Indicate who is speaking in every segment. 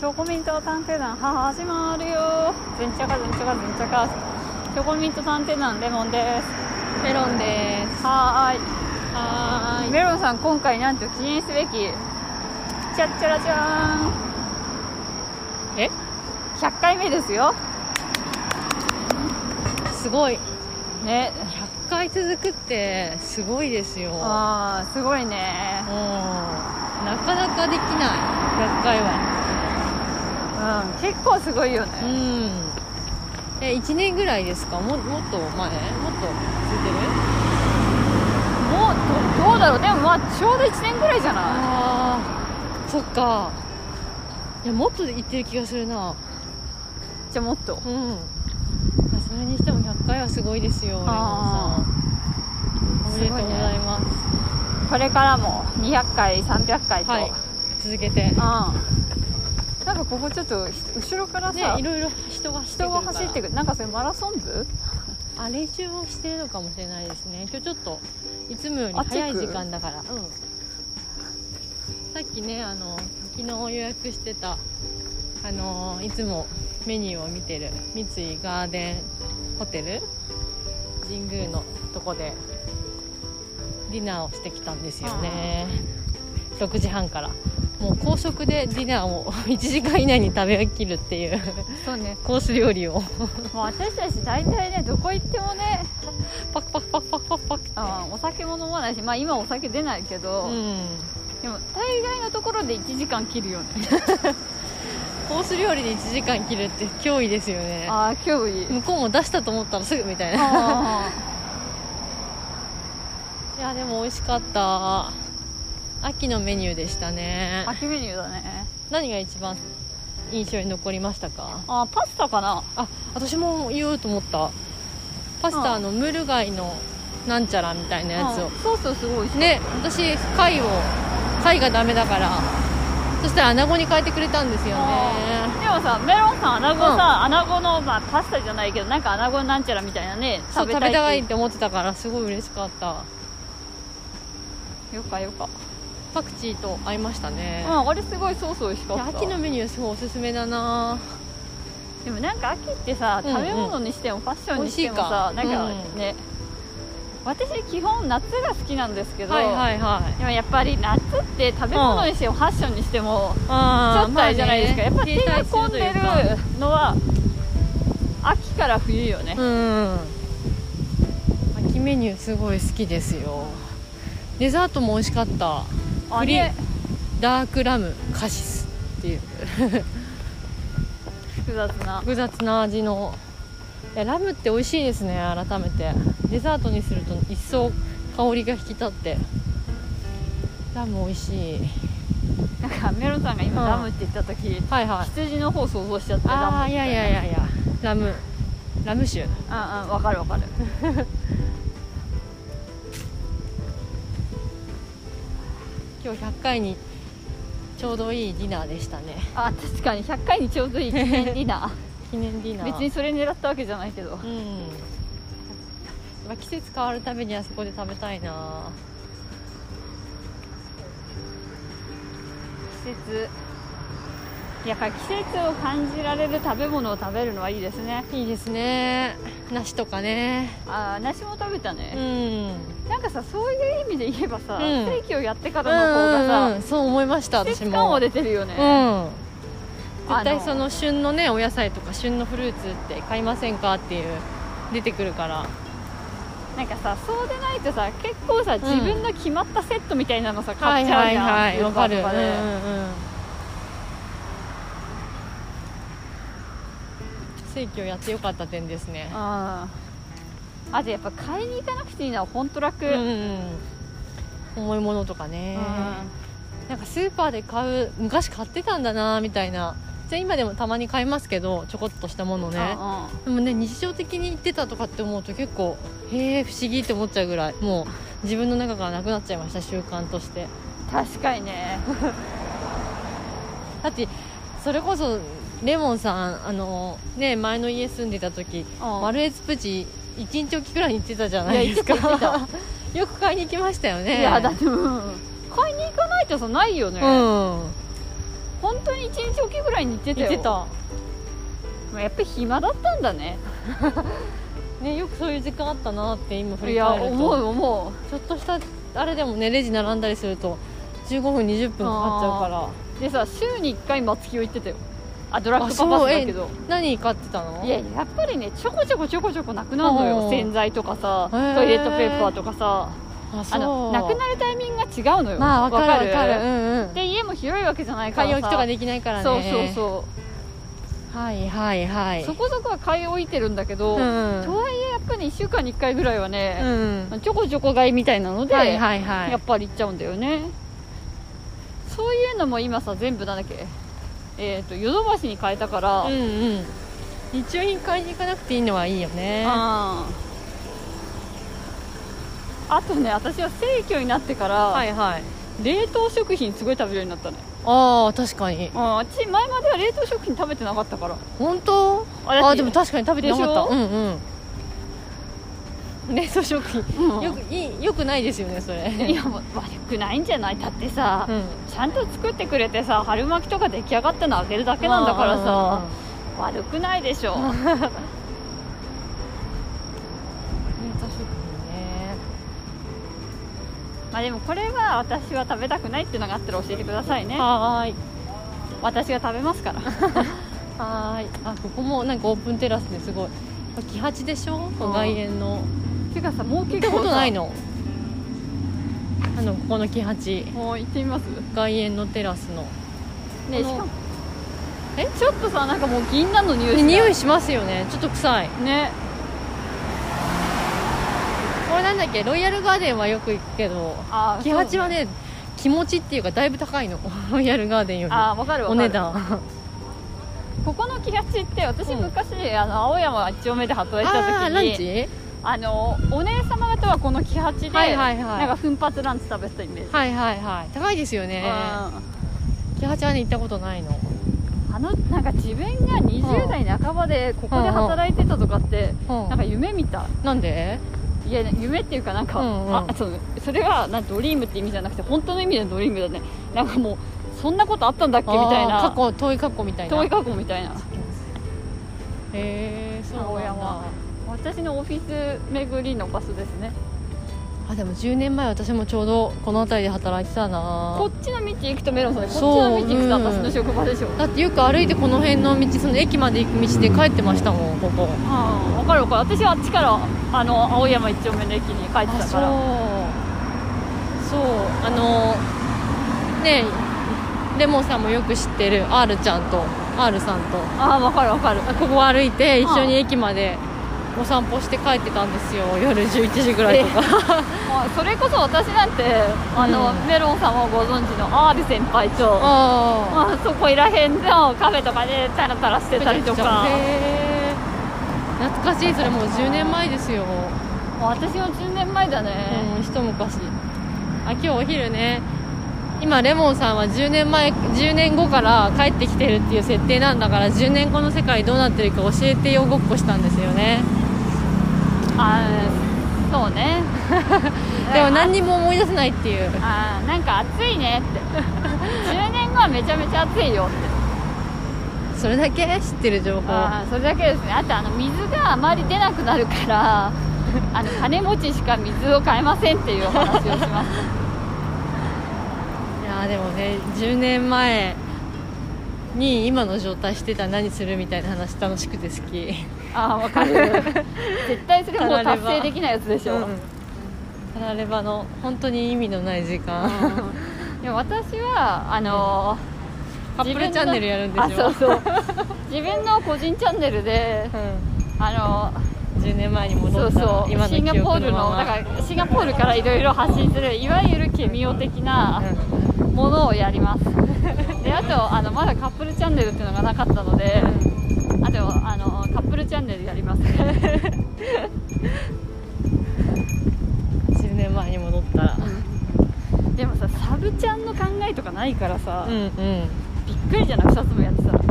Speaker 1: チョコミント探偵団始まるよずんちゃかずんちゃかずんちゃかチョコミント探偵団レモンです
Speaker 2: メロンです
Speaker 1: は
Speaker 2: は
Speaker 1: ーい
Speaker 2: ーい
Speaker 1: メロンさん今回なんと記念すべきチャッチャラチャーン
Speaker 2: え
Speaker 1: 100回目ですよ
Speaker 2: すごい
Speaker 1: ね
Speaker 2: 100回続くってすごいですようんな
Speaker 1: あーすごいね
Speaker 2: かなかできない100回は
Speaker 1: うん結構すごいよ
Speaker 2: う
Speaker 1: ね
Speaker 2: んえ1年ぐらいですかももっと前もっと続いてる
Speaker 1: もうどどうだろうでもまあちょうど1年ぐらいじゃない
Speaker 2: ああそっかいやもっといってる気がするな
Speaker 1: じゃあもっと
Speaker 2: うんまあそれにしても100回はすごいですよレモンさ
Speaker 1: あ
Speaker 2: んおめでとうございます
Speaker 1: これからも200回300回と、
Speaker 2: はい続けて
Speaker 1: うんなんかここちょっとひ後ろから
Speaker 2: ね
Speaker 1: さ、
Speaker 2: いろいろ人が走ってく
Speaker 1: 人
Speaker 2: る
Speaker 1: が
Speaker 2: から
Speaker 1: 走ってくるなんかそれマラソン部
Speaker 2: あ練習をしてるのかもしれないですね今日ちょっといつもより早
Speaker 1: あ
Speaker 2: い
Speaker 1: チェック
Speaker 2: 時間だから、うん、さっきねあの昨日予約してたあのいつもメニューを見てる三井ガーデンホテル神宮のとこでディナーをしてきたんですよね6時半からもう高速でディナーを 1時間以内に食べきるっていう
Speaker 1: そうね
Speaker 2: コース料理を
Speaker 1: もう私たち大体ねどこ行ってもね、
Speaker 2: パクパクパクパクパクパクって
Speaker 1: うん、お酒も飲まないしまあ今お酒出ないけど、
Speaker 2: うん
Speaker 1: でも大概のところで1時間切るよね
Speaker 2: コース料理で1時間切るって脅威ですよね
Speaker 1: ああ今日いい
Speaker 2: 向こうも出したと思ったらすぐみたいな
Speaker 1: あ
Speaker 2: いやでも美味しかった秋のメニューでしたね
Speaker 1: ー秋メニューだね
Speaker 2: 何が一番印象に残りましたか
Speaker 1: あーパスタかな
Speaker 2: あ私も言おうと思ったパスタのムール貝のなんちゃらみたいなやつ
Speaker 1: う
Speaker 2: を
Speaker 1: んソースすごい美味しい
Speaker 2: ね私貝を貝がダメだからそしたら穴子に変えてくれたんですよね
Speaker 1: でもさメロンさんアナゴさ、アナゴの、まあ、パスタじゃないけどなんかアナゴなんちゃらみたいなね
Speaker 2: そう
Speaker 1: 食べ
Speaker 2: 食
Speaker 1: たい
Speaker 2: べ
Speaker 1: って
Speaker 2: たいって思ってたからすごい嬉しかった
Speaker 1: よかよか、
Speaker 2: パクチーと合いましたね
Speaker 1: うん、あれすごいソース美味しか
Speaker 2: い
Speaker 1: っ
Speaker 2: や
Speaker 1: た
Speaker 2: 秋のメニューすごいおすすめだな
Speaker 1: でもなんか秋ってさ
Speaker 2: うんうん
Speaker 1: 食べ物にしてもファッションにしてもさ、
Speaker 2: 美味しいか
Speaker 1: なんかね、私基本夏が好きなんですけど、
Speaker 2: はいはいはい
Speaker 1: でもやっぱり夏って食べ物にしてもファッションにしてもち
Speaker 2: あ
Speaker 1: ょっとあれじゃないですか、やっぱ手が込んでるのは秋から冬よね、
Speaker 2: うん秋メニューすごい好きですよデザートも美味しかった
Speaker 1: あれ
Speaker 2: ダークラムカシスっていう
Speaker 1: 複雑な
Speaker 2: 複雑な味のいやラムって美味しいですね改めてデザートにすると一層香りが引き立ってラム美味しい
Speaker 1: なんかメロンさんが今
Speaker 2: うん
Speaker 1: ラムって言った時、
Speaker 2: はいはい
Speaker 1: 羊の方想像しちゃってラム
Speaker 2: ああ
Speaker 1: み
Speaker 2: いや
Speaker 1: た
Speaker 2: いやいやいやラムラム酒
Speaker 1: うんうんわかるわ かる
Speaker 2: 今日100回にちょうどいいディナーでしたね
Speaker 1: あ確かに100回にちょうどいい記念ディ ナ
Speaker 2: 記念ディナ
Speaker 1: ー
Speaker 2: ー
Speaker 1: 別にそれ狙ったわけじゃないけど
Speaker 2: うんやっぱ季節変わるたびにあそこで食べたいな
Speaker 1: 季節いやっぱり季節を感じられる食べ物を食べるのはいいですね
Speaker 2: いいですね梨とかね
Speaker 1: あー梨も食べた
Speaker 2: う
Speaker 1: ね、
Speaker 2: ん
Speaker 1: なんかさそういう意味で言えばさ、
Speaker 2: うん
Speaker 1: ステーキをやってか
Speaker 2: う
Speaker 1: らの方
Speaker 2: んうんう
Speaker 1: が
Speaker 2: んそう思いまし
Speaker 1: さ
Speaker 2: た
Speaker 1: 季
Speaker 2: 私
Speaker 1: 節感
Speaker 2: も
Speaker 1: は
Speaker 2: うん
Speaker 1: 出てるよね、
Speaker 2: 絶
Speaker 1: あ
Speaker 2: 対
Speaker 1: の
Speaker 2: その旬のねお野菜とか旬のフルーツって買いませんかっていう出てくるから
Speaker 1: なんかさそうでないとさ結構さ、
Speaker 2: ん
Speaker 1: 自分の決まったセットみたいなのさ
Speaker 2: は
Speaker 1: 買
Speaker 2: い
Speaker 1: っちゃ
Speaker 2: は
Speaker 1: う
Speaker 2: い
Speaker 1: じゃん
Speaker 2: はいわか
Speaker 1: スー
Speaker 2: るうん
Speaker 1: パ
Speaker 2: う
Speaker 1: ーと
Speaker 2: ん
Speaker 1: で
Speaker 2: うんステーキをやってよかった点ですね
Speaker 1: ああとやっぱ買いに行かなくていいのは本当楽、
Speaker 2: うんうんうん重いものとかねなんかスーパーで買う昔買ってたんだなみたいなじゃあ今でもたまに買いますけどちょこっとしたものね
Speaker 1: あ
Speaker 2: でもね日常的に行ってたとかって思うと結構へえ不思議って思っちゃうぐらいもう自分の中からなくなっちゃいました習慣として
Speaker 1: あ確かにね
Speaker 2: だってそれこそレモンさんあのね前の家住んでた時
Speaker 1: うん
Speaker 2: マルエツプチ1日おきくらいに行ってたじゃないですか
Speaker 1: いや行ってた行
Speaker 2: よく買いに行きましたよね
Speaker 1: いやだってもう買いに行かないとさないよね、
Speaker 2: うん
Speaker 1: 本当に一日おきぐらいに行ってた
Speaker 2: 行っ
Speaker 1: よ
Speaker 2: てた
Speaker 1: まあやっぱり暇だったんだね
Speaker 2: ねよくそういう時間あったなって今振
Speaker 1: い
Speaker 2: り
Speaker 1: や
Speaker 2: 返ると
Speaker 1: 思う思う
Speaker 2: ちょっとしたあれでもねレジ並んだりすると15分20分かかっちゃうから
Speaker 1: でさ週に1回松木を行ってたよあドラッグパパスだけど
Speaker 2: 何買ってたの
Speaker 1: いややっぱりねちょこちょこちょこちょこなくなるの
Speaker 2: う
Speaker 1: よ
Speaker 2: ん
Speaker 1: 洗剤とかさ
Speaker 2: へー
Speaker 1: トイレットペーパーとかさ
Speaker 2: あそ
Speaker 1: あ
Speaker 2: う
Speaker 1: のなくなるタイミングが違うのよ
Speaker 2: まあわかるわかるうんうん
Speaker 1: で家も広いわけじゃないか
Speaker 2: 買い
Speaker 1: ら
Speaker 2: 置きとか
Speaker 1: ね
Speaker 2: できないからね
Speaker 1: そうそうそう
Speaker 2: はいはいは
Speaker 1: う
Speaker 2: い
Speaker 1: そこそこは買い置いてるんだけど、
Speaker 2: うん
Speaker 1: とはいえやっぱり1週間に1回ぐらいは
Speaker 2: う
Speaker 1: ね、
Speaker 2: ん
Speaker 1: ちょこちょこ買いみたいなので、
Speaker 2: はいはいはい
Speaker 1: やっぱり行っちゃうんだよねそういうのも今さ全部なんだっけえっ、とヨドバシに変えたから、
Speaker 2: うんうん日用品買いに行かなくていいのはいいよね
Speaker 1: ああとね私は生協になってから、
Speaker 2: はいはい
Speaker 1: 冷凍食品すごい食べるようになったね
Speaker 2: ああ確かに
Speaker 1: うん私前までは冷凍食品食べてなかったから
Speaker 2: 本当
Speaker 1: あだって
Speaker 2: あでも確かに食べてなかった
Speaker 1: でしょ
Speaker 2: うんうん冷凍食品
Speaker 1: うん
Speaker 2: よくいいよくないですよねそれ
Speaker 1: いやもう悪くないんじゃないだってさ、
Speaker 2: うん
Speaker 1: ちゃんと作ってくれてさ春巻きとか出来上がったのあげるだけなんだからさ悪くないでしょ
Speaker 2: 冷凍食品ね
Speaker 1: まあでもこれは私は食べたくないっていうのがあったら教えてくださいね
Speaker 2: はーい
Speaker 1: 私が食べますから
Speaker 2: はーいあここもなんかオープンテラスですごい木八でしょ
Speaker 1: うん
Speaker 2: 外苑の
Speaker 1: てかさもう
Speaker 2: 行っ
Speaker 1: 結
Speaker 2: た
Speaker 1: 構
Speaker 2: こ
Speaker 1: さ
Speaker 2: とないのあのここの木八
Speaker 1: もう行ってみます
Speaker 2: 外苑のテラスの
Speaker 1: ねし
Speaker 2: この
Speaker 1: かも
Speaker 2: え
Speaker 1: ちょっとさなんかもう銀杏の匂い
Speaker 2: で
Speaker 1: し
Speaker 2: 匂
Speaker 1: い
Speaker 2: いしますよねちょっと臭い
Speaker 1: ね
Speaker 2: これなんだっけロイヤルガーデンはよく行くけど
Speaker 1: あー
Speaker 2: 木八は
Speaker 1: ね
Speaker 2: ね気持ちっていうかだいぶ高いの ロイヤルガーデンより
Speaker 1: あーわかるわかる
Speaker 2: お値段
Speaker 1: ここの木八って私
Speaker 2: うん
Speaker 1: 昔、あの青山一丁目で働いて
Speaker 2: あ
Speaker 1: た
Speaker 2: ーラン
Speaker 1: 時に
Speaker 2: チ
Speaker 1: あのお姉様方はこの木八で、
Speaker 2: はいはいはい
Speaker 1: なんか奮発ランチ食べてたイメージ、
Speaker 2: はいはいはい高いですよね
Speaker 1: うん
Speaker 2: 木八はね行ったことないの
Speaker 1: あのなんか自分が20代半ばでここで
Speaker 2: うんうん
Speaker 1: 働いてたとかって、
Speaker 2: うん
Speaker 1: なんか夢見た
Speaker 2: なんで
Speaker 1: いや夢っていうかなんか、
Speaker 2: うんうん
Speaker 1: あそのそれはなんドリームって意味じゃなくて本当の意味でのドリームだねなんかもうそんなことあったんだっけみたいな
Speaker 2: あー過去遠い過去みたいな
Speaker 1: 遠い過去みたいな
Speaker 2: へえそう
Speaker 1: 青
Speaker 2: なんだ
Speaker 1: 山私のオフィス巡りの場所ですね
Speaker 2: あでも10年前私もちょうどこの辺りで働いてたな
Speaker 1: こっちの道行くとメロンさんでこっち
Speaker 2: そ
Speaker 1: の
Speaker 2: う
Speaker 1: 道行くと
Speaker 2: うん
Speaker 1: 私の職場でしょ、
Speaker 2: だってよく歩いてこの辺の道その駅まで行く道で帰ってましたもんここ
Speaker 1: ああ分かる分かる私はあっちからあの青山一丁目の駅に帰ってたから
Speaker 2: そうそうあのねレモンさんもよく知ってる R ちゃんと R さんと
Speaker 1: ああ分かる分かる
Speaker 2: ここ歩いて一緒に駅までお散歩して帰ってたんですよ夜11時ぐらいとか
Speaker 1: まあそれこそ私なんてあの、
Speaker 2: うん
Speaker 1: メロンさんもご存知の R 先輩と
Speaker 2: あ
Speaker 1: まあ、そこいらへんのカフェとかでタラタラしてたりとか
Speaker 2: へー懐かしいそれもう10年前ですよ、
Speaker 1: もう私も10年前だね、
Speaker 2: うん一昔あ今日お昼ね今レモンさんは10年前10年後から帰ってきてるっていう設定なんだから10年後の世界どうなってるか教えてよごっこしたんですよね
Speaker 1: あーそうね
Speaker 2: でも何にも思い出せないっていう
Speaker 1: あーなんか暑いねって 10年後はめちゃめちゃ暑いよって
Speaker 2: それだけ知ってる情報
Speaker 1: あーそれだけですねあとあの水があまり出なくなるから あの金持ちしか水を買えませんっていうお話をします
Speaker 2: いやーでもね10年前に今の状態してたら何するみたいな話楽しくて好き
Speaker 1: ああわかる 絶対それもう達成できないやつでしょ、
Speaker 2: タラレバの本当に意味のない時間
Speaker 1: でも私はあのー
Speaker 2: カップルチャンネルやるんでし
Speaker 1: 自分の
Speaker 2: ょ
Speaker 1: あそうそう自分の個人チャンネルで
Speaker 2: う
Speaker 1: あ
Speaker 2: ん、10年前に
Speaker 1: の
Speaker 2: 戻
Speaker 1: そう
Speaker 2: った
Speaker 1: そう
Speaker 2: 今の
Speaker 1: シンガポール
Speaker 2: 記憶
Speaker 1: の
Speaker 2: まま
Speaker 1: だからシンガポールからいろいろ発信するいわゆるケミオ的なものをやりますであとあのまだカップルチャンネルっていうのがなかったのであとあのカップルチャンネルやりますね
Speaker 2: うん10年前に戻ったら
Speaker 1: でもさサブちゃんの考えとかないからさ、
Speaker 2: うんうん
Speaker 1: びっくりじゃない2つもやってたら 一応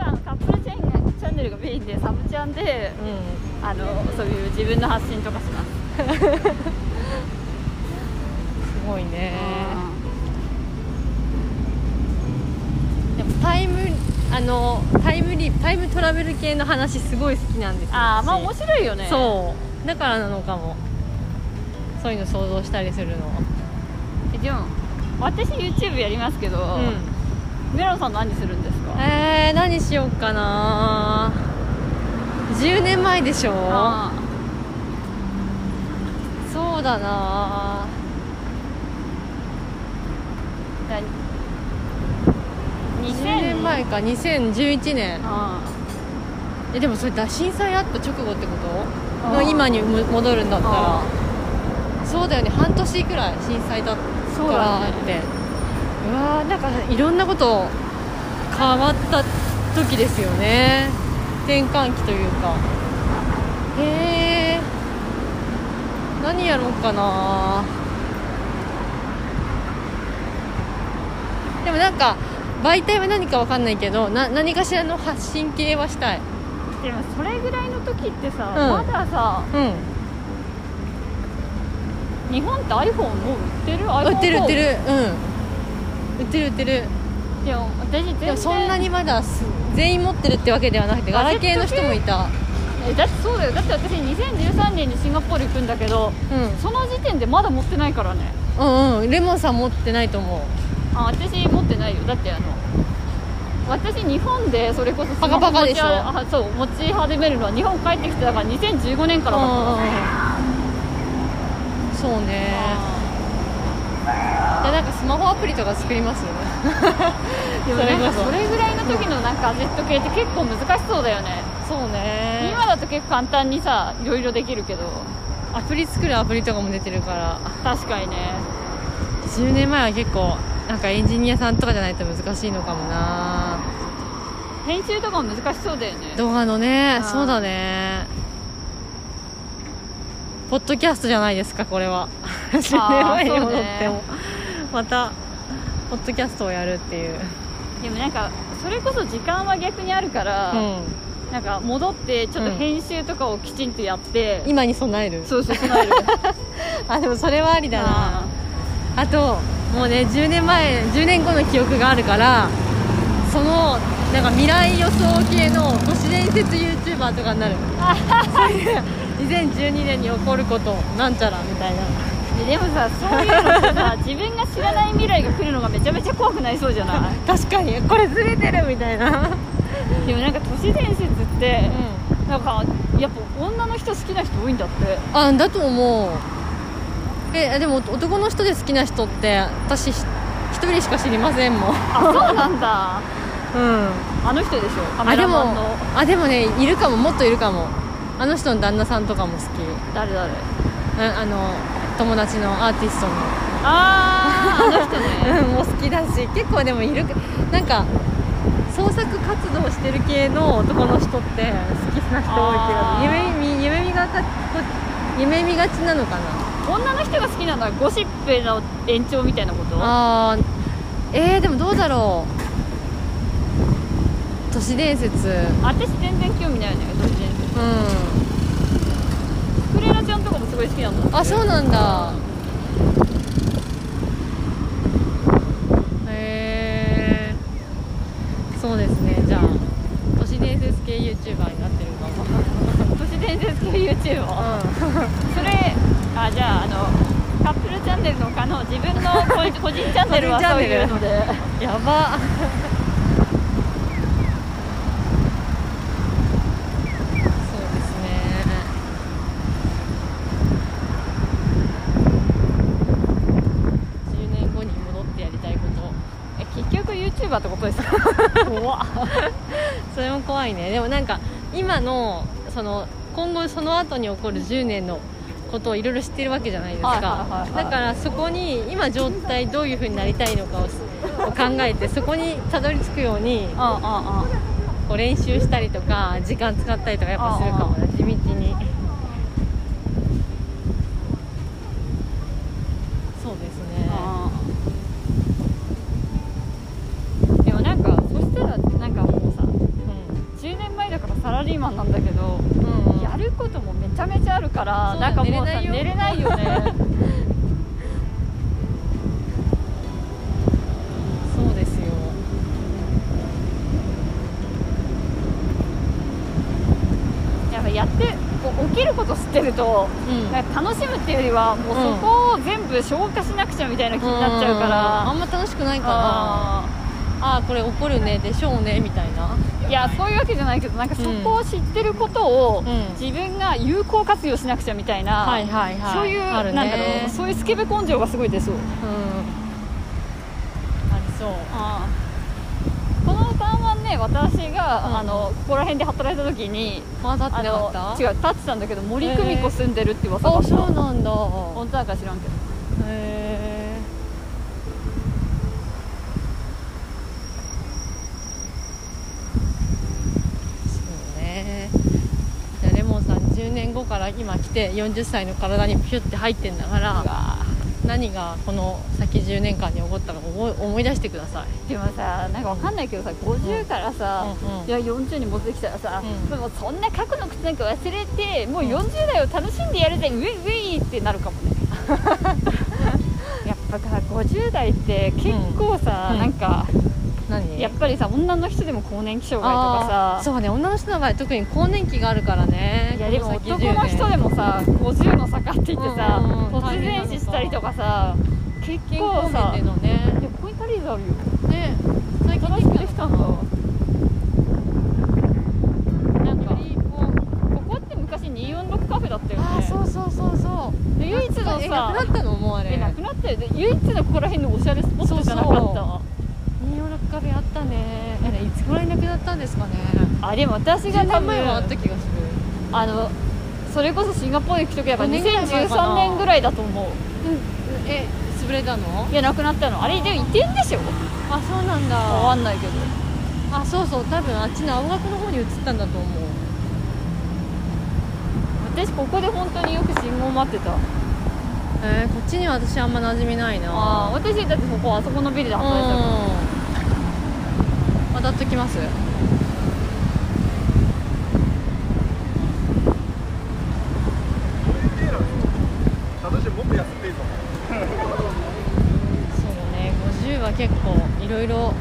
Speaker 1: あのカップルチャンネルチャンネルがメインでサブチャンであのそういう自分の発信とかします
Speaker 2: すごいねあのタイムリタイムトラベル系の話すごい好きなんですよ
Speaker 1: ああまあ
Speaker 2: 私
Speaker 1: 面白いよね
Speaker 2: そうだからなのかもそういうの想像したりするのは
Speaker 1: えでも私 YouTube やりますけど、
Speaker 2: う
Speaker 1: メロンさん何するんです
Speaker 2: ん
Speaker 1: か
Speaker 2: えー、何しようかな10年前でしょ
Speaker 1: あ
Speaker 2: そうだな
Speaker 1: ーだ
Speaker 2: 10
Speaker 1: 2000
Speaker 2: 年前か2011年
Speaker 1: あ
Speaker 2: えでもそれだ震災あった直後ってこと
Speaker 1: あ
Speaker 2: の
Speaker 1: ー
Speaker 2: 今にも戻るんだった
Speaker 1: あ
Speaker 2: らそうだよね半年くらい震災だった
Speaker 1: そう
Speaker 2: か
Speaker 1: だ
Speaker 2: ら
Speaker 1: ね
Speaker 2: ってうわーなんかいろんなこと変わった時ですよね転換期というかへえ何やろうかなでもなんか媒体は何かわかんないけどな何かしらの発信系はしたい
Speaker 1: ーでもそれぐらいの時ってさ、
Speaker 2: うん
Speaker 1: まださ
Speaker 2: うん
Speaker 1: 日本って iPhone もう売ってる iPhone
Speaker 2: 売ってる売ってるうん売ってる売ってる
Speaker 1: でも私全
Speaker 2: で
Speaker 1: 然
Speaker 2: もそんなにまだす全員持ってるってわけではなくてガラケーの人もいた
Speaker 1: えだってそうだよだって私2013年にシンガポール行くんだけど
Speaker 2: う
Speaker 1: その時点でまだ持ってないからね
Speaker 2: んうんうんレモンさん持ってないと思う
Speaker 1: あ私持ってないよだってあの私日本でそれこそスマホ
Speaker 2: パカパカでし
Speaker 1: 持ち
Speaker 2: ょ
Speaker 1: ああそう持ち始めるのは日本帰ってきてだから2015年からだったから
Speaker 2: うんそうねでなんかスマホアプリとか作りますよね
Speaker 1: でも
Speaker 2: そ
Speaker 1: な
Speaker 2: れ
Speaker 1: ん
Speaker 2: こ
Speaker 1: か
Speaker 2: そ
Speaker 1: それぐらいの時のなんかガジェット系って結構難しそうだよね
Speaker 2: そうね
Speaker 1: 今だと結構簡単にさいろいろできるけど
Speaker 2: アプリ作るアプリとかも出てるから
Speaker 1: 確かにね
Speaker 2: 10年前は結構なんかエンジニアさんとかじゃないと難しいのかもな
Speaker 1: 編集とかも難しそうだよね
Speaker 2: 動画のね
Speaker 1: あー
Speaker 2: そうだねポッドキャストじゃないですかこれは 10年前に戻っても、
Speaker 1: そ
Speaker 2: またポッドキャストをやるっていう
Speaker 1: でもなんかそれこそ時間は逆にあるから、
Speaker 2: うん
Speaker 1: なんか戻ってちょっと編集とかをきちんとやって、
Speaker 2: 今に備える
Speaker 1: そうそう備える
Speaker 2: あでもそれはありだなあともうね10年前10年後の記憶があるからそのなんか未来予想系の都市伝説 YouTuber とかになるそういう2012年に起こることなんちゃらみたいな
Speaker 1: うんででもさそういうのってさ自分が知らない未来が来るのがめちゃめちゃ怖くなりそうじゃな
Speaker 2: 確かにこれずれてるみたいな、
Speaker 1: いでもなんか都市伝説って、
Speaker 2: う
Speaker 1: なんかやっぱ女の人好きな人多いんだって
Speaker 2: ん、あだと思うえでも男の人で好きな人って私ひ一人しか知りませんもん、
Speaker 1: あそうなんだ
Speaker 2: うん、
Speaker 1: あの人でしょカ
Speaker 2: あ
Speaker 1: メ
Speaker 2: で
Speaker 1: ラマ
Speaker 2: も
Speaker 1: ンの
Speaker 2: あでもねいるかももっといるかもあの人の旦那さんとかも好き
Speaker 1: 誰誰
Speaker 2: ああの友達のアーティストの
Speaker 1: あーあの人ね
Speaker 2: うんもう好きだし結構でもいるなんか創作活動してる系の男の人って好きな人多い
Speaker 1: あー
Speaker 2: けど夢見夢見がた夢見がちなのかな
Speaker 1: 女の人が好きなのはゴシップの延長みたいなこと
Speaker 2: あーえー、でもどうだろう都市伝説うん
Speaker 1: 私全然興味ないのよ都市伝説クレラちゃんとかもすごい好きなんだって
Speaker 2: あそうなんだへえそうですねじゃあ都市伝説系 YouTuber になってるかも
Speaker 1: 都市伝説系 YouTuber、それあじゃああのカップルチャンネルの他の自分の 個個人チャンネルはそういうので
Speaker 2: うんやばそうですね10年後に戻ってやりたいこと
Speaker 1: え結局 YouTuber ってことですか 怖っ
Speaker 2: それも怖いねでもなんか今のその今後その後に起こる10年のことをいろいろ知ってるわけじゃないです
Speaker 1: はいはい
Speaker 2: か
Speaker 1: はいはい
Speaker 2: だからそこに今状態どういうふうになりたいのかをを考えてそこにたどり着くよう
Speaker 1: う
Speaker 2: に
Speaker 1: んうんうん
Speaker 2: こう練習したりとか時間使ったりとかやっぱするかもね地道にそうですね
Speaker 1: でもなんかそしたらなんかもうさ
Speaker 2: う
Speaker 1: 10年前だからサラリーマンなんだけど
Speaker 2: んうん
Speaker 1: やることもめちゃめちゃあるから、
Speaker 2: そうだ
Speaker 1: なんかもうさ
Speaker 2: 寝
Speaker 1: 寝
Speaker 2: れ
Speaker 1: れないよね
Speaker 2: そうですよ
Speaker 1: ってると
Speaker 2: うん
Speaker 1: なんか楽しむっていうよりはもうそこを全部消化しなくちゃみたいな気になっちゃうから、
Speaker 2: うんあんま楽しくないかなああーこれ怒るねでしょうねみたいな
Speaker 1: うんいやそういうわけじゃないけどなんかそこを知ってることを
Speaker 2: うん
Speaker 1: 自分が有効活用しなくちゃみたいな、
Speaker 2: はいはいはい
Speaker 1: そういう、
Speaker 2: あるね
Speaker 1: なんだろうそういうスケベ根性がすごい出そう
Speaker 2: うんありそう
Speaker 1: あーこの3はね私が、
Speaker 2: うん
Speaker 1: あのここら辺で働いた時に
Speaker 2: まだ
Speaker 1: あ
Speaker 2: ってな
Speaker 1: の
Speaker 2: かった
Speaker 1: 違う立ってたんだけど森久美子住んでるって噂だ
Speaker 2: あ
Speaker 1: った、
Speaker 2: そうなんだ
Speaker 1: 本当なんか知らんけど
Speaker 2: へえそうねじゃあレモンさん10年後から今来て40歳の体にピュッて入ってんだから何がこの先10年間に起こったか思い思い出してください
Speaker 1: でもさなんかわかんないけどさ50からさ、
Speaker 2: うんうん
Speaker 1: いや40に戻ってきたらさ、
Speaker 2: うん
Speaker 1: でもそんな過去のことなんか忘れてもう40代を楽しんでやるぜウェイウェイってなるかもねやっぱさ50代って結構さ、
Speaker 2: うん
Speaker 1: なんか
Speaker 2: 何
Speaker 1: やっぱりさ女の人でも更年期障害と
Speaker 2: あ
Speaker 1: かさ
Speaker 2: ーそうね女の人の場合特に更年期があるからね
Speaker 1: いやでも
Speaker 2: こ先10
Speaker 1: 男の人でもさ50の坂って言ってさ、
Speaker 2: うんうんうん
Speaker 1: 突然死したりとかさ結
Speaker 2: 年健
Speaker 1: 構
Speaker 2: 康
Speaker 1: さ
Speaker 2: 面でのね
Speaker 1: いやここにタリーズあるよ
Speaker 2: ね最近
Speaker 1: 新しくできたんだなんかここって昔246カフェだったよね
Speaker 2: ああそうそうそうそう
Speaker 1: で唯一の
Speaker 2: えなくな
Speaker 1: さ
Speaker 2: ったのもうあれ
Speaker 1: えなくなったよね唯一のここら辺のおしゃれスポットじゃなかった
Speaker 2: そうそ246カフェあったねあれいつぐらいなくなったんですかね
Speaker 1: あでも私が多
Speaker 2: 10年
Speaker 1: 分
Speaker 2: 前はあった気がす
Speaker 1: あのそれこそシンガポール行く時はやっぱ
Speaker 2: 5年ぐらい前かな
Speaker 1: 2013年ぐらいだと思う
Speaker 2: るえ潰れたの
Speaker 1: いやなくなったのあれでも移転でしょ
Speaker 2: あそうなん
Speaker 1: わか
Speaker 2: だ
Speaker 1: んないけど
Speaker 2: あそうそう多分あっちの青学の方に移ったんだと思う
Speaker 1: 私ここで本当によく信号待ってた
Speaker 2: えー、こっちには私あんま馴染みないな
Speaker 1: ああ私だってここあそこのビルで働いてたから
Speaker 2: うん渡っときます
Speaker 3: 私もっと痩せていいぞ
Speaker 2: そうね50は結構いろいろ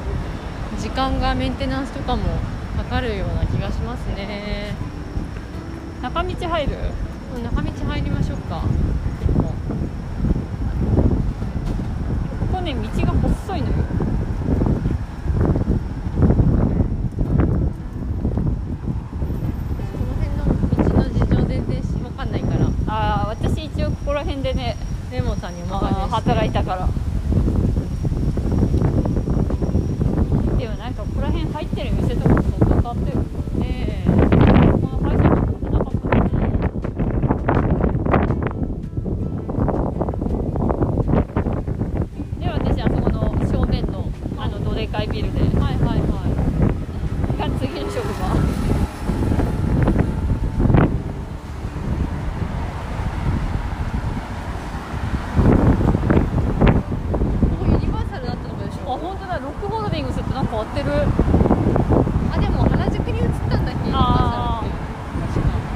Speaker 2: 時間がメンテナンスとかもかかるような気がしますね
Speaker 1: 中道入る
Speaker 2: 中道入りましょうか
Speaker 1: ここね道が細いのよ
Speaker 2: この辺の道の事情全然分かんないから
Speaker 1: ああ私一応ここら辺でね
Speaker 2: レモンさんにお
Speaker 1: あー
Speaker 2: 任せして
Speaker 1: 働いたからでもなんかここら辺入ってる店とかも相当変わってる
Speaker 2: え
Speaker 1: この会社のとこなかったねで私あそこの正面のあのどでかいビルで
Speaker 2: えはいはいは
Speaker 1: が次の職場
Speaker 2: いここユニバーサルだったとこでし
Speaker 1: あ
Speaker 2: ょ
Speaker 1: 本当だロックホールディングスってなんか合ってる
Speaker 2: あでも原宿に移ったんだっけユニバーサ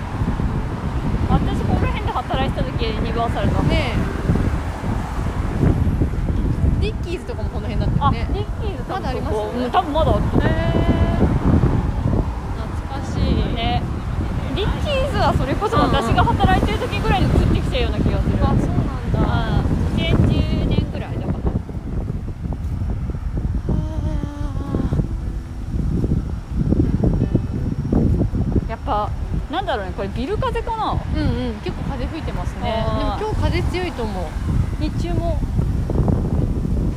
Speaker 2: ルって確か
Speaker 1: 私ここら辺で働いてた時ユニバーサルだ
Speaker 2: ねえディッキーズとかもこの辺だったよ
Speaker 1: あ
Speaker 2: ね
Speaker 1: ディッキーズ多分
Speaker 2: まだあります
Speaker 1: そこうん多分まだあ
Speaker 2: へえ懐かし
Speaker 1: る
Speaker 2: い
Speaker 1: ねディッキーズはそれこそ私が働いてる時ぐらいに移ってきたような気がする
Speaker 2: あそうなんだ
Speaker 1: あ2010年ぐらいだからやっぱなんだろうねこれビル風かな
Speaker 2: うんうん結構風吹いてますねで
Speaker 1: あー
Speaker 2: も今日風強いと思う
Speaker 1: 日中も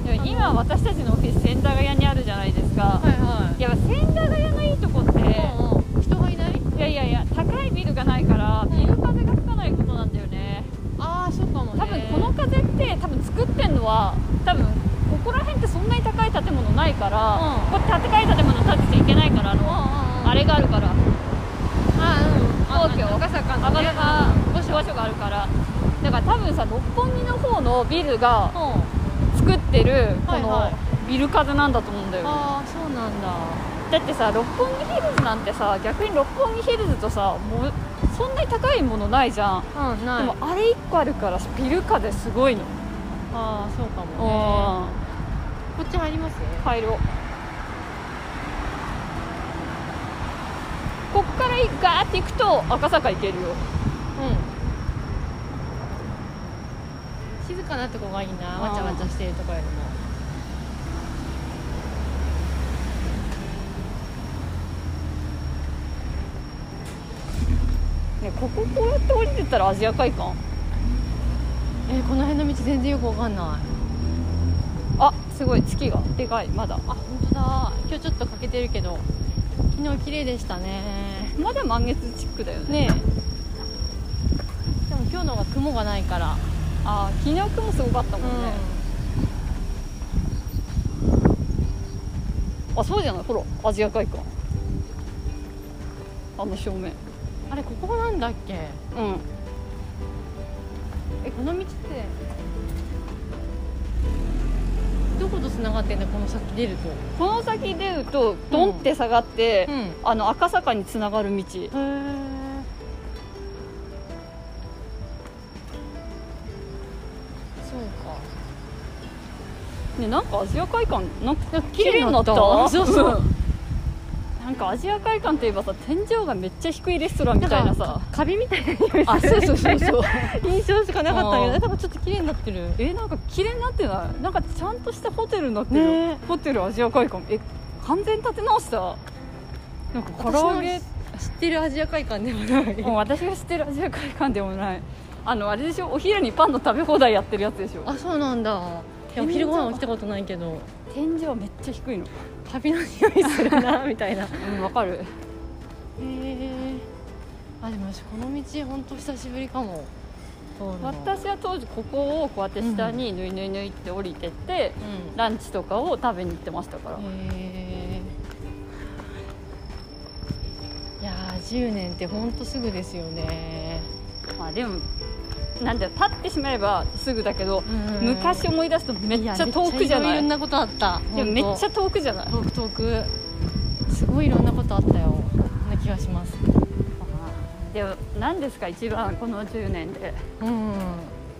Speaker 1: でも今私たちのオフィス千駄ヶ谷にあるじゃないですか、
Speaker 2: いはい
Speaker 1: やっぱ千駄ヶ谷のいいとこって、
Speaker 2: うんうん人がいない
Speaker 1: いやいやいや高いビルがないからビル風が吹かないことなんだよね
Speaker 2: ああそうかもね
Speaker 1: 多分この風って多分作ってんのは多分ここら辺ってそんなに高い建物ないから、
Speaker 2: うん
Speaker 1: これ高い建物建てちゃいけないからあ
Speaker 2: うんうん
Speaker 1: の、
Speaker 2: うん
Speaker 1: あれがあるから
Speaker 2: あうん
Speaker 1: 東京
Speaker 2: 赤坂
Speaker 1: 赤
Speaker 2: ね
Speaker 1: 坂御所があるからだから多分さ六本木の方のビルが
Speaker 2: うん
Speaker 1: 作ってるこ
Speaker 2: はいは
Speaker 1: のビル風なんだと思うんだよ、
Speaker 2: ああそうなんだ
Speaker 1: だってさ六本木ヒルズなんてさ逆に六本木ヒルズとさもうそんなに高いものないじゃん
Speaker 2: うんな
Speaker 1: で
Speaker 2: い
Speaker 1: もあれ1個あるからビル風すごいの、
Speaker 2: ああそうか
Speaker 1: うん
Speaker 2: もねこっち入ります
Speaker 1: 入ろうこっからガーって行くと赤坂行けるよ
Speaker 2: うん静かなとこがいいなわちゃわちゃしてるとこよりも
Speaker 1: ねこここうやって降りてったらアジア海館
Speaker 2: えこの辺の道全然よくわかんない
Speaker 1: あすごい月がでかいまだ
Speaker 2: あ本当だ今日ちょっと欠けてるけど昨日綺麗でしたね
Speaker 1: まだ満月チックだよね
Speaker 2: ねえでも今日の方が雲がないから
Speaker 1: あー昨日雲すごかったもんね、あそうじゃないほらアジア海館あの正面
Speaker 2: あれここなんだっけ
Speaker 1: うん
Speaker 2: えこの道ってどこと繋がってんだこの先出ると
Speaker 1: この先出るとドンって下がって、
Speaker 2: んへ
Speaker 1: あの赤坂につながる道
Speaker 2: えそうか
Speaker 1: ねなんかアジア海館なんか
Speaker 2: 綺
Speaker 1: 綺
Speaker 2: 麗
Speaker 1: 麗に
Speaker 2: にな
Speaker 1: な
Speaker 2: っ
Speaker 1: ったた
Speaker 2: そうそうん
Speaker 1: なんかアジア海館といえばさ天井がめっちゃ低いレストランみたいなさ
Speaker 2: カビみたいな
Speaker 1: あそうそうそうそう
Speaker 2: 印象しかなかった
Speaker 1: う
Speaker 2: けど
Speaker 1: ん
Speaker 2: えでもちょっと綺麗になってる
Speaker 1: えなんか綺麗になってないなんかちゃんとしたホテルになってるよ、
Speaker 2: ね
Speaker 1: ホテルアジア海館え完全立て直したなんか唐揚げ
Speaker 2: 私の知ってるアジア会館でもない
Speaker 1: もう私が知ってるアジア海館でもないあのあれでしょお昼にパンの食べ放題やってるやつでしょ
Speaker 2: あそうなんだいやお
Speaker 1: 天井
Speaker 2: 昼ご飯は来たことないけど
Speaker 1: 天井めっちゃ低いの
Speaker 2: カビの匂いするなみたいなへ
Speaker 1: うんわかる
Speaker 2: えあでも私この道本当久しぶりかも通るの
Speaker 1: 私は当時ここをこうやって下にぬいぬいぬいって降りてって、
Speaker 2: うん
Speaker 1: ランチとかを食べに行ってましたから、
Speaker 2: へえいやー10年ってほんとすぐですよね、
Speaker 1: まあ、でもなんだよ立ってしまえばすぐだけど、昔思い出すとめっち
Speaker 2: めっ
Speaker 1: ゃ
Speaker 2: ちゃ
Speaker 1: 遠
Speaker 2: 遠
Speaker 1: く
Speaker 2: く
Speaker 1: じ
Speaker 2: じ
Speaker 1: ゃ
Speaker 2: ゃない
Speaker 1: ない
Speaker 2: いろんなことあった
Speaker 1: でもめ
Speaker 2: ほん
Speaker 1: っ
Speaker 2: と
Speaker 1: ちゃ遠くじゃない
Speaker 2: 遠く遠くすごいいろんなことあったよそんな気がします
Speaker 1: でも何ですか一番この10年で
Speaker 2: うん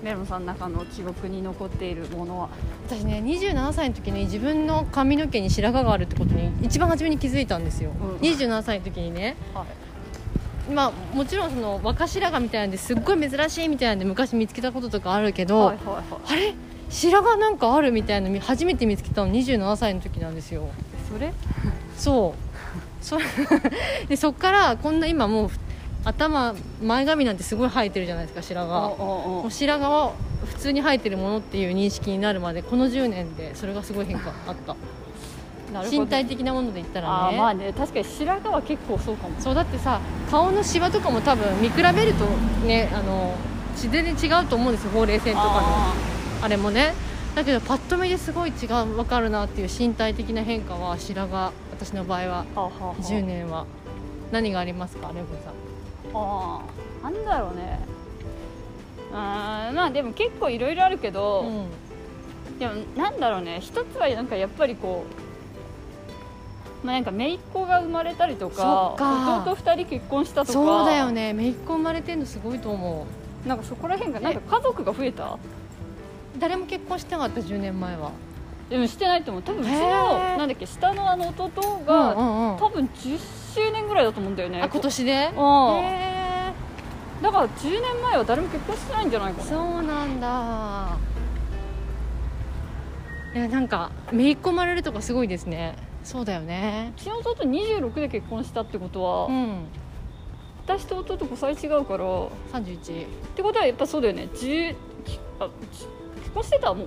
Speaker 1: メロンさんの中の記憶に残っているものは
Speaker 2: 私ね27歳の時に自分の髪の毛に白髪があるってことに一番初めに気づいたんですよ、
Speaker 1: うん
Speaker 2: 27歳の時にね
Speaker 1: はい
Speaker 2: まあもちろんその若白髪みたいなんですっごい珍しいみたいなんで昔見つけたこととかあるけど、
Speaker 1: はいはいはい
Speaker 2: あれ白髪なんかあるみたいなの初めて見つけたの27歳の時なんですよ
Speaker 1: それ
Speaker 2: そうそ でそっからこんな今もう頭前髪なんてすごい生えてるじゃないですか白
Speaker 1: あ
Speaker 2: 髪もう白髪は普通に生えてるものっていう認識になるまでこの10年でそれがすごい変化あった
Speaker 1: なるほど
Speaker 2: 身体的なもので言ったら
Speaker 1: あ
Speaker 2: ね
Speaker 1: ーまあね確かに白髪は結構そうかも
Speaker 2: そうだってさ顔のシワとかも多分見比べるとねあの自然に違うと思うんですよほうれい線とか
Speaker 1: あ
Speaker 2: のあれもねだけどパッと見ですごい違う分かるなっていう身体的な変化は白髪私の場合は
Speaker 1: ーあーはーはー
Speaker 2: 10年は何がありますかレゴさん
Speaker 1: あーなんだろうねあーまあでも結構いろいろあるけど、
Speaker 2: うん
Speaker 1: でもなんだろうね一つはなんかやっぱりこうまあなんか姪っ子が生まれたりと
Speaker 2: そ
Speaker 1: か
Speaker 2: っか
Speaker 1: 弟二人結婚したとか
Speaker 2: そうだよね姪っ子生まれてんのすごいと思
Speaker 1: なんかそこら辺がなんか家族が増えた
Speaker 2: う誰も結婚してなかった10年前は
Speaker 1: でもしてないと思う多分うちの
Speaker 2: へー
Speaker 1: なんだっけ下のあの弟が、
Speaker 2: うんうんうん
Speaker 1: 多分10周年ぐらいだと思うんだよね
Speaker 2: あ今年で
Speaker 1: うん
Speaker 2: へ
Speaker 1: だから10年前は誰も結婚してないんじゃないか
Speaker 2: ー
Speaker 1: な
Speaker 2: そうなんだいやなんか姪っ子生まれるとかすごいですねそうだよね
Speaker 1: うちの弟26で結婚したってことは、
Speaker 2: うん
Speaker 1: 私と弟5歳違うからっ
Speaker 2: 31
Speaker 1: てことはやっぱそうだよね10きあじ結婚してたもう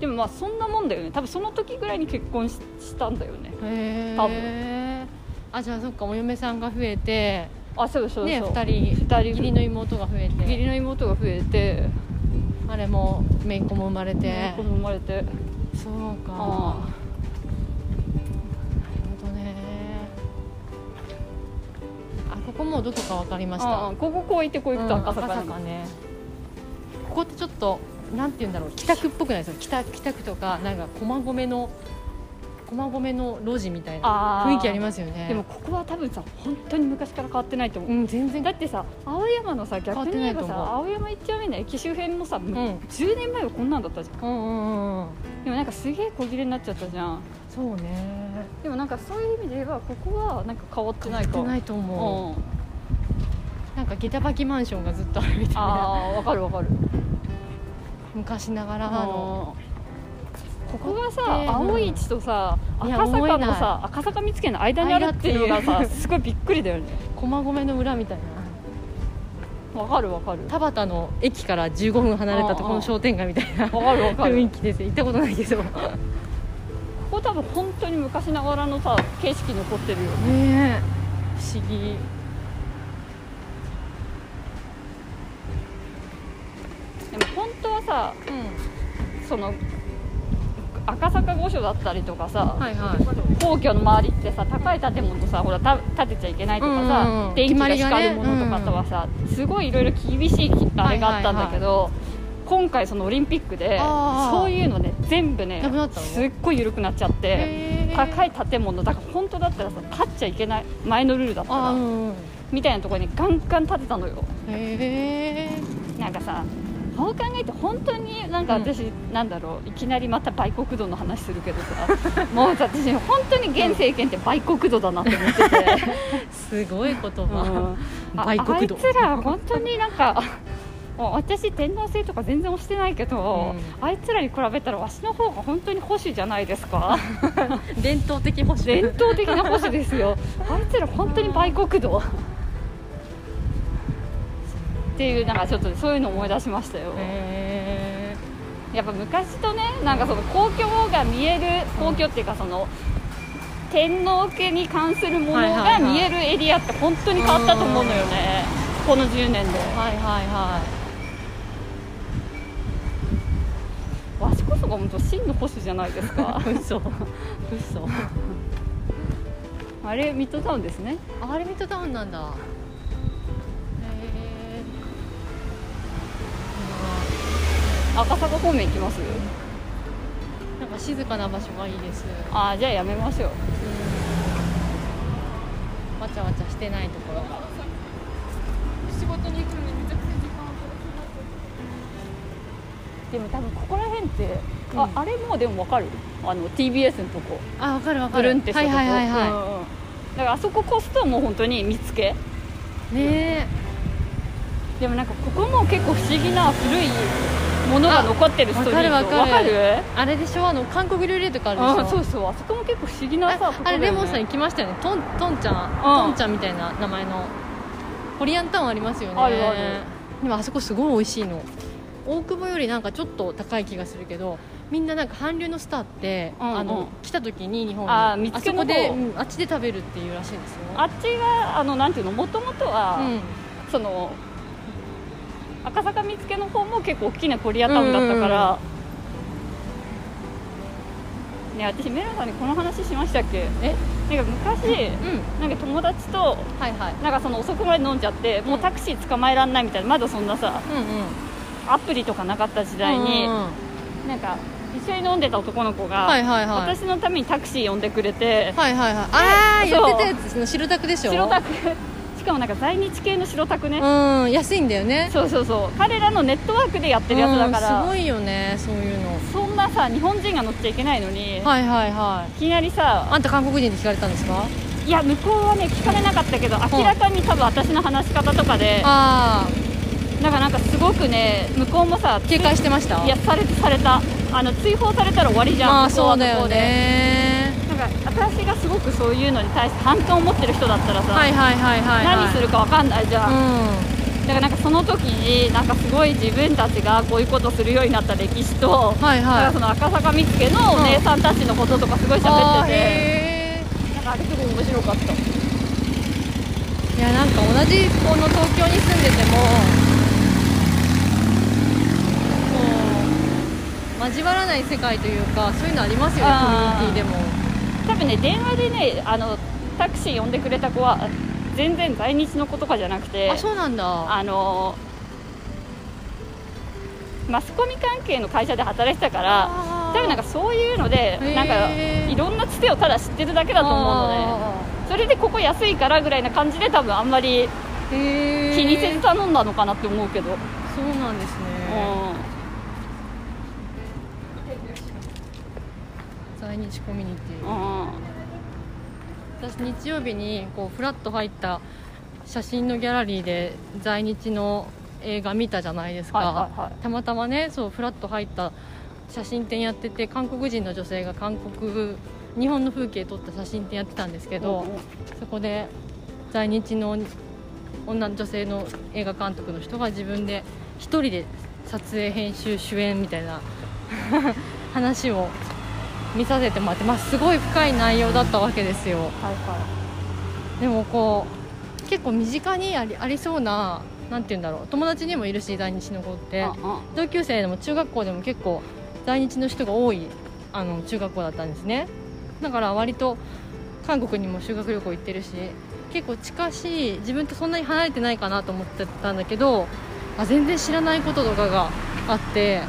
Speaker 1: でもまあそんなもんだよね多分その時ぐらいに結婚ししたんだよね
Speaker 2: へ
Speaker 1: 多
Speaker 2: えあじゃあそっかお嫁さんが増えて
Speaker 1: あそうそうそう
Speaker 2: ね
Speaker 1: 2
Speaker 2: 2人
Speaker 1: 人
Speaker 2: 義理の妹が増え
Speaker 1: 義理
Speaker 2: て
Speaker 1: の妹が増えて
Speaker 2: あれも姪っ子も生まれて
Speaker 1: 子供生まれて
Speaker 2: そうか
Speaker 1: ああ
Speaker 2: なるほどねあここもうどこか分かりました
Speaker 1: あこここう行ってこう行くと赤
Speaker 2: うん
Speaker 1: 坂に、
Speaker 2: ねここってちょっとなんて言うんだろう北区っぽくないですか北北区とかなんか駒込の駒込の路地みたいな
Speaker 1: あー
Speaker 2: 雰囲気ありますよね
Speaker 1: でもここは多分さ本当に昔から変わってないと思う、
Speaker 2: うん全然
Speaker 1: だってさ青山のさ
Speaker 2: わっ
Speaker 1: 逆に
Speaker 2: てな
Speaker 1: 言
Speaker 2: い
Speaker 1: えば
Speaker 2: と思う
Speaker 1: さ青山一丁目の駅周辺もさ、
Speaker 2: うんうん
Speaker 1: 10年前はこんなんだったじゃん
Speaker 2: うんうん
Speaker 1: でもなんかすげえ小切れになっちゃったじゃん
Speaker 2: そうね
Speaker 1: でもなんかそういう意味で言えばここはなんか変わってないか
Speaker 2: 変わってないいと
Speaker 1: う
Speaker 2: 思
Speaker 1: ん
Speaker 2: うなんか下駄履きマンションがずっとあるみたいな
Speaker 1: ああわかるわかる
Speaker 2: 昔ながら
Speaker 1: あ
Speaker 2: の
Speaker 1: のここが
Speaker 2: ここっ
Speaker 1: さ
Speaker 2: て
Speaker 1: 青い市とさ
Speaker 2: い
Speaker 1: 赤
Speaker 2: や
Speaker 1: 坂
Speaker 2: 思え
Speaker 1: の
Speaker 2: な
Speaker 1: さ赤坂見附の間にあるっていうの
Speaker 2: 間
Speaker 1: が
Speaker 2: っ
Speaker 1: さすごいびっくりだよね
Speaker 2: 駒込の裏みたいな
Speaker 1: わかるわかる
Speaker 2: 田端の駅から15分離れたところの商店街みたいな
Speaker 1: わかるわか
Speaker 2: 雰囲
Speaker 1: る
Speaker 2: 気です行ったことないけどね
Speaker 1: ここ多分本当に昔ながらのさ景色残ってるよ
Speaker 2: え不思議
Speaker 1: でも本当はさその赤坂御所だったりとかさ、
Speaker 2: はいはい
Speaker 1: 皇居の周りってさ高い建物さほらた建てちゃいけないとかさ、
Speaker 2: うんうんうん
Speaker 1: 電気が
Speaker 2: 決まり
Speaker 1: 光
Speaker 2: がね
Speaker 1: るものとかとはさ、すごいいろいろ厳しいあれがあったんだけど、今回そのオリンピックで
Speaker 2: あー
Speaker 1: そういうのね全部ね
Speaker 2: なくなったの
Speaker 1: すっごい緩くなっちゃって
Speaker 2: へえ
Speaker 1: 高い建物だから本当だったらさ立っちゃいけない前のルールだった
Speaker 2: あ
Speaker 1: ら
Speaker 2: ーうんうん
Speaker 1: みたいなところにガンガン建てたのよ
Speaker 2: へえ
Speaker 1: なんかさそう考えて本当になんか私、なんだろういきなりまた売国度の話するけどさ もうさ私本当に現政権って売国度だなって思ってて、
Speaker 2: すごい言
Speaker 1: うん
Speaker 2: 葉、
Speaker 1: あ
Speaker 2: 売国度
Speaker 1: あいつら本当になんかもう私天皇制とか全然推してないけど、
Speaker 2: う
Speaker 1: あいつらに比べたらわしの方が本当に保守じゃないですか
Speaker 2: 伝統的保守
Speaker 1: 伝統的な保守ですよあいつら本当に売国度っていうなんかちょっとそういうの思い出しましたよ、
Speaker 2: へえ
Speaker 1: やっぱ昔とねなんかその公共が見える公共っていうかその天皇家に関するもの
Speaker 2: はいはいは
Speaker 1: が
Speaker 2: い
Speaker 1: 見えるエリアって本当に変わったと思うのよねこの10年で
Speaker 2: はいはいはい
Speaker 1: わしこそが本当真の保守じゃないですか
Speaker 2: 嘘嘘
Speaker 1: あれミッドタウンですね
Speaker 2: あれミッドタウンなんだへえ
Speaker 1: 赤坂方面行きます
Speaker 2: なんか静かな場所がいいです
Speaker 1: ああじゃあやめましょう
Speaker 2: わちゃわちゃしてないところが
Speaker 4: 仕事に行くのにめちゃくちゃ時間を取らせ
Speaker 1: でも多分ここら辺って、
Speaker 2: う
Speaker 1: あ
Speaker 2: ん
Speaker 1: あれもうでも分かるあの TBS のとこ
Speaker 2: あわかるわか
Speaker 1: ブ
Speaker 2: る
Speaker 1: ルンってした
Speaker 2: は
Speaker 1: と
Speaker 2: い
Speaker 1: こ
Speaker 2: はいはいはい、
Speaker 1: うんうんうんだからあそこ越すともう本当に見つけ
Speaker 2: ね
Speaker 1: でもなんかここも結構不思議な古いものが残ってるストリート
Speaker 2: あわかるわ
Speaker 1: わ
Speaker 2: か
Speaker 1: か
Speaker 2: る
Speaker 1: る
Speaker 2: えあれでしょあの韓国料理とかあるでし
Speaker 1: あ
Speaker 2: ょ
Speaker 1: そうそうあそこも結構不思議なさ
Speaker 2: あ
Speaker 1: とこ
Speaker 2: あ
Speaker 1: だよ
Speaker 2: れ
Speaker 1: ね
Speaker 2: レモンさん行きましたよねとんとんちゃんとんちゃんみたいな名前のコリアンタウンありますよね
Speaker 1: あるある
Speaker 2: でもあそこすごい美味しいの大久保よりなんかちょっと高い気がするけどみんななんか韓流のスターって、
Speaker 1: うんうん
Speaker 2: あの来た時に日本に
Speaker 1: あー見つけ
Speaker 2: そ
Speaker 1: の方
Speaker 2: こで、うんあっちで食べるっていうらしいですよ
Speaker 1: あっちがあのなんていうのもともとは、
Speaker 2: うん
Speaker 1: その赤坂見附の方も結構大きなコリアタウンだったから、ね私メロンさんにこの話しましたっけ
Speaker 2: え
Speaker 1: なんか昔
Speaker 2: うん
Speaker 1: なんか友達と
Speaker 2: はいはい
Speaker 1: なんかその遅くまで飲んじゃってもうタクシー捕まえらんないみたいなまだそんなさ
Speaker 2: うんうん
Speaker 1: アプリとかなかった時代に、
Speaker 2: うんうん
Speaker 1: なんか一緒に飲んでた男の子が、
Speaker 2: はいはいはい
Speaker 1: 私のためにタクシー呼んでくれて、
Speaker 2: はいはいはいああ
Speaker 1: そ
Speaker 2: 言
Speaker 1: う
Speaker 2: ってたやつその白タクでしょ
Speaker 1: 白タクしかもなんか在日系の白タクね、
Speaker 2: うん安いんだよね
Speaker 1: そうそうそう彼らのネットワークでやってるやつだから、
Speaker 2: うんすごいよねそういうの
Speaker 1: そんなさ日本人が乗っちゃいけないのに、い、
Speaker 2: はいはいはい
Speaker 1: きなりさ
Speaker 2: あんた韓国人って聞かれたんですか
Speaker 1: いや向こうはね聞かれなかったけど明らかに多分私の話し方とかで、
Speaker 2: あ
Speaker 1: なんかなんかすごくね向こうもさ
Speaker 2: あ警戒してました
Speaker 1: いやされてされたあの追放されたら終わりじゃん
Speaker 2: まあ
Speaker 1: 向こは
Speaker 2: そうだ
Speaker 1: 向こ
Speaker 2: よ
Speaker 1: で
Speaker 2: ね
Speaker 1: なんか私がすごくそういうのに対して反感を持ってる人だったらさ、
Speaker 2: はいはいはいはい、はい、
Speaker 1: 何するかわかんないじゃん、だからなんかその時になんかすごい自分たちがこういうことするようになった歴史と、
Speaker 2: うんはい
Speaker 1: なんか
Speaker 2: はい
Speaker 1: その赤坂見附のお姉さんたちのこととかすごい喋ってて、
Speaker 2: へ
Speaker 1: なんかあれすごい面白かった
Speaker 2: えいやなんか同じこの東京に住んでてもこう交わらない世界というかそういうのありますよねコミ
Speaker 1: あー
Speaker 2: ュニティでも
Speaker 1: 多分ね電話でねあのタクシー呼んでくれた子は全然在日の子とかじゃなくて
Speaker 2: あそうなんだ
Speaker 1: あのマスコミ関係の会社で働いてたから
Speaker 2: あー
Speaker 1: 多分なんかそういうので
Speaker 2: ー
Speaker 1: なんかいろんなつてをただ知ってるだけだと思うのね
Speaker 2: あ
Speaker 1: それでここ安いからぐらいな感じで多分あんまり
Speaker 2: ーへえ
Speaker 1: 気にせず頼んだのかなって思うけど、
Speaker 2: そうなんですね
Speaker 1: う
Speaker 2: 在日コミュニティ
Speaker 1: んうん
Speaker 2: 私日曜日にこうフラッと入った写真のギャラリーで在日の映画見たじゃないですか、
Speaker 1: はいはいはい
Speaker 2: たまたまねそうフラッと入った写真展やってて韓国人の女性が韓国日本の風景撮った写真展やってたんですけど、そこで在日の女女性の映画監督の人が自分で一人で撮影編集主演みたいな 話を見させてもらって、まあ、すごい深い内容だったわけですよ
Speaker 1: はいは
Speaker 2: でもこう結構身近にありありそうななんて言うんだろう友達にもいるし在日の子っ
Speaker 1: い
Speaker 2: て
Speaker 1: ああ
Speaker 2: 同級生でも中学校でも結構在日の人が多いあの中学校だったんですねだから割と韓国にも修学旅行行ってるし結構近しい自分とそんなに離れてないかなと思ってたんだけどあ全然知らないこととかがあって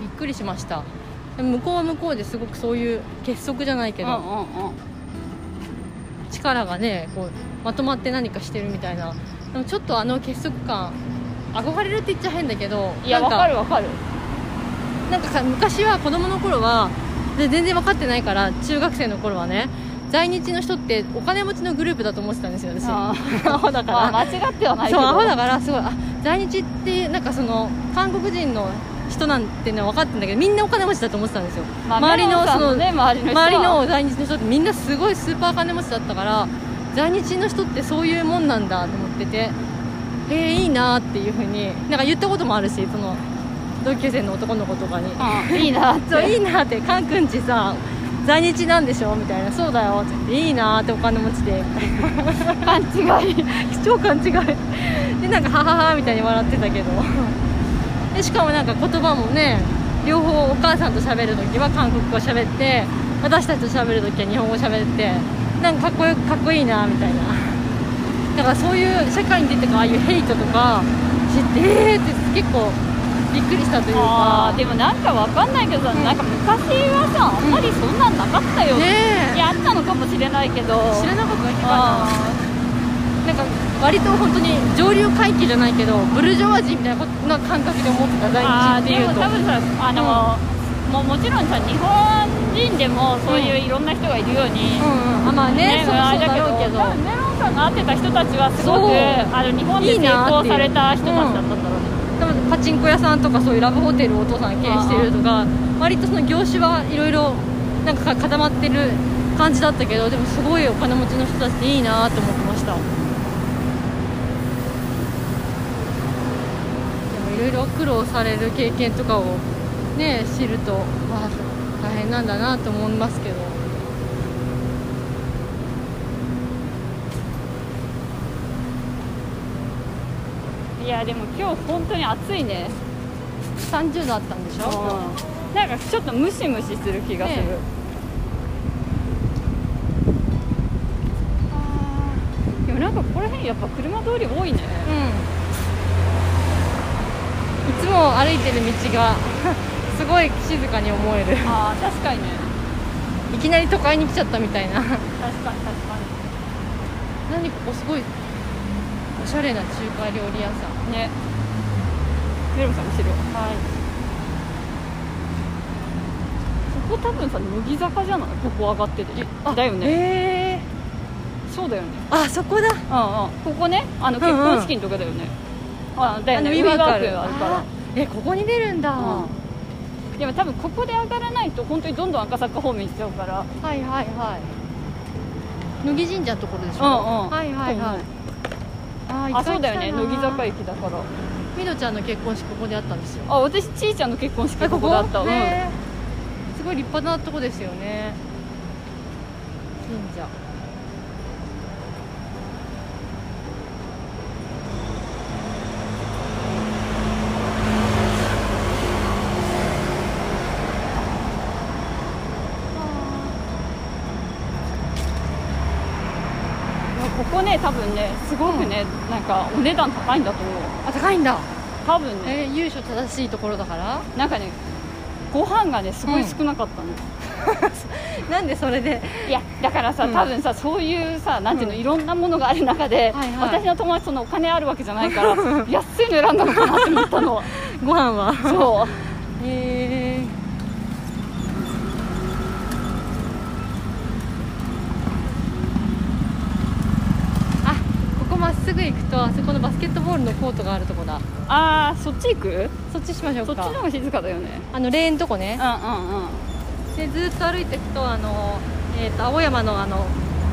Speaker 2: びっくりしましたでも向こうは向こうですごくそういう結束じゃないけど
Speaker 1: うんうんうん
Speaker 2: 力がねこうまとまって何かしてるみたいなでもちょっとあの結束感憧れるって言っちゃ変だけど
Speaker 1: いや
Speaker 2: な
Speaker 1: わ
Speaker 2: ん
Speaker 1: かるわかる
Speaker 2: なんかさ昔は子供の頃はで全然分かってないから中学生の頃はね在日の人ってお金持ちのグループだと思ってたんですよ私
Speaker 1: あ
Speaker 2: アホだ
Speaker 1: ま
Speaker 2: から、
Speaker 1: あ間違ってはないけ
Speaker 2: そう
Speaker 1: ど
Speaker 2: アホだからすごいあ在日ってなんかその韓国人の人なんてのは分かってんだけどみんなお金持ちだと思ってたんですよ、
Speaker 1: まあ
Speaker 2: 周り
Speaker 1: メロ
Speaker 2: の
Speaker 1: ンさ
Speaker 2: そ
Speaker 1: ん
Speaker 2: の
Speaker 1: ね周りの人は
Speaker 2: 周りの在日の人ってみんなすごいスーパー金持ちだったから在日の人ってそういうもんなんだと思っててえー、いいなっていうふうになんか言ったこともあるしその同級生の男の子とかに
Speaker 1: うんいいなって
Speaker 2: そういいなってカン君ちさ在日なんでしょみたいなそうだよって言っていいなってお金持ちで
Speaker 1: 勘違い
Speaker 2: 超勘違い でなんかはははみたいに笑ってたけど でしかもなんか言葉もね両方お母さんと喋る時は韓国語喋って私たちと喋る時は日本語喋ってなんかかっこよかっこいいなみたいなだからそういう社会に出てからああいうヘイトとか知ってえーって結構びっくりしたという
Speaker 1: あ
Speaker 2: か
Speaker 1: ーでもなんかわかんないけどさ、
Speaker 2: うん
Speaker 1: なんか昔はさあんまりそんなんなかったよ、
Speaker 2: ねえ
Speaker 1: いやあったのかもしれないけど
Speaker 2: 知らなかっただけかな
Speaker 1: あ
Speaker 2: なんか割と本当に上流階級じゃないけどブルジョワジーみたいなことな感覚で思ってた在
Speaker 1: あ
Speaker 2: 日
Speaker 1: ー
Speaker 2: って
Speaker 1: で
Speaker 2: いう
Speaker 1: も
Speaker 2: と
Speaker 1: 多分さあの、もうもちろんさ日本人でもそういういろんな人がいるように、
Speaker 2: うんうんあまあねそう
Speaker 1: あ
Speaker 2: そう
Speaker 1: れだ
Speaker 2: だ
Speaker 1: け
Speaker 2: ろうけ
Speaker 1: ど多分
Speaker 2: ど
Speaker 1: メロンさんが会ってた人たちはすご
Speaker 2: そう
Speaker 1: くあの日本で
Speaker 2: いい
Speaker 1: 成
Speaker 2: なーっ
Speaker 1: 功
Speaker 2: ていう
Speaker 1: された人たちだったんだろうね
Speaker 2: 多分パチンコ屋さんとかそういうラブホテルをお父さんが経営してるとか割とその業種はいろいろなんか固まってる感じだったけどでもすごいお金持ちの人たちでいいなと思ってましたでもいろいろ苦労される経験とかをね知るとまあ大変なんだなと思いますけど。
Speaker 1: いやでも今日本当に暑いね
Speaker 2: 30度あったんでしょ
Speaker 1: なんかちょっとムシムシする気がする、
Speaker 2: ね
Speaker 1: でもなんかここら辺やっぱ車通り多いね
Speaker 2: うんいつも歩いてる道が すごい静かに思える
Speaker 1: ああ確かにね
Speaker 2: いきなり都会に来ちゃったみたいな
Speaker 1: 確かに確か
Speaker 2: 何ここすごいおしゃれな中華料理屋さん
Speaker 1: にねメロンさん後ろはいここ多分さ乃木坂じゃないここ上がっててだよね
Speaker 2: へえ
Speaker 1: そうだよね
Speaker 2: あそこだ
Speaker 1: ああここねあの
Speaker 2: うんう
Speaker 1: 結
Speaker 2: ん
Speaker 1: 婚式のとこだよね、あだよねウィーワークあるから
Speaker 2: えここに出るんだ、は
Speaker 1: うんでも多分ここで上がらないと本当にどんどん赤坂方面行っちゃうから
Speaker 2: いはいはい乃木神社のところでしょ、
Speaker 1: うんうん
Speaker 2: はいはいはい、あー
Speaker 1: あそうだよね
Speaker 2: 行
Speaker 1: 乃
Speaker 2: き
Speaker 1: 木
Speaker 2: たい行きた
Speaker 1: 坂
Speaker 2: い
Speaker 1: 駅だから
Speaker 2: みのちゃんの結婚式ここであったんですよ
Speaker 1: あ私ちーちゃんの結婚式ここだった
Speaker 2: ねすごい立派なとこですよね神社
Speaker 1: うんここね多分ねすごくね、なんかお値段高いんだと思う
Speaker 2: あ高いんだ
Speaker 1: 多分ね
Speaker 2: えー、優勝正しいところだから
Speaker 1: なんかねご飯がねすごい少なかったの、
Speaker 2: なんでそれで
Speaker 1: いやだからさ、
Speaker 2: うん
Speaker 1: 多分さそういうさなんていうの、
Speaker 2: うん
Speaker 1: いろんなものがある中で、
Speaker 2: はいはい
Speaker 1: 私の友達そのお金あるわけじゃないから 安いの選んだのかなって思った の
Speaker 2: ご飯は
Speaker 1: そう
Speaker 2: へえあここまっすぐ行くとあそこのバスケットボールのコートがあるとこだ
Speaker 1: あーそっち行く
Speaker 2: そっちしましょ
Speaker 1: そっ
Speaker 2: う
Speaker 1: ちの
Speaker 2: か
Speaker 1: 方が静かだよね
Speaker 2: あのレーンとこね
Speaker 1: うんうんうん
Speaker 2: でずっと歩いていくとあの、えー、と青山のあの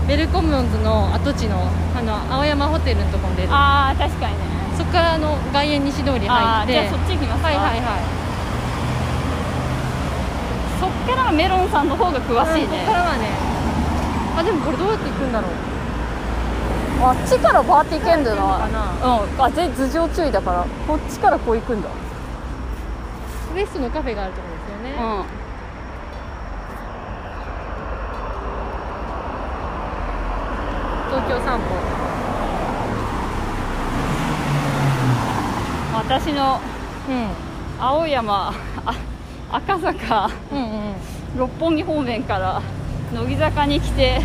Speaker 2: ベルコモンズの跡地のあの青山ホテルのとこに出る
Speaker 1: ああ確かにね
Speaker 2: そこからあの外苑西通り
Speaker 1: あ
Speaker 2: 入っ
Speaker 1: ーじゃあそ
Speaker 2: て
Speaker 1: っち行きますか
Speaker 2: はいはいは
Speaker 1: そっからメロンさんの方が詳しい
Speaker 2: いうんこ
Speaker 1: ね
Speaker 2: こからはねあでもこれどうやって行くんだろう
Speaker 1: あっちからバーって行けんだよ
Speaker 2: 行けんのか
Speaker 1: うんあ全頭上注意だからこっちからこう行くんだ
Speaker 2: ウエストのカフェがあるところですよね、
Speaker 1: うん
Speaker 2: 東京散歩
Speaker 1: 私の
Speaker 2: う
Speaker 1: 青山あ赤坂
Speaker 2: んうんうん
Speaker 1: 六本木方面から乃木坂に来て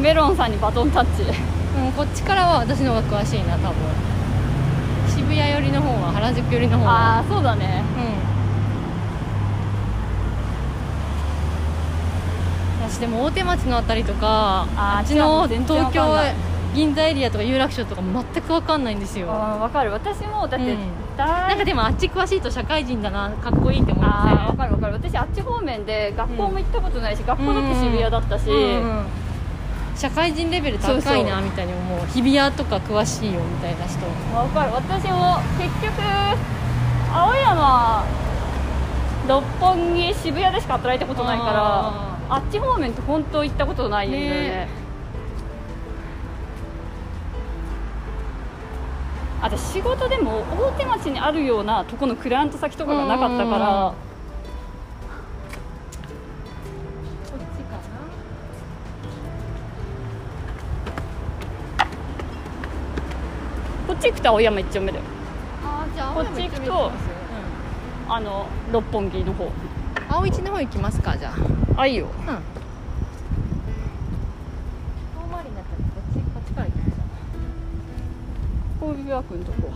Speaker 1: メロンさんにバトンタッチ
Speaker 2: うん、こっちからは私の方が詳しいな多分渋谷寄りの方は原宿寄りの方は
Speaker 1: ああそうだね
Speaker 2: うん私でも大手町のあたりとか
Speaker 1: あー
Speaker 2: あっちの
Speaker 1: じゃあ全然わか
Speaker 2: 東
Speaker 1: ん
Speaker 2: 京
Speaker 1: ない
Speaker 2: 銀座エリアとか有楽町とか全く分かんないんですよ
Speaker 1: あーわかる私もだって、
Speaker 2: うん
Speaker 1: だ
Speaker 2: なんかでもあっち詳しいと社会人だなかっこいいって思い
Speaker 1: あーわ
Speaker 2: ま
Speaker 1: かるわかる私あっち方面で学校も行ったことないし、学校だって渋谷だったし、
Speaker 2: すね、うんうん社会人レベル高い
Speaker 1: そうそ
Speaker 2: なみたいに思う日比谷とか詳しいよみたいな人
Speaker 1: わかる私も結局青山六本木渋谷でしか働いたことないから
Speaker 2: あ
Speaker 1: あっち方面って本当行ったことないんだよね
Speaker 2: ね
Speaker 1: あと仕事でも大手町にあるようなとこのクライアント先とかがなかったか
Speaker 2: うんうんう
Speaker 1: ら
Speaker 2: んこっちかな
Speaker 1: こっち行くと青山一丁目だよ
Speaker 4: あーじゃあ
Speaker 1: こっち行くとあの六本木の方
Speaker 2: 青一の方行きますかじゃあ
Speaker 1: あいいよ
Speaker 2: うん遠回りになったらこっちこっちから行きます
Speaker 1: こういう枠のとこ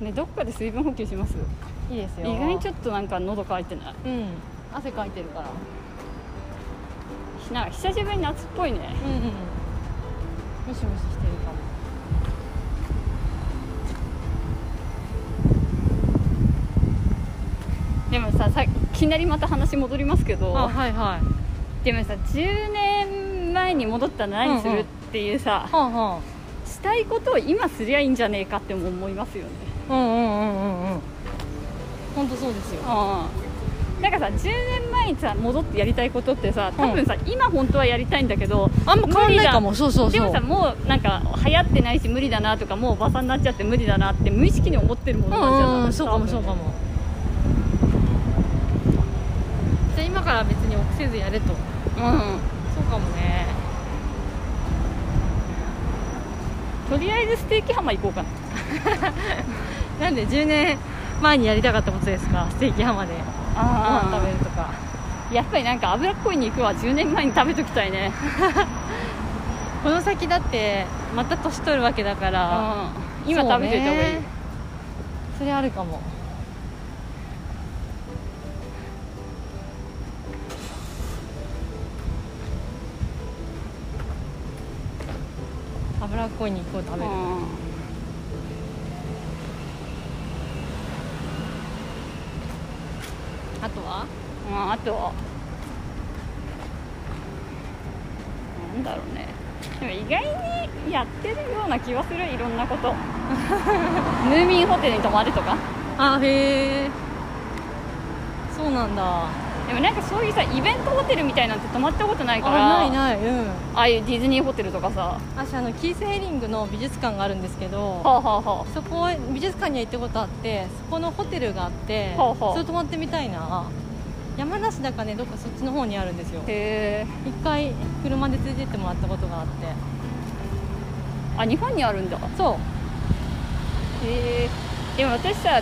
Speaker 1: ねどっかで水分補給します
Speaker 2: いいです
Speaker 1: 意
Speaker 2: よ
Speaker 1: 外にち
Speaker 2: ょっ
Speaker 1: ょっとなんか喉乾いてない
Speaker 2: とうん汗かいてるから
Speaker 1: なんか久しぶりに夏っぽいね
Speaker 2: うんうんムシムシしてるかも
Speaker 1: でもささいきなりまた話戻りますけど
Speaker 2: はいはい
Speaker 1: でもさ10年前に戻ったら何す
Speaker 2: うんう
Speaker 1: る
Speaker 2: ん
Speaker 1: っていうさ、
Speaker 2: はんはん
Speaker 1: したいことを今すりゃいいんじゃねえかっても思いますよね
Speaker 2: うんうんうんうんうん本当そうですよ
Speaker 1: うんなんかさ10年前にさ戻ってやりたいことってさ多分さ、今本当はやりたいんだけど
Speaker 2: あんま変わんないかもそうそうそう
Speaker 1: でもさもうなんか流行ってないし無理だなとかもうおばさんになっちゃって無理だなって無意識に思ってるも
Speaker 2: う
Speaker 1: の
Speaker 2: ん
Speaker 1: なんじゃ
Speaker 2: うん
Speaker 1: な
Speaker 2: う
Speaker 1: い
Speaker 2: んそうかもそうかもじゃあ今から別に臆せずやれとそう
Speaker 1: う
Speaker 2: かもね
Speaker 1: んとりあえずステーキ浜行こうかな
Speaker 2: なんで10年前にやりたかったことですかステーキ浜でご飯食べるとか
Speaker 1: やっぱりなんか脂っこい肉は10年前に食べときたいね
Speaker 2: この先だってまた年取るわけだから
Speaker 1: うん今食べといた方がいい、
Speaker 2: そうねそれあるかも脂っこい肉を食べる
Speaker 1: うん
Speaker 2: あとは
Speaker 1: うんあとなんだろうねでも意外にやってるような気はするいろんなこと ムーミンホテルに泊まるとか
Speaker 2: あへえそうなんだ
Speaker 1: でもなんかそういうさイベントホテルみたいなんて泊まったことないから
Speaker 2: あないないうん
Speaker 1: ああいうディズニーホテルとかさは
Speaker 2: 私あのキース・ヘリングの美術館があるんですけど
Speaker 1: あ、はあは
Speaker 2: そこ美術館には行ったことあってそこのホテルがあって
Speaker 1: ほうほう
Speaker 2: それ泊まってみたいな山梨だかねどっかそっちの方にあるんですよ
Speaker 1: あへえ
Speaker 2: 一回車で連れてってもらったことがあって
Speaker 1: あ日本にあるんだへ
Speaker 2: そう
Speaker 1: えでも私さ
Speaker 2: う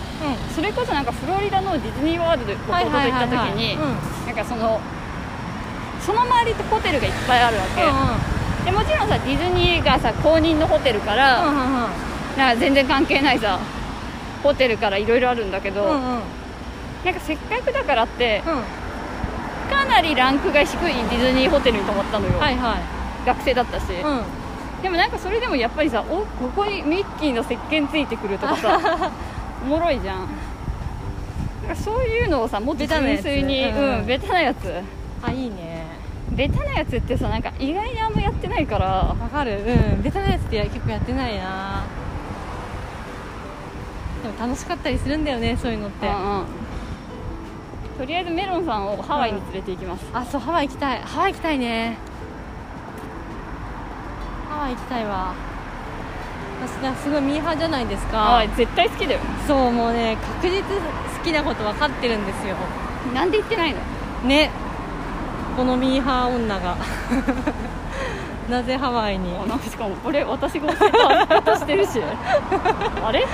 Speaker 2: ん
Speaker 1: それこそなんかフロリダのディズニーワールドと行った時に
Speaker 2: うんうん
Speaker 1: なんかそのその周りってホテルがいっぱいあるわけ、でもちろんさディズニーがさ公認のホテルから、
Speaker 2: うんうん
Speaker 1: なんか全然関係ないさホテルからいろいろあるんだけど、
Speaker 2: うんうんうん
Speaker 1: なんかせっかくだからって
Speaker 2: う
Speaker 1: かなりランクが低いディズニーホテルに泊まったのよ、
Speaker 2: んはいはい
Speaker 1: 学生だったし、
Speaker 2: うん
Speaker 1: でもなんかそれでもやっぱりさおここにミッキーの石鹸ついてくるとか さおもろいじゃんなんかそういうのをさもっと
Speaker 2: ベタなや
Speaker 1: 純
Speaker 2: つ
Speaker 1: 粋に
Speaker 2: うん
Speaker 1: うん、ベタなやつ
Speaker 2: あいいね
Speaker 1: ベタなやつってさなんか意外にあんまやってないから
Speaker 2: わかるうんベタなやつって結構やってないなでも楽しかったりするんだよねそういうのって
Speaker 1: うんうんとりあえずメロンさんをハワイに連れて行きます、
Speaker 2: あそうハワイ行きたいハワイ行きたいねハワイ行きたいわ私なんかすごいミーハーじゃないですか
Speaker 1: ハワイ絶対好きだよ
Speaker 2: そうもうね確実好きなこと分かってるんですよ
Speaker 1: なんで行ってないの
Speaker 2: ねこのミーハー 女がなぜハワイに
Speaker 1: あなんかしかも俺私が教えたことしてる しあれ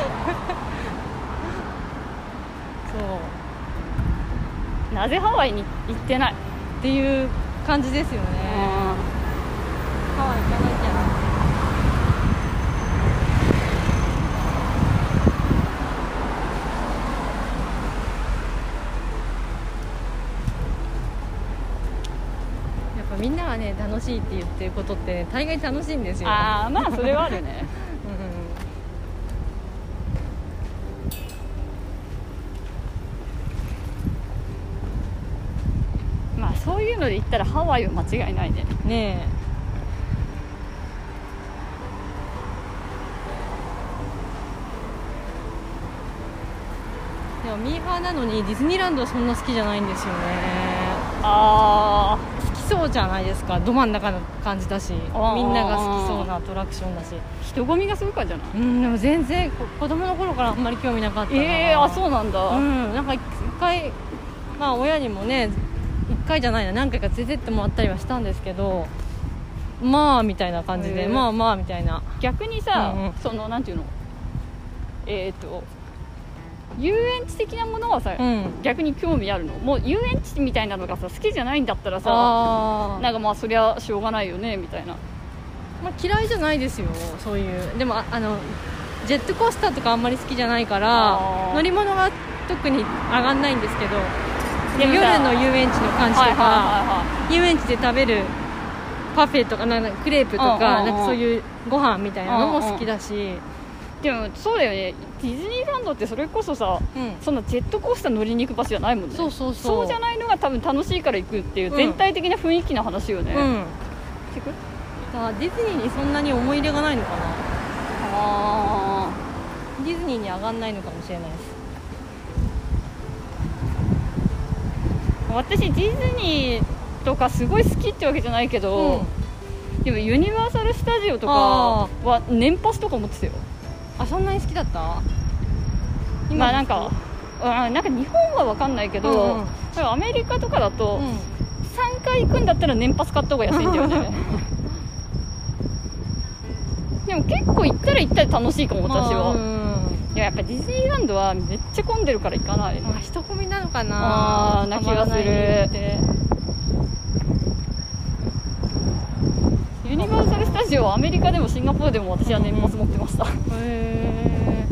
Speaker 2: そう
Speaker 1: なぜハワイに行ってない、
Speaker 2: っていう感じです
Speaker 1: う
Speaker 2: よねハワイ行かなきゃやっぱみんながね楽しいって言ってることって、ね、大概楽しいんです
Speaker 1: ん
Speaker 2: よ
Speaker 1: ああまあそれはあるね
Speaker 2: うん
Speaker 1: まあそういうので行ったらハワイは間違いないね
Speaker 2: うんねえでもミーハーなのにディズニーランドそんな好きじゃないんですよね
Speaker 1: ああ
Speaker 2: 好きそうじゃないですかど真ん中の感じだしみ
Speaker 1: あー
Speaker 2: んなが好きそうなアトラクションだし
Speaker 1: 人混みがすごいからじゃない
Speaker 2: うんでも全然こ子供の頃からあんまり興味なかったな
Speaker 1: ええー、あそううなんだ、
Speaker 2: うんなんか一回まあ親にもね一回じゃないな何回か連れてってもらったりはしたんですけどまあみたいな感じで、
Speaker 1: へー
Speaker 2: まあまあみたいな
Speaker 1: 逆にさ、
Speaker 2: うんうん
Speaker 1: そのなんていうのえっ、と遊園地的なものはさ、
Speaker 2: うん
Speaker 1: 逆に興味あるのもう遊園地みたいなのがさ好きじゃないんだったらさ
Speaker 2: あ
Speaker 1: なんかまあそりゃしょうがないよねみたいな
Speaker 2: まあ、嫌いじゃないですよそういうでもああのジェットコースターとかあんまり好きじゃないから
Speaker 1: あー
Speaker 2: 乗り物が特に上がんないんですけど
Speaker 1: でもさ
Speaker 2: 夜の遊園地の感じとか、
Speaker 1: はいはいはいはい
Speaker 2: 遊園地で食べるパフェとかなんかクレープとか,、
Speaker 1: うんうんうん
Speaker 2: なんかそういうご飯みたいなのも好きだし、
Speaker 1: でもそうだよねディズニーランドってそれこそさ
Speaker 2: うん
Speaker 1: そんなジェットコースター乗りに行く場所じゃないもんね
Speaker 2: そうそうそう
Speaker 1: そうじゃないのが多分楽しいから行くっていう
Speaker 2: うん
Speaker 1: 全体的な雰囲気の話よね、
Speaker 2: うん
Speaker 1: 聞く
Speaker 2: だからディズニーにそんなに思い入れがないのかな
Speaker 1: ああ
Speaker 2: ディズニーに上がんないのかもしれないです
Speaker 1: 私ディズニーとかすごい好きってわけじゃないけど、でもユニバーサル・スタジオとか
Speaker 2: あ
Speaker 1: は年パスとか持ってたよ
Speaker 2: あそんなに好きだった
Speaker 1: まあなんかうんなんか日本は分かんないけど、
Speaker 2: うんうん
Speaker 1: 多分アメリカとかだと
Speaker 2: うん
Speaker 1: 3回行くんだったら年パス買った方が安いんだよねでも結構行ったら行ったら楽しいかも私
Speaker 2: まあ
Speaker 1: は、
Speaker 2: うん
Speaker 1: いややっぱディズニーランドはめっちゃ混んでるから行かない、
Speaker 2: まあ、人混みなのか
Speaker 1: あ
Speaker 2: な
Speaker 1: ーな気がする
Speaker 2: たまらない理由って
Speaker 1: ユニバーサル・スタジオはアメリカでもシンガポールでも私は年パス持ってました、
Speaker 2: へ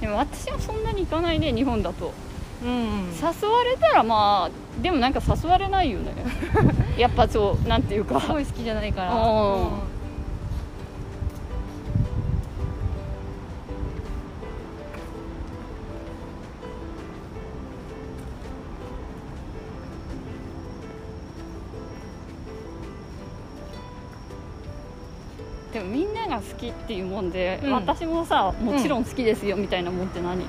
Speaker 1: でも私はそんなに行かないね日本だと
Speaker 2: ーうん
Speaker 1: 誘われたらまあでもなんか誘われないよ ねやっぱそうなんていうか
Speaker 2: すごい好きじゃないから、
Speaker 1: うんでもみんなが好きっていうもんで、
Speaker 2: うん
Speaker 1: 私もさもちろん好きですよみたいなもんって何、
Speaker 2: えー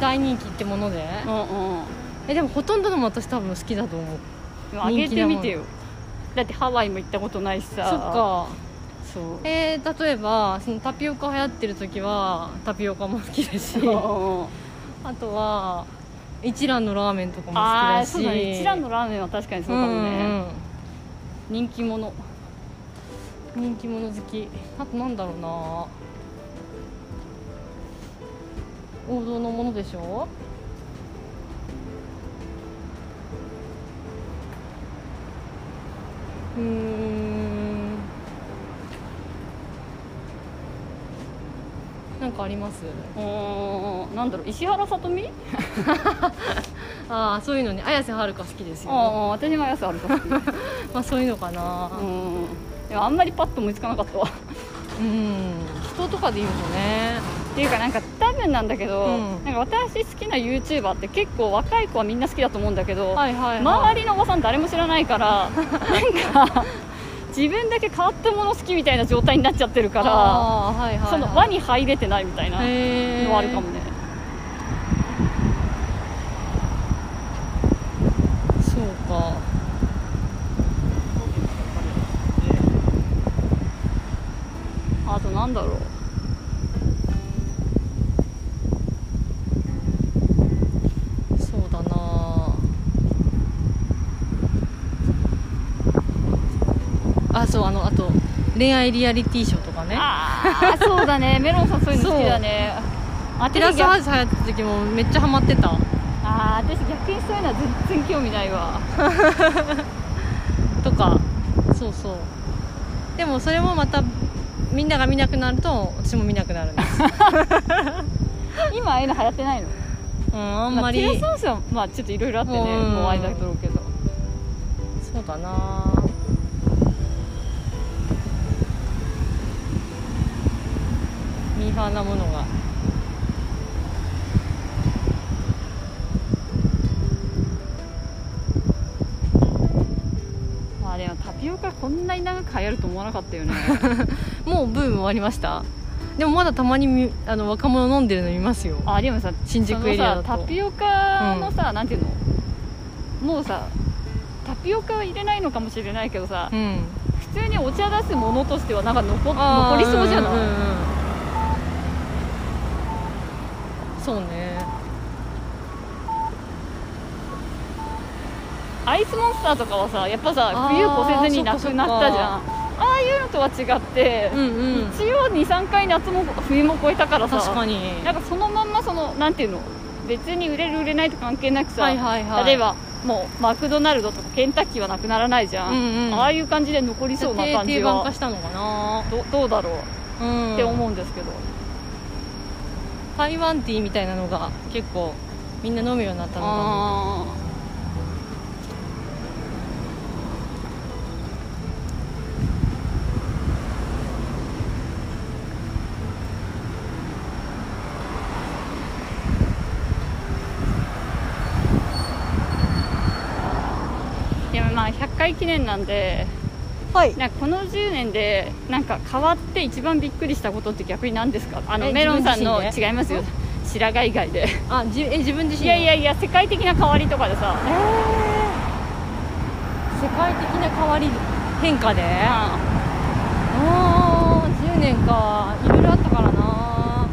Speaker 2: 大人気ってもので、
Speaker 1: うんうん
Speaker 2: えでもほとんどのも私多分好きだと思う
Speaker 1: でもあげてみてよだってハワイも行ったことないし
Speaker 2: そ
Speaker 1: さ
Speaker 2: っか
Speaker 1: そう
Speaker 2: えー例えばそのタピオカ流行ってる時はタピオカも好きだし
Speaker 1: うんうんうん
Speaker 2: あとは一蘭のラーメンとかも好き
Speaker 1: あ
Speaker 2: だ
Speaker 1: あ
Speaker 2: し
Speaker 1: そうだね一蘭のラーメンは確かにそうかもね、
Speaker 2: うんうん
Speaker 1: 人気者
Speaker 2: 人気者好きあとなんだろうな王道のものでしょうーんかあります
Speaker 1: おーなんだろう石原さとみ
Speaker 2: ああそういうのね綾瀬はるか好きですよ、ね、
Speaker 1: ああ私もやつあるかも
Speaker 2: まあそういうのかな
Speaker 1: うんでもあんまりパッと思いつかなかったわ
Speaker 2: うん人とかで言うとね
Speaker 1: っていうかなんか多分なんだけど、
Speaker 2: うん
Speaker 1: なんか私好きな YouTuber って結構若い子はみんな好きだと思うんだけど、
Speaker 2: はいはい、はい、
Speaker 1: 周りのおばさん誰も知らないから なんか自分だけ変わったもの好きみたいな状態になっちゃってるから、
Speaker 2: あーはいはいはい、
Speaker 1: その輪に入れてないみたいなの
Speaker 2: へー
Speaker 1: はあるかもね、
Speaker 2: そうか
Speaker 1: あとなんだろう
Speaker 2: そうだなあそうあのあと恋愛リアリティショーとかね
Speaker 1: ああそうだねメロンさんそういうの好きだねあ
Speaker 2: テラス
Speaker 1: 逆
Speaker 2: ハウス流行った時もめっちゃハマってた
Speaker 1: あー私逆にそういうのは全然興味ないわ
Speaker 2: とかそうそうでもそれもまたみんなが見なくなると私も見なくなるんです
Speaker 1: 今ああいうの流行ってないの
Speaker 2: うんあんまり
Speaker 1: あ、テラスハウスはまあちょっといろいろあってね
Speaker 2: うん
Speaker 1: もう間だとろうけど
Speaker 2: そうだなミーハーなものが
Speaker 1: まあでもタピオカこんなに長く流行ると思わなかったよね
Speaker 2: もうブー ム終わりましたでもまだたまにみあの若者飲んでるの見ますよ
Speaker 1: あでもさ
Speaker 2: 新宿エリアだと
Speaker 1: そのさタピオカのさ、なんていうのもうさタピオカは入れないのかもしれないけどさ、
Speaker 2: うん
Speaker 1: 普通にお茶出すものとしてはなんか残残りそうじゃない、
Speaker 2: んんんそうね
Speaker 1: アイスモンスターとかはさやっぱ
Speaker 2: あ
Speaker 1: さ
Speaker 2: ー
Speaker 1: 冬越せずになくなったじゃん
Speaker 2: そっ
Speaker 1: ああいうのとは違って、
Speaker 2: うんうん
Speaker 1: 一応23回夏も冬も越えたからさ
Speaker 2: 確かに
Speaker 1: なんかそのまんまそのなんていうの別に売れる売れないと関係なくさ、
Speaker 2: はいはいはい
Speaker 1: 例えばもうマクドナルドとかケンタッキーはなくならないじゃん、
Speaker 2: うんうん
Speaker 1: ああいう感じで残りそうな感じ
Speaker 2: 定番
Speaker 1: は
Speaker 2: 化したのかな
Speaker 1: どどうだろう
Speaker 2: うん
Speaker 1: って思うんですけど、
Speaker 2: 台湾ティーみたいなのが結構みんな飲むようになったのかも
Speaker 1: あーでもまあ100回記念なんで
Speaker 2: はい
Speaker 1: なんかこの10年でなんか変わって一番びっくりしたことって逆に何ですかあの
Speaker 2: え
Speaker 1: メロンさんの
Speaker 2: 自分自身
Speaker 1: 違いますよ白髪以外で
Speaker 2: あじえ自分自身
Speaker 1: い
Speaker 2: の
Speaker 1: やいやいや世界的な変わりとかでさ
Speaker 2: えー世界的な変わり変化で
Speaker 1: あ
Speaker 2: ああ10年かいろいろあったからな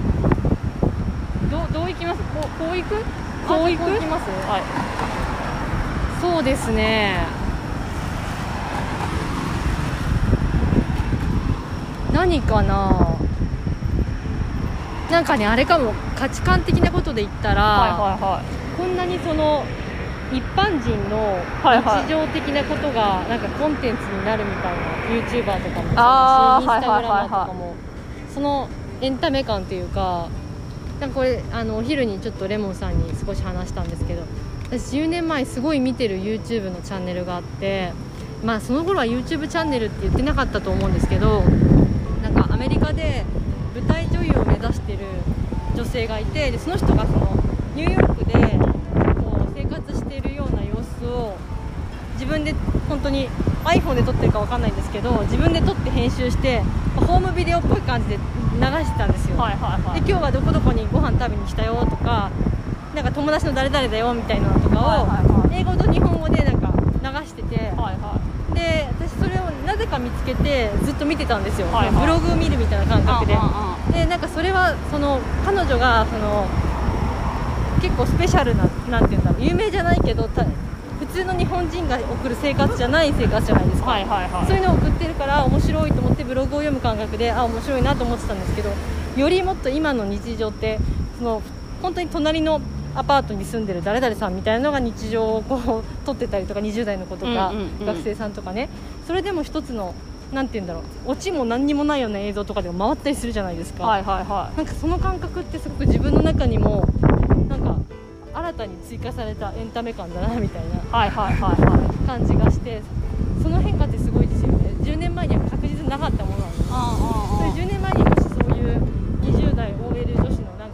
Speaker 1: どうどういきますこうこういく
Speaker 2: こ
Speaker 1: こ
Speaker 2: う
Speaker 1: う
Speaker 2: い
Speaker 1: い
Speaker 2: く
Speaker 1: く
Speaker 2: ます
Speaker 1: はい
Speaker 2: そうですね何かななんかねあれかも価値観的なことで言ったら、
Speaker 1: はいは
Speaker 2: こんなにその一般人の
Speaker 1: はいはい
Speaker 2: 日常的なことがなんかコンテンツになるみたいな、YouTuber とかも
Speaker 1: あー
Speaker 2: そうだしインスタグラ
Speaker 1: はいはいはい
Speaker 2: マーとかもそのエンタメ感というかなんかこれあのお昼にちょっとレモンさんに少し話したんですけど私10年前すごい見てる YouTube のチャンネルがあってまあその頃は YouTube チャンネルって言ってなかったと思うんですけどなんかアメリカで舞台女優を目指してる女性がいてでその人がそのニューヨークでこう生活しているような様子を自分で本当に iPhone で撮ってるかわかんないんですけど自分で撮って編集してホームビデオっぽい感じで流してたんですよ、
Speaker 1: はいはいはいは
Speaker 2: で
Speaker 1: い
Speaker 2: 今日はどこどこにご飯食べに来たよとかなんか友達の誰々だよみたいなの
Speaker 1: は
Speaker 2: と
Speaker 1: い
Speaker 2: か
Speaker 1: はい
Speaker 2: を英語と日本語でなんか流してて
Speaker 1: はいはい
Speaker 2: で私それをなぜか見つけてずっと見てたんですよ、
Speaker 1: はいはい
Speaker 2: ブログを見るみたいな感覚で
Speaker 1: うんうんうん
Speaker 2: でなんかそれはその彼女がその結構スペシャルななんて言うんだろう有名じゃないけどた普通の日本人が送る生活じゃない生活じゃないですか、
Speaker 1: はいはいはい
Speaker 2: そういうのを送ってるから面白いと思ってブログを読む感覚であ面白いなと思ってたんですけどよりもっと今の日常ってその本当に隣のアパートに住んでる誰々さんみたいなのが日常をこう撮ってたりとか20代の子とか、
Speaker 1: うんうんうん
Speaker 2: 学生さんとかねそれでも一つのなんて言うんだろうオチも何にもないような映像とかでも回ったりするじゃないですか、
Speaker 1: はいはいはい
Speaker 2: なんかその感覚ってすごく自分の中にもなんか新たに追加されたエンタメ感だなみたいな
Speaker 1: はいはいはいはい
Speaker 2: 感じがしてその変化ってすごいですよね10年前には確実になかったものなんですそれ
Speaker 1: あ
Speaker 2: 10年前にもしそういう20代 OL 女子のなんか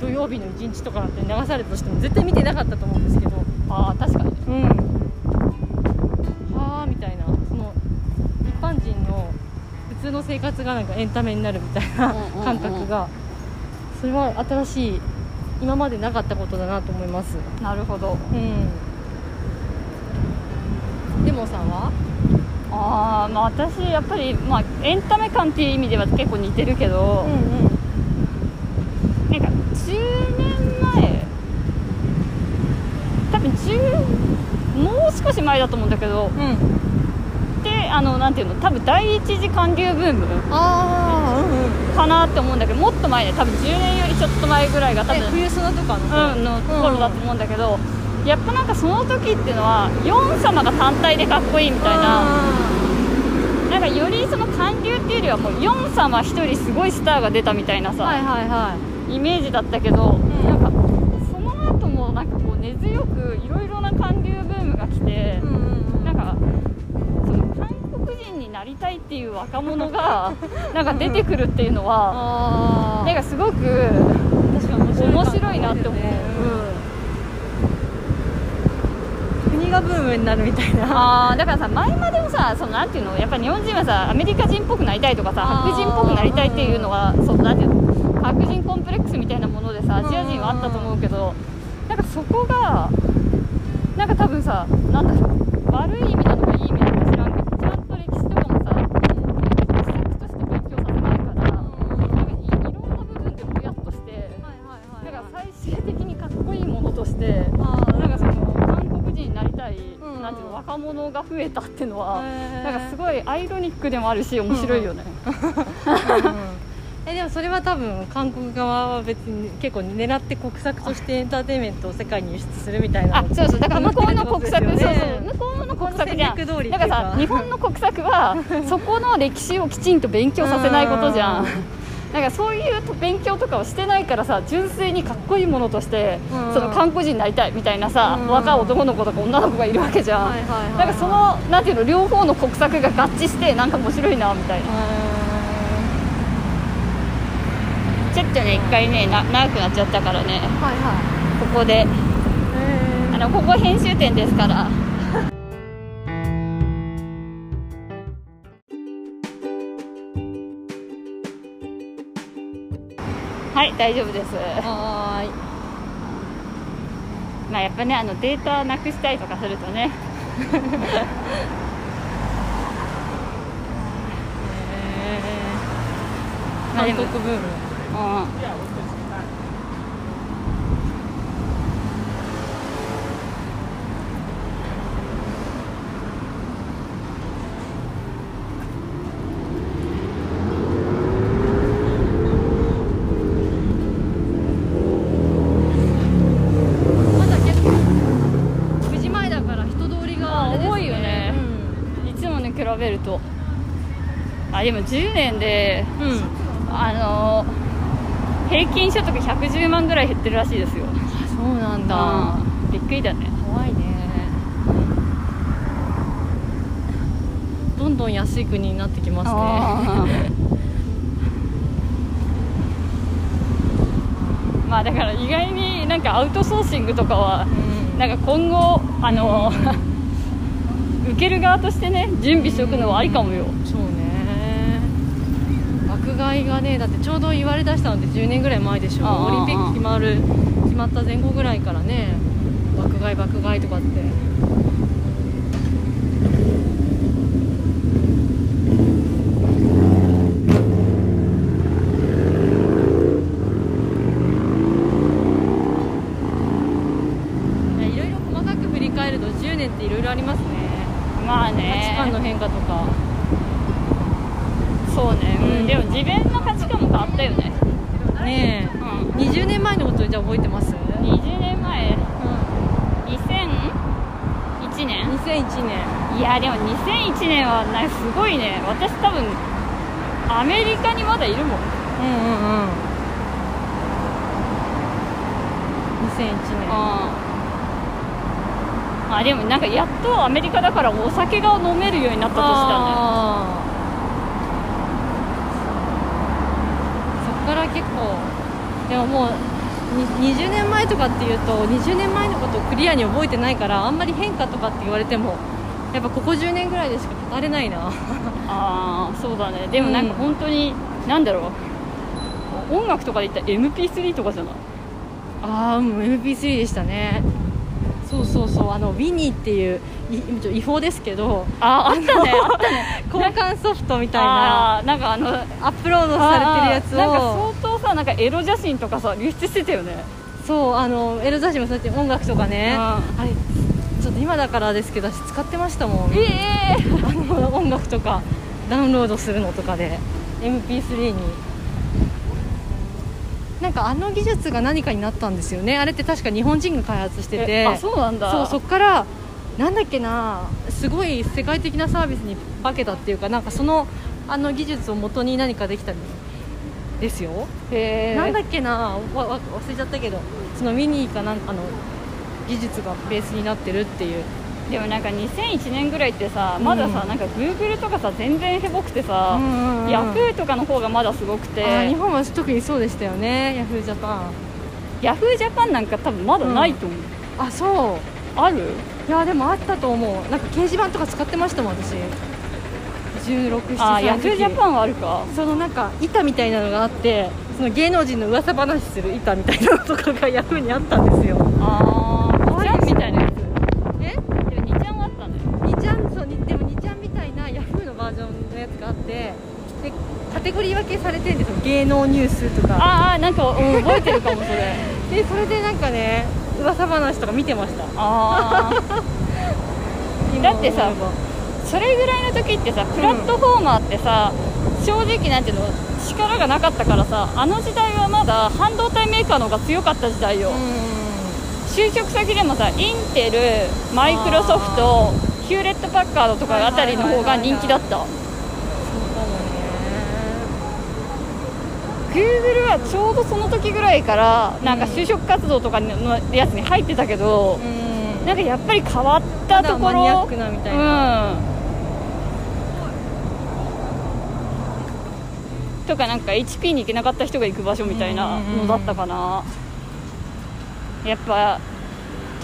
Speaker 2: 土曜日の一日とかなんて流されたとしても絶対見てなかったと思うんですけど
Speaker 1: あー確かに
Speaker 2: うんはあみたいなその一般人の普通の生活がなんかエンタメになるみたいな
Speaker 1: うんうんうん
Speaker 2: 感覚がそれは新しい今までなかったことだなと思います
Speaker 1: なるほど
Speaker 2: うんでもさんは
Speaker 1: ああまあ私やっぱり、まあ、エンタメ感っていう意味では結構似てるけど、
Speaker 2: うん
Speaker 1: なんか10年前多分10もう少し前だと思うんだけど
Speaker 2: うん
Speaker 1: であのなんていうの多分第一次韓流ブーム
Speaker 2: ああうんうん
Speaker 1: かなって思うんだけどもっと前ね多分10年よりちょっと前ぐらいが多
Speaker 2: え
Speaker 1: 分、
Speaker 2: 冬空とかの頃
Speaker 1: うん、の頃だと思うんだけど、やっぱなんかその時っていうのはヨン様が単体でかっこいいみたいな。なんかよりその韓流っていうよりはもうヨン様一人すごいスターが出たみたいなさ、
Speaker 2: はいはいはい
Speaker 1: イメージだったけど、
Speaker 2: ん
Speaker 1: なんかその後もなんかこう根強くいろいろな韓流ブームが来て、なんかその韓国人になりたいっていう若者がなんか出てくるっていうのは、
Speaker 2: あ
Speaker 1: なんかすごく
Speaker 2: 確かに
Speaker 1: 面白いなって思う。
Speaker 2: 国がブームになるみたいな
Speaker 1: あーだからさ前までもさそのなんていうのやっぱ日本人はさアメリカ人っぽくなりたいとかさ
Speaker 2: あー
Speaker 1: 白人っぽくなりたいっていうのがそうなんていうの白人コンプレックスみたいなものでさアジア人はあったと思うけどなんかそこがなんか多分さなんだろう悪い意味なのかいい意味なのか知らんけどちゃんと歴史とかもさ施策として勉強させないからなんかいいろんな部分でぼやっとしてなんか最終的にかっこいいものとして。なんかその韓国人になりたい、
Speaker 2: ん
Speaker 1: なんていうの若者が増えたっていうのは、なんかす
Speaker 2: ごい
Speaker 1: ごいアイロニックでもあるし面白いよね、
Speaker 2: えでもそれは多分韓国側は別に結構狙って国策としてエンターテインメントを世界に輸出するみたいな
Speaker 1: あ
Speaker 2: の
Speaker 1: そうそうだから向こうの国策、
Speaker 2: ハマってる
Speaker 1: そ
Speaker 2: っ
Speaker 1: う
Speaker 2: てことですよ
Speaker 1: そう
Speaker 2: ね
Speaker 1: 向こうの国策じゃん
Speaker 2: この戦略通りっていう
Speaker 1: だ
Speaker 2: か
Speaker 1: からさ日本の国策はそこの歴史をきちんと勉強させないことじゃん
Speaker 2: うん
Speaker 1: なんかそういうと勉強とかをしてないからさ純粋にかっこいいものとして、
Speaker 2: うん
Speaker 1: その韓国人になりたいみたいなさ、
Speaker 2: うん
Speaker 1: 若い男の子とか女の子がいるわけじゃん、
Speaker 2: はいはいはい
Speaker 1: なんかそのなんていうの両方の国策が合致してなんか面白いなみたいな
Speaker 2: は
Speaker 1: ちょっとね一回ねな長くなっちゃったからね
Speaker 2: いは
Speaker 1: ここで
Speaker 2: い
Speaker 1: あのここ編集点ですから はい大丈夫です
Speaker 2: はーい
Speaker 1: まあやっぱねあのデータなくしたりとかするとねまあで
Speaker 2: 韓
Speaker 1: も
Speaker 2: 国ブーム
Speaker 1: うん
Speaker 2: まだ結構9時前だから人通りがあれですね
Speaker 1: 多いよねいつもに比べるとあでも10年で
Speaker 2: うん、うん
Speaker 1: あの平均所得110万ぐらい減ってるらしいですよ
Speaker 2: そうなんだ
Speaker 1: うんびっくりだね
Speaker 2: 怖いねどんどん安い国になってきますね
Speaker 1: まあだから意外になんかアウトソーシングとかは
Speaker 2: うん
Speaker 1: なんか今後あ の受ける側としてね準備しておくのはありかもよ
Speaker 2: そうね爆買いがねだってちょうど言われだしたので10年ぐらい前でし
Speaker 1: あ
Speaker 2: ょ
Speaker 1: あ
Speaker 2: オリンピック決まる決まった前後ぐらいからね爆買い爆買いとかっていやいろいろ細かく振り返ると10年っていろいろありますね
Speaker 1: まあ
Speaker 2: 価値観の
Speaker 1: ね
Speaker 2: 変化とか
Speaker 1: そうね、う、
Speaker 2: うんん
Speaker 1: でも自分の価値観も変わったよね、
Speaker 2: ね
Speaker 1: う
Speaker 2: え
Speaker 1: ん、
Speaker 2: 20年前のことじゃあ覚えてます、
Speaker 1: 20年前
Speaker 2: うん
Speaker 1: 2001年
Speaker 2: 2001年
Speaker 1: いいやでも2001年はなすごいね私多分アメリカにまだいるもん
Speaker 2: うんうんうん2001
Speaker 1: うんあでもなんかやっとアメリカだからお酒が飲めるようになったとしたね
Speaker 2: あーそっから結構でももうに20年前とかっていうと20年前のことをクリアに覚えてないからあんまり変化とかって言われてもやっぱここ10年ぐらいでしか語れないな
Speaker 1: ああそうだねでもなんか本当に、なんだろう音楽とかで言ったら MP3 とかじゃない
Speaker 2: ああもう MP3 でしたねそうそうそうあのウィニーっていういちょ違法ですけど
Speaker 1: ああ ったねあったね
Speaker 2: 交換ソフトみたいな
Speaker 1: あーなんかあの
Speaker 2: アップロードされてるやつ
Speaker 1: あーな
Speaker 2: を
Speaker 1: んか相当さなんかエロ写真とかさ流出してたよね
Speaker 2: そうあのエルザシもそうやって音楽とかね、
Speaker 1: うん
Speaker 2: あれちょっと今だからですけど私使ってましたもん
Speaker 1: ええ
Speaker 2: あの音楽とかダウンロードするのとかで MP3 になんかあの技術が何かになったんですよねあれって確か日本人が開発してて
Speaker 1: あそうなんだ
Speaker 2: そうそっからなんだっけなすごい世界的なサービスに化けたっていうかなんかそのあの技術を元に何かできたんですよ
Speaker 1: へえ
Speaker 2: なんだっけなわわ忘れちゃったけどそのミニーかなんかの技術がベースになってるっていう
Speaker 1: でもなんか2001年ぐらいってさまださ、
Speaker 2: うん
Speaker 1: なんかグーグルとかさ全然へぼくてさ、ヤ
Speaker 2: ヤ
Speaker 1: フーとかの方がまだすごく
Speaker 2: 日
Speaker 1: て
Speaker 2: 本は特にそうでしたよねヤフージャパン
Speaker 1: ヤフージャパンなんか多分まだないと思う、
Speaker 2: あそ
Speaker 1: ある
Speaker 2: ういやでもあったと思うなんか掲示板とか使ってましたもん私16
Speaker 1: あヤフージャパ
Speaker 2: ン
Speaker 1: ンはあるか
Speaker 2: そのなんか板みたいなのがあってその芸能人の噂話する板みたいなのとかがヤフーにあったんですよ
Speaker 1: ああ2ちゃんみたいなやつ
Speaker 2: え
Speaker 1: でも2ちゃんはあったね
Speaker 2: にちゃんそうにでもにちゃんみたいなヤフーのバージョンのやつがあってでカテゴリー分けされてるんですよ芸能ニュースとか
Speaker 1: あーあーなんか、うん、覚えてるかもそれ
Speaker 2: でそれでなんかね噂話とか見てました
Speaker 1: ああだってさ
Speaker 2: 今思
Speaker 1: それぐらいの時ってさプラットフォーマーってさ、正直なんていうの力がなかったからさあの時代はまだ半導体メーカーの方が強かった時代よ、
Speaker 2: えば
Speaker 1: 就職先でもさインテルマイクロソフトヒューレット・パッカードとかあたりの方が人気だった
Speaker 2: そうかもね
Speaker 1: グーグルはちょうどその時ぐらいからなんか就職活動とかのやつに入ってたけど、
Speaker 2: うん
Speaker 1: なんかやっぱり変わった
Speaker 2: ま
Speaker 1: と
Speaker 2: だ
Speaker 1: ころ
Speaker 2: マニアックなみたいな、
Speaker 1: うんとかなんか HP に行けなかった人が行く場所みたいなのだったかな、やっぱ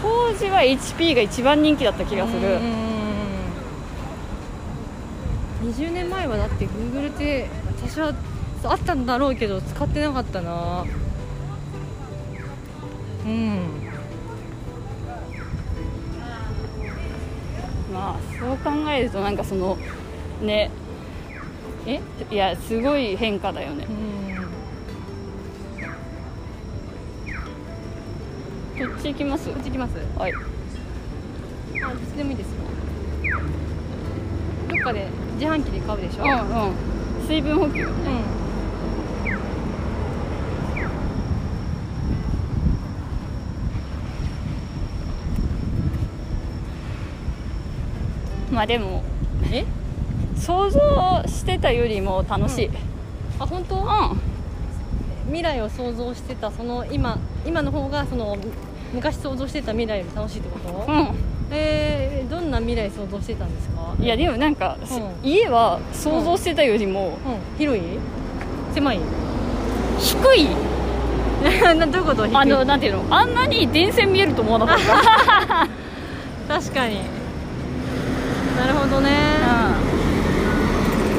Speaker 1: 当時は HP が一番人気だった気がする、
Speaker 2: うん20年前はだってグーグルって私はあったんだろうけど使ってなかったなうん
Speaker 1: まあそう考えるとなんかそのねえいやすごい変化だよね
Speaker 2: うん
Speaker 1: こっち行きます
Speaker 2: こっち行きます
Speaker 1: はい
Speaker 2: あどっちでもいいですよどっかで自販機で買うでし
Speaker 1: う
Speaker 2: ょ
Speaker 1: んうん水分補給まあでも
Speaker 2: え
Speaker 1: 想像してたよりも楽しい、うん
Speaker 2: あ本当未来を想像してたその今今の方がその昔想像してた未来より楽しいってこと、
Speaker 1: う
Speaker 2: えーどんな未来想像してたんですか、
Speaker 1: んいやでもなんか、
Speaker 2: うん
Speaker 1: 家は想像してたよりも
Speaker 2: うん、広い狭 い
Speaker 1: 低い、
Speaker 2: などういうこと
Speaker 1: あのなんていうのあんなに電線見えると思わなかった
Speaker 2: 確かになるほどね、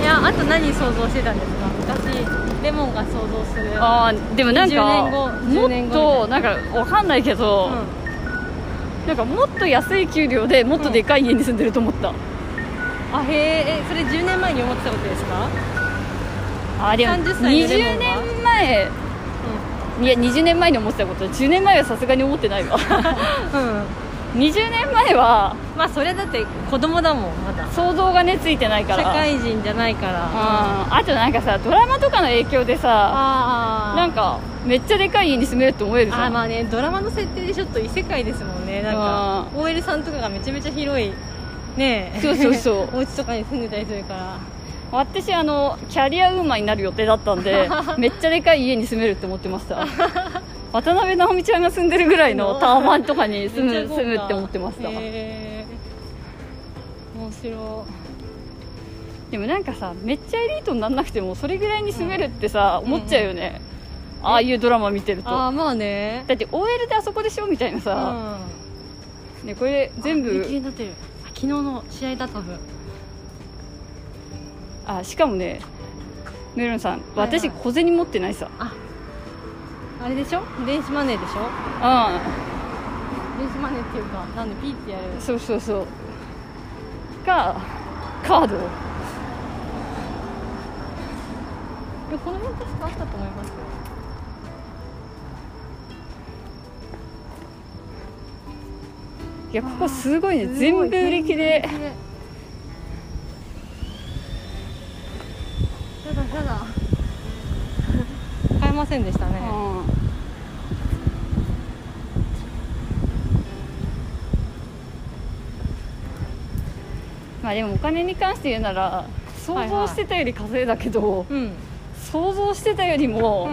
Speaker 2: いやあと何想像してたんですか昔レモンが想像する
Speaker 1: あーでもなんか
Speaker 2: 10年後10年
Speaker 1: もっ
Speaker 2: 後
Speaker 1: となんかわかんないけど、
Speaker 2: う
Speaker 1: なんかもっと安い給料でもっとでかい家に住んでると思った、
Speaker 2: ん、あへええそれ10年前に思ってたことですか、
Speaker 1: あでも
Speaker 2: 30歳のレモ
Speaker 1: 20
Speaker 2: ンは
Speaker 1: 年前いや20年前に思ってたこと10年前はさすがに思ってないわ
Speaker 2: うん、うん、
Speaker 1: 20年前は
Speaker 2: まあそれだって子供だもんまだ
Speaker 1: 想像がねついてないか
Speaker 2: 社
Speaker 1: ら
Speaker 2: 会人じゃないから
Speaker 1: うんあとなんかさドラマとかの影響でさ
Speaker 2: あー
Speaker 1: なんかめっちゃでかい家に住めるって思えるじゃ
Speaker 2: あー
Speaker 1: ん
Speaker 2: まあねドラマの設定でちょっと異世界ですもんねなんか OL さんとかがめちゃめちゃ広いねえ
Speaker 1: そうそうそう
Speaker 2: お家とかに住んでたりするから
Speaker 1: 私あのキャリアウーマンになる予定だったん でめっちゃでかい家に住めるって思ってました渡辺直美ちゃんが住んでるぐらいのタワマンとかに住む
Speaker 2: めっちゃ豪華
Speaker 1: 住むって思ってました、
Speaker 2: へえ面白
Speaker 1: でもなんかさめっちゃエリートにならなくてもそれぐらいに住めるってさ、
Speaker 2: ん
Speaker 1: 思っちゃうよね、ああいうドラマ見てると
Speaker 2: あ
Speaker 1: だ
Speaker 2: あまあね
Speaker 1: って OL であそこでしょみたいな
Speaker 2: う
Speaker 1: さ、
Speaker 2: ん
Speaker 1: ね、これ全
Speaker 2: あ雪
Speaker 1: 部
Speaker 2: になってるあ昨日の試合だ多分
Speaker 1: あしかもねメロンさん
Speaker 2: はいはい
Speaker 1: 私小銭持ってないさ、
Speaker 2: あれでしょ電子マネーでしょ電子マネーっていうかなんでピーってやる
Speaker 1: うんそうそうそうかカード
Speaker 2: いやこの辺確かあったと思いますよ
Speaker 1: いやここすごいね全部売り切れ
Speaker 2: 全部売り切れやだやだ買えませんでしたね
Speaker 1: まあでもお金に関して言うなら想像してたより稼いだけど、
Speaker 2: うん
Speaker 1: 想像してたよりも、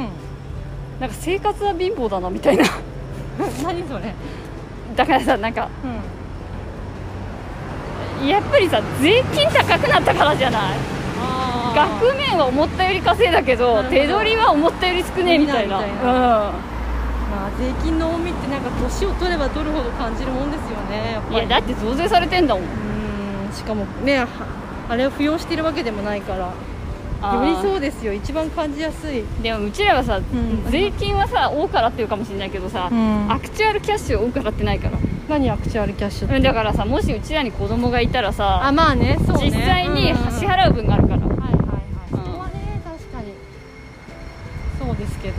Speaker 1: なんか生活は貧乏だなみたいな
Speaker 2: 何それ
Speaker 1: だからさなんか
Speaker 2: うん
Speaker 1: やっぱりさ税金高くなったからじゃない
Speaker 2: あー
Speaker 1: 額面は思ったより稼いだけど
Speaker 2: なるほど
Speaker 1: 手取りは思ったより少ねえみたいな
Speaker 2: 見ないみたい
Speaker 1: うん
Speaker 2: まあ税金の重みってなんか年を取れば取るほど感じるもんですよねやっぱり
Speaker 1: いやだって増税されてんだもんよ
Speaker 2: うんしかもねはあれを扶養してるわけでもないからよりそうですよ一番感じやすい
Speaker 1: でもうちらはさ、
Speaker 2: ん
Speaker 1: 税金はさ多からっていうかもしれないけどさ、
Speaker 2: ん
Speaker 1: アクチュアルキャッシュを多からってないから
Speaker 2: 何アクチュアルキャッシュって
Speaker 1: うんだからさもしうちらに子供がいたらさ、
Speaker 2: まあねそ
Speaker 1: 実際に支
Speaker 2: は
Speaker 1: 払う分があるから、
Speaker 2: いはいはいそこはね確かにそうですけど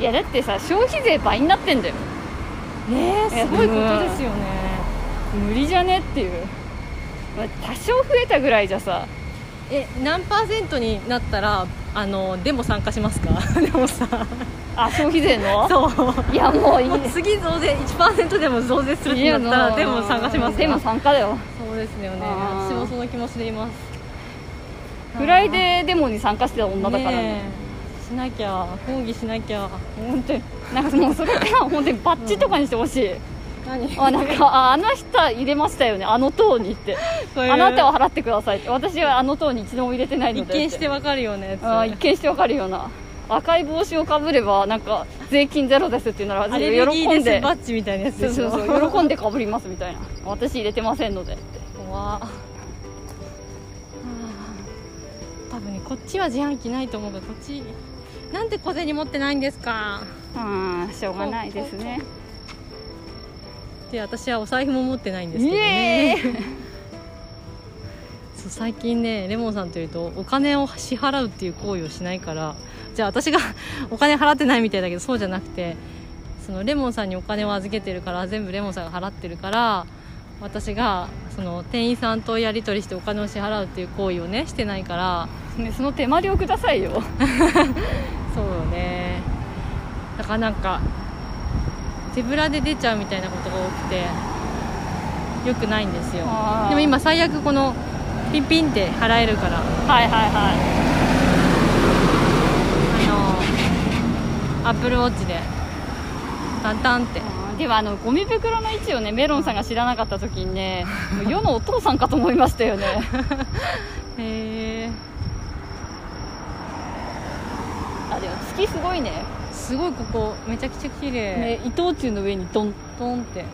Speaker 1: いやだってさ消費税倍になってんだよ
Speaker 2: ね
Speaker 1: え
Speaker 2: すごいことですよね
Speaker 1: 無理じゃねっていうまあ多少増えたぐらいじゃさ
Speaker 2: え何パーセントになったらあのでも参加しますか でもさ
Speaker 1: あ消費税の
Speaker 2: そう
Speaker 1: いやもういい
Speaker 2: もう次増税1%でも増税するってなったらでも参加しますか
Speaker 1: でも参加だよ
Speaker 2: そうですよね
Speaker 1: あー
Speaker 2: 私もその気持ちでいます
Speaker 1: フライデーデモに参加してた女だからね
Speaker 2: えしなきゃ抗議しなきゃ
Speaker 1: 本当になんかもうそれから本当にバッジとかにしてほしい、
Speaker 2: 何
Speaker 1: あなんかああの人入れましたよねあの党にってあなた
Speaker 2: は
Speaker 1: は払ってくださいって私はあの党に一度も入れてないの
Speaker 2: 一
Speaker 1: で
Speaker 2: 見してわかるようなやつ
Speaker 1: あー一見してわかるような赤い帽子をかぶればなんか税金ゼロですっていうなら
Speaker 2: アレルギー
Speaker 1: 喜
Speaker 2: で
Speaker 1: ん
Speaker 2: す
Speaker 1: で
Speaker 2: バッジみたいなやつ
Speaker 1: そ
Speaker 2: で
Speaker 1: う
Speaker 2: し
Speaker 1: そ
Speaker 2: ょ
Speaker 1: うそう喜んでかぶりますみたいな私入れてませんのでって
Speaker 2: 怖っ多分ねこっちは自販機ないと思うからこっちなんで小銭持ってないんですか
Speaker 1: ああしょうがないですね
Speaker 2: で私はお財布も持ってないんです
Speaker 1: イ
Speaker 2: けどね
Speaker 1: エーイ
Speaker 2: そう最近ねレモンさんというとお金を支払うっていう行為をしないからじゃあ私がお金払ってないみたいだけどそうじゃなくてそのレモンさんにお金を預けてるから全部レモンさんが払ってるから私がその店員さんとやり取りしてお金を支払うっていう行為をねしてないから
Speaker 1: ねその手まりをくださいよ
Speaker 2: そうよねだからなんか手ぶらで出ちゃうみたいなことが多くて良くないんですよ
Speaker 1: あー
Speaker 2: でも今最悪このピンピンって払えるから
Speaker 1: はいはいは
Speaker 2: あのアップルウォッチでタンタンって
Speaker 1: いあーではあのゴミ袋の位置をねメロンさんが知らなかった時にねもう世のお父さんかと思いましたよね
Speaker 2: へえ
Speaker 1: あでも月すごいね
Speaker 2: すごいここめちゃくちゃ綺麗、
Speaker 1: ね伊藤忠の上にドン
Speaker 2: ドンって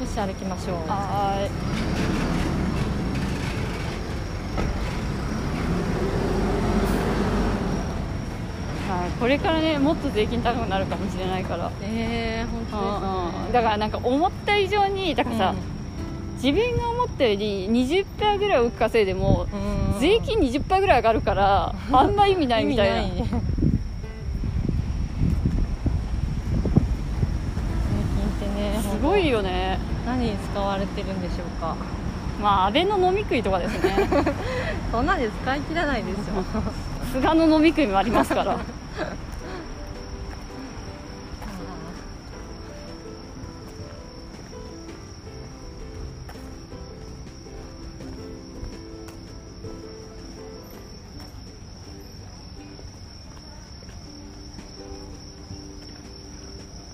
Speaker 2: よし歩きましょう
Speaker 1: はーいはいこれからねもっと税金高くなるかもしれないから、
Speaker 2: ええ本
Speaker 1: うん
Speaker 2: 当
Speaker 1: うん
Speaker 2: ですね
Speaker 1: だからなんか思った以上にだからさ、自分が思ったより20%ぐらい多く稼いでも、
Speaker 2: うん
Speaker 1: 税金20%ぐらい上がるからあんま意味ないみたいな
Speaker 2: 意味ない税金ってね
Speaker 1: すごいよね
Speaker 2: 何に使われてるんでしょうか
Speaker 1: まあ安倍の飲み食いとか ですね
Speaker 2: そんなに使い切らないですよ
Speaker 1: 菅の飲み食いもありますから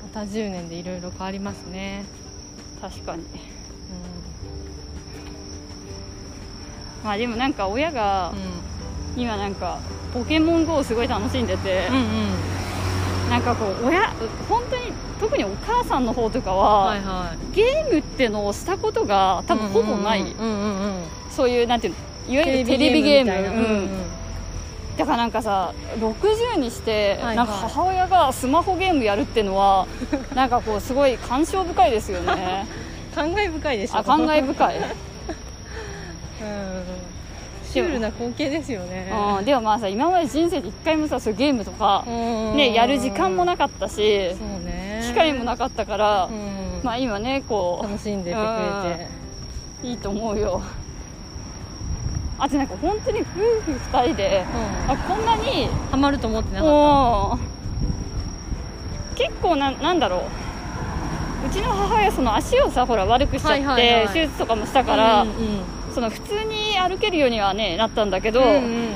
Speaker 2: また10年でいろいろ変わりますね、
Speaker 1: 確かに
Speaker 2: う
Speaker 1: まあでもなんか親が
Speaker 2: ん
Speaker 1: 今なんかポケモン GO をすごい楽しんでて
Speaker 2: うん、うん
Speaker 1: なんかこう親本当に特にお母さんの方とかは、
Speaker 2: はいはい
Speaker 1: ゲームってのをしたことが多分ほぼない、
Speaker 2: うんうんうんうん
Speaker 1: そういうなんていうのいわゆるテレビゲーム
Speaker 2: みたいな
Speaker 1: うんだからなんかさ60にして、
Speaker 2: はいはい
Speaker 1: なんか母親がスマホゲームやるってのは なんかこうすごい感傷深いですよね
Speaker 2: 感慨深いでしょ
Speaker 1: あ感慨
Speaker 2: うん
Speaker 1: 深い、
Speaker 2: シュールな光景ですよね
Speaker 1: うん、でもまあさ今まで人生で一回もさそういうゲームとか、ね、やる時間もな
Speaker 2: く
Speaker 1: かったし
Speaker 2: そうね
Speaker 1: 機会もなかったから、
Speaker 2: うん
Speaker 1: まあ今ねこ
Speaker 2: 楽しんでてくれて
Speaker 1: ういいと思うよあとなんか本当に夫婦2人で
Speaker 2: うん
Speaker 1: あこんなに
Speaker 2: ハマると思ってなかっ
Speaker 1: もう結構ななんだろううちの母親その足をさほら悪くしちゃって、
Speaker 2: はいはいはい
Speaker 1: 手術とかもした
Speaker 2: た
Speaker 1: から、
Speaker 2: うんうん
Speaker 1: その普通に歩けるようにはねなったんだけど、
Speaker 2: うんうん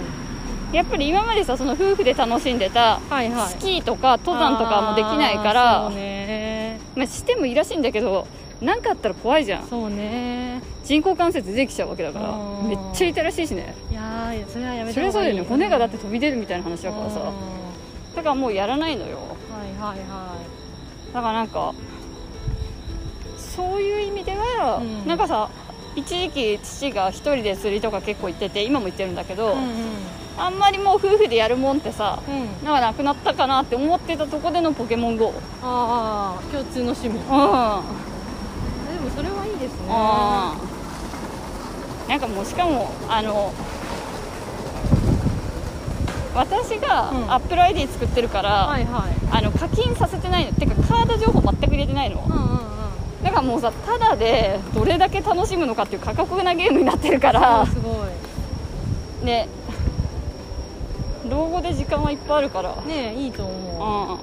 Speaker 1: やっぱり今までさその夫婦で楽しんでた
Speaker 2: はいはい
Speaker 1: スキーとか登山とかもできないか
Speaker 2: あー
Speaker 1: ら
Speaker 2: そう、ね
Speaker 1: まあ、してもいいらしいんだけど何かあったら怖いじゃん
Speaker 2: そうね
Speaker 1: 人工関節出てきちゃうわけだか
Speaker 2: あ
Speaker 1: ら
Speaker 2: ー
Speaker 1: めっちゃ痛いらしいしね
Speaker 2: いやーそれはやめ
Speaker 1: そ
Speaker 2: た
Speaker 1: れはそ
Speaker 2: 方
Speaker 1: う
Speaker 2: が
Speaker 1: だ
Speaker 2: いい
Speaker 1: よね骨がだって飛び出るみたいな話だから
Speaker 2: う
Speaker 1: さ
Speaker 2: ん
Speaker 1: だからもうやらないのよ
Speaker 2: はいはいはい
Speaker 1: だからなんかそういう意味では、
Speaker 2: うん
Speaker 1: なんかさ一時期父が一人で釣りとか結構行ってて今も行ってるんだけど、
Speaker 2: うんうん
Speaker 1: あんまりもう夫婦でやるもんってさ
Speaker 2: うん
Speaker 1: なんかなくなったかなって思ってたとこでの「ポケモン GO」
Speaker 2: ああ共通の趣味
Speaker 1: うん、
Speaker 2: でもそれはいいですね
Speaker 1: なんかもうしかもあの私が
Speaker 2: うん
Speaker 1: AppleID 作ってるから、
Speaker 2: はいはい
Speaker 1: あの課金させてないのっていうかカード情報全く入れてないの、
Speaker 2: うんうんうん
Speaker 1: だからもうさただでどれだけ楽しむのかっていう過酷なゲームになってるから
Speaker 2: すご
Speaker 1: ね老後で時間はいっぱいあるから
Speaker 2: いねえいいと思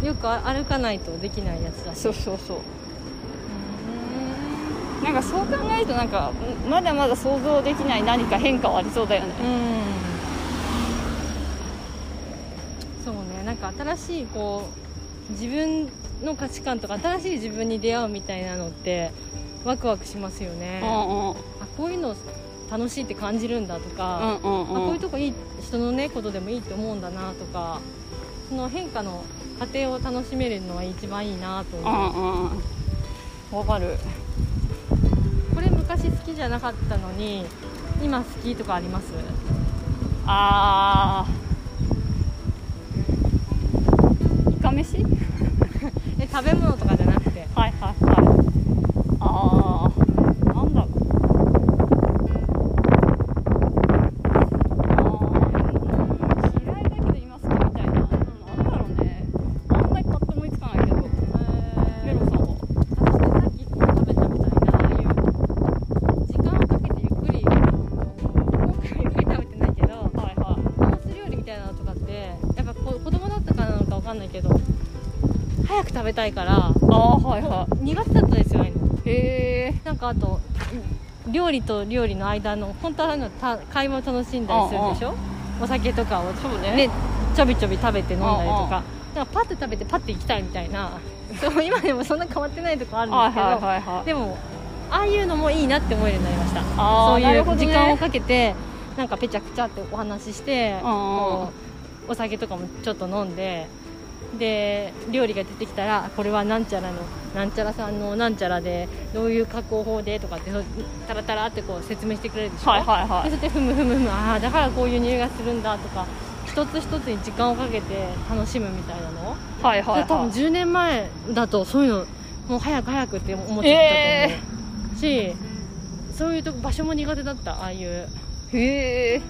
Speaker 1: う
Speaker 2: うよく歩かないとできないやつだ
Speaker 1: ん
Speaker 2: し
Speaker 1: そうそうそうなんかそう考えるとなんかんまだまだ想像できない何か変化はありそうだよね
Speaker 2: うんそうねなんか新しいこう自分の価値観とか新しい自分に出会うみたいなのってワクワクしますよね
Speaker 1: うん
Speaker 2: あ
Speaker 1: うん
Speaker 2: こういうの楽しいって感じるんだとか、
Speaker 1: うんうん
Speaker 2: あこう
Speaker 1: う
Speaker 2: いうんとこいい人のねことでもいいと思うんだなとかその変化の過程を楽しめるのは一番いいなと
Speaker 1: う
Speaker 2: 思
Speaker 1: ん
Speaker 2: う、
Speaker 1: うんわかる
Speaker 2: これ昔好きじゃなかったのに今好きとかあります
Speaker 1: あーいかめし
Speaker 2: え食べ物とかじゃなくて
Speaker 1: はいはいはいああなんだろうあー嫌いだけど今好きみたいななんだろうねあんまりパッと思いつかないけどメロンさんは
Speaker 2: 私ねさっき食べたみたいなああいう時間をかけてゆっくり今回はゆっくり食べてないけど
Speaker 1: はいは
Speaker 2: コース料理みたいなのとかってやっぱこ子供だったからなのかわかんないけど早く食べたいから
Speaker 1: いああはいは
Speaker 2: 苦手だったんですよああいうの
Speaker 1: いへえ
Speaker 2: なんかあと料理と料理の間の本当はあのた買い物楽しんだりするでしょお酒とかを
Speaker 1: そうね
Speaker 2: ねちょびちょび食べて飲んだりと
Speaker 1: うんうん
Speaker 2: かだからパッて食べてパッて行きたいみたいなそう今でもそんな変わってないとこあるん
Speaker 1: は
Speaker 2: で
Speaker 1: い
Speaker 2: すけ
Speaker 1: はい
Speaker 2: ど
Speaker 1: はいはい
Speaker 2: でもああいうのもいいなって思えるようになりました
Speaker 1: あー
Speaker 2: そう
Speaker 1: ないる
Speaker 2: う
Speaker 1: ほどね
Speaker 2: 時間をかけてなんかぺちゃくちゃってお話しして
Speaker 1: うんうん
Speaker 2: こうお酒とかもちょっと飲んでで料理が出てきたらこれはなんちゃらのなんちゃらさんのなんちゃらでどういう加工法でとかってそうタラタラってこう説明してくれるでしょ、
Speaker 1: はいはいは
Speaker 2: で
Speaker 1: い
Speaker 2: それでふむふむふむああだからこういう匂いがするんだとか一つ一つに時間をかけて楽しむみたいなの
Speaker 1: はいはい
Speaker 2: 多分
Speaker 1: はい
Speaker 2: 10年前だとそういうのもう早く早くって思っちゃったと思う、しそういうとこ場所も苦手だったああいう
Speaker 1: へえ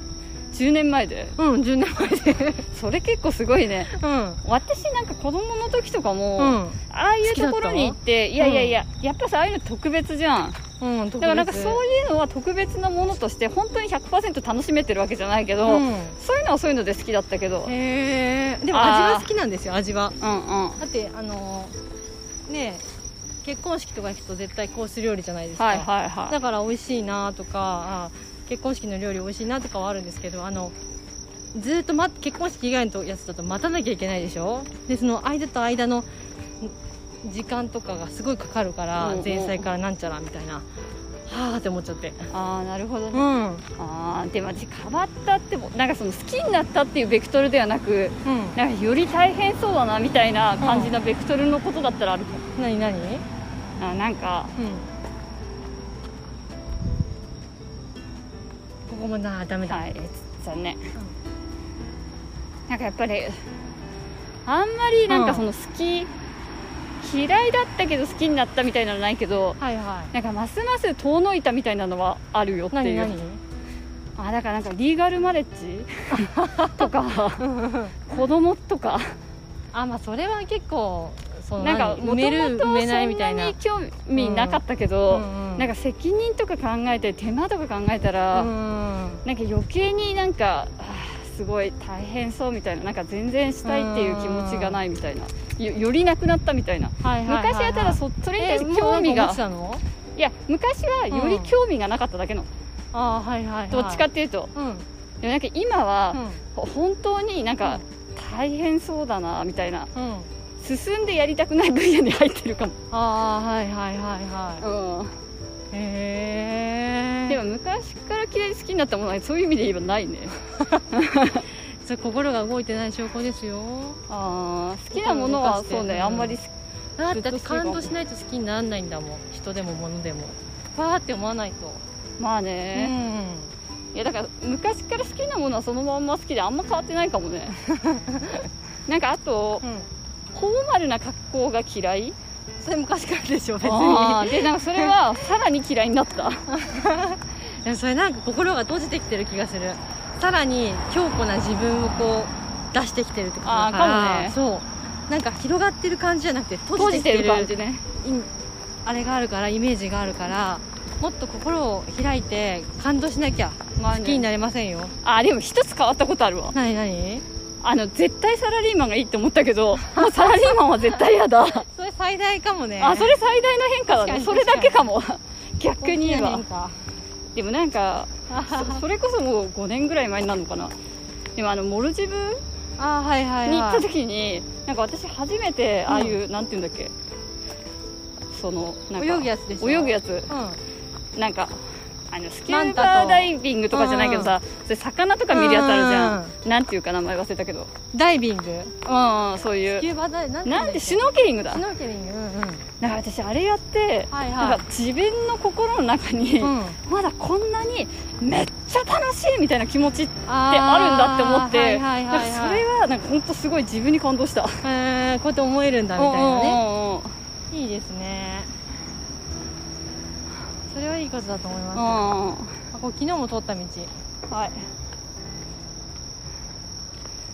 Speaker 1: 10年前で
Speaker 2: うん10年前で
Speaker 1: それ結構すごいね
Speaker 2: うん
Speaker 1: 私なんか子供の時とかも、
Speaker 2: うん
Speaker 1: ああいうところに行っていやいやいや、やっぱさああいうの特別じゃん
Speaker 2: うん、だ
Speaker 1: だからなんかそういうのは特別なものとして本当に100%楽しめてるわけじゃないけど、
Speaker 2: う
Speaker 1: そういうのはそういうので好きだったけど
Speaker 2: ん、へえでも味は好きなんですよ味は
Speaker 1: うんうん
Speaker 2: だってあのーねえ結婚式とか行くと絶対コース料理じゃないですか、
Speaker 1: はいはいは
Speaker 2: だから美味しいなとかあ結婚式の料理美味しいなとかはあるんですけどあのずーっと、ま、結婚式以外のやつだと待たなきゃいけないでしょでその間と間のん時間とかがすごいかかるから、
Speaker 1: うんうん
Speaker 2: 前菜からなんちゃらみたいなはあって思っちゃって
Speaker 1: いああなるほど
Speaker 2: う
Speaker 1: ね、あ
Speaker 2: んうん
Speaker 1: あーでも私変わったってもなんかその好きになったっていうベクトルではなくなんかより大変そうだなみたいな感じのベクトルのことだったらあるかも、
Speaker 2: 何何うん
Speaker 1: あなんか
Speaker 2: ここもなダメだ、
Speaker 1: はい残念、なんかやっぱりあんまりなんかその好き、嫌いだったけど好きになったみたいなのないけど
Speaker 2: はいは
Speaker 1: なんかますます遠のいたみたいなのはあるよっ
Speaker 2: い
Speaker 1: て
Speaker 2: 何
Speaker 1: いう
Speaker 2: 何
Speaker 1: あだからなんかリーガルマレッ ジとか子供とか
Speaker 2: あまあそれは結構その
Speaker 1: なんか
Speaker 2: 何埋
Speaker 1: もと
Speaker 2: める
Speaker 1: もと
Speaker 2: 埋
Speaker 1: そ
Speaker 2: め
Speaker 1: ん
Speaker 2: ないみた
Speaker 1: ない
Speaker 2: な
Speaker 1: に興味なかったけど、
Speaker 2: うんうん
Speaker 1: なんか責任とか考えて手間とか考えたら、
Speaker 2: うん
Speaker 1: なんか余計になんかあーすごい大変そうみたいななんか全然したいっていう気持ちがないみたいなよよりなくなったみたいな
Speaker 2: はいはいいい
Speaker 1: 昔はただそそれに対し
Speaker 2: え
Speaker 1: て
Speaker 2: もうな
Speaker 1: 興
Speaker 2: んか
Speaker 1: 味
Speaker 2: 思っ
Speaker 1: が
Speaker 2: てたの
Speaker 1: いや昔はより興味がなかっただけの、
Speaker 2: あーはいはいはい
Speaker 1: どっちかっていうと
Speaker 2: うんうん
Speaker 1: でもなんか今は、ほ本当になんか大変そうだなみたいな
Speaker 2: うん
Speaker 1: 進んでやりたくない分野に入ってるか
Speaker 2: あーはいはいはいは
Speaker 1: も、うん
Speaker 2: いへえ
Speaker 1: でも昔から嫌いで好きになったものはそういう意味で言えばないね
Speaker 2: それ心が動いてない証拠ですよ
Speaker 1: あー好きなものはそうね、
Speaker 2: うん
Speaker 1: あんまり好き
Speaker 2: だっ
Speaker 1: ずっと
Speaker 2: て
Speaker 1: 好きかも
Speaker 2: 感動しないと好きにならないんだもん人でも物でもわーって思わないと
Speaker 1: まあ
Speaker 2: う
Speaker 1: ね、
Speaker 2: ん
Speaker 1: いやだから昔から好きなものはそのまんま好きであんま変わってないかも ねなんかあと
Speaker 2: うん
Speaker 1: フォーマルな格好が嫌い
Speaker 2: それ昔からでしょ別に
Speaker 1: あーでなんかそれは さらに嫌いになった
Speaker 2: でもそれなんか心が閉じてきてる気がするさらに強固な自分をこう出してきてるってことだから
Speaker 1: あー
Speaker 2: そうなんか広がってる感じじゃなくて閉
Speaker 1: 閉
Speaker 2: じ
Speaker 1: じ
Speaker 2: て
Speaker 1: て
Speaker 2: き
Speaker 1: る
Speaker 2: てる
Speaker 1: 感じね
Speaker 2: いあれがあるからイメージがあるからもっと心を開いて感動しなきゃ
Speaker 1: まあ
Speaker 2: 好きに
Speaker 1: ね
Speaker 2: なれませんよ
Speaker 1: あでも一つ変わったことあるわ
Speaker 2: 何何
Speaker 1: あの絶対サラリーマンがいいって思ったけ どもうサラリーマンは絶対やだ
Speaker 2: それ最大かもね
Speaker 1: あそれ最大の変化だね
Speaker 2: 確
Speaker 1: そ
Speaker 2: かに
Speaker 1: れだけかも
Speaker 2: 大
Speaker 1: 逆
Speaker 2: き
Speaker 1: に言
Speaker 2: な
Speaker 1: えば
Speaker 2: 変化
Speaker 1: でもなんかそそれこそもう5年ぐらい前になるのかなでもあのモルジブ
Speaker 2: あーはいはい
Speaker 1: に行
Speaker 2: は
Speaker 1: っ
Speaker 2: い
Speaker 1: た時になんか私初めてああいう、なんていうんだっけそのなんか
Speaker 2: 泳ぐやつでしょ
Speaker 1: 泳ぐやつ
Speaker 2: うん
Speaker 1: なんかあのスキュ
Speaker 2: マン
Speaker 1: ー
Speaker 2: タ
Speaker 1: バ
Speaker 2: と
Speaker 1: ダイビングとかじゃないけどさ、それ魚とか見るやつあるじゃん、なんていうか名前忘れたけど
Speaker 2: ダイビング
Speaker 1: うん、うん、そうい
Speaker 2: ス
Speaker 1: う
Speaker 2: キューバダイなん
Speaker 1: なんてシュ
Speaker 2: ノ
Speaker 1: ノーケリングだ
Speaker 2: シュノーケリングうんうん
Speaker 1: なんか私あれやって、
Speaker 2: はい
Speaker 1: なん
Speaker 2: は
Speaker 1: か自分の心の中に、
Speaker 2: いうん
Speaker 1: まだこんなにめっちゃ楽しいみたいな気持ちって
Speaker 2: って
Speaker 1: あるんだって思って
Speaker 2: はいはいは
Speaker 1: なん
Speaker 2: いは
Speaker 1: か
Speaker 2: い、
Speaker 1: それはなんか本当すごい自分に感動したみ
Speaker 2: えーこうやって思えるんだみたいなね
Speaker 1: ね
Speaker 2: いいですねそれはいいことだと思い
Speaker 1: うん
Speaker 2: ま
Speaker 1: は
Speaker 2: すあこう昨日も通った道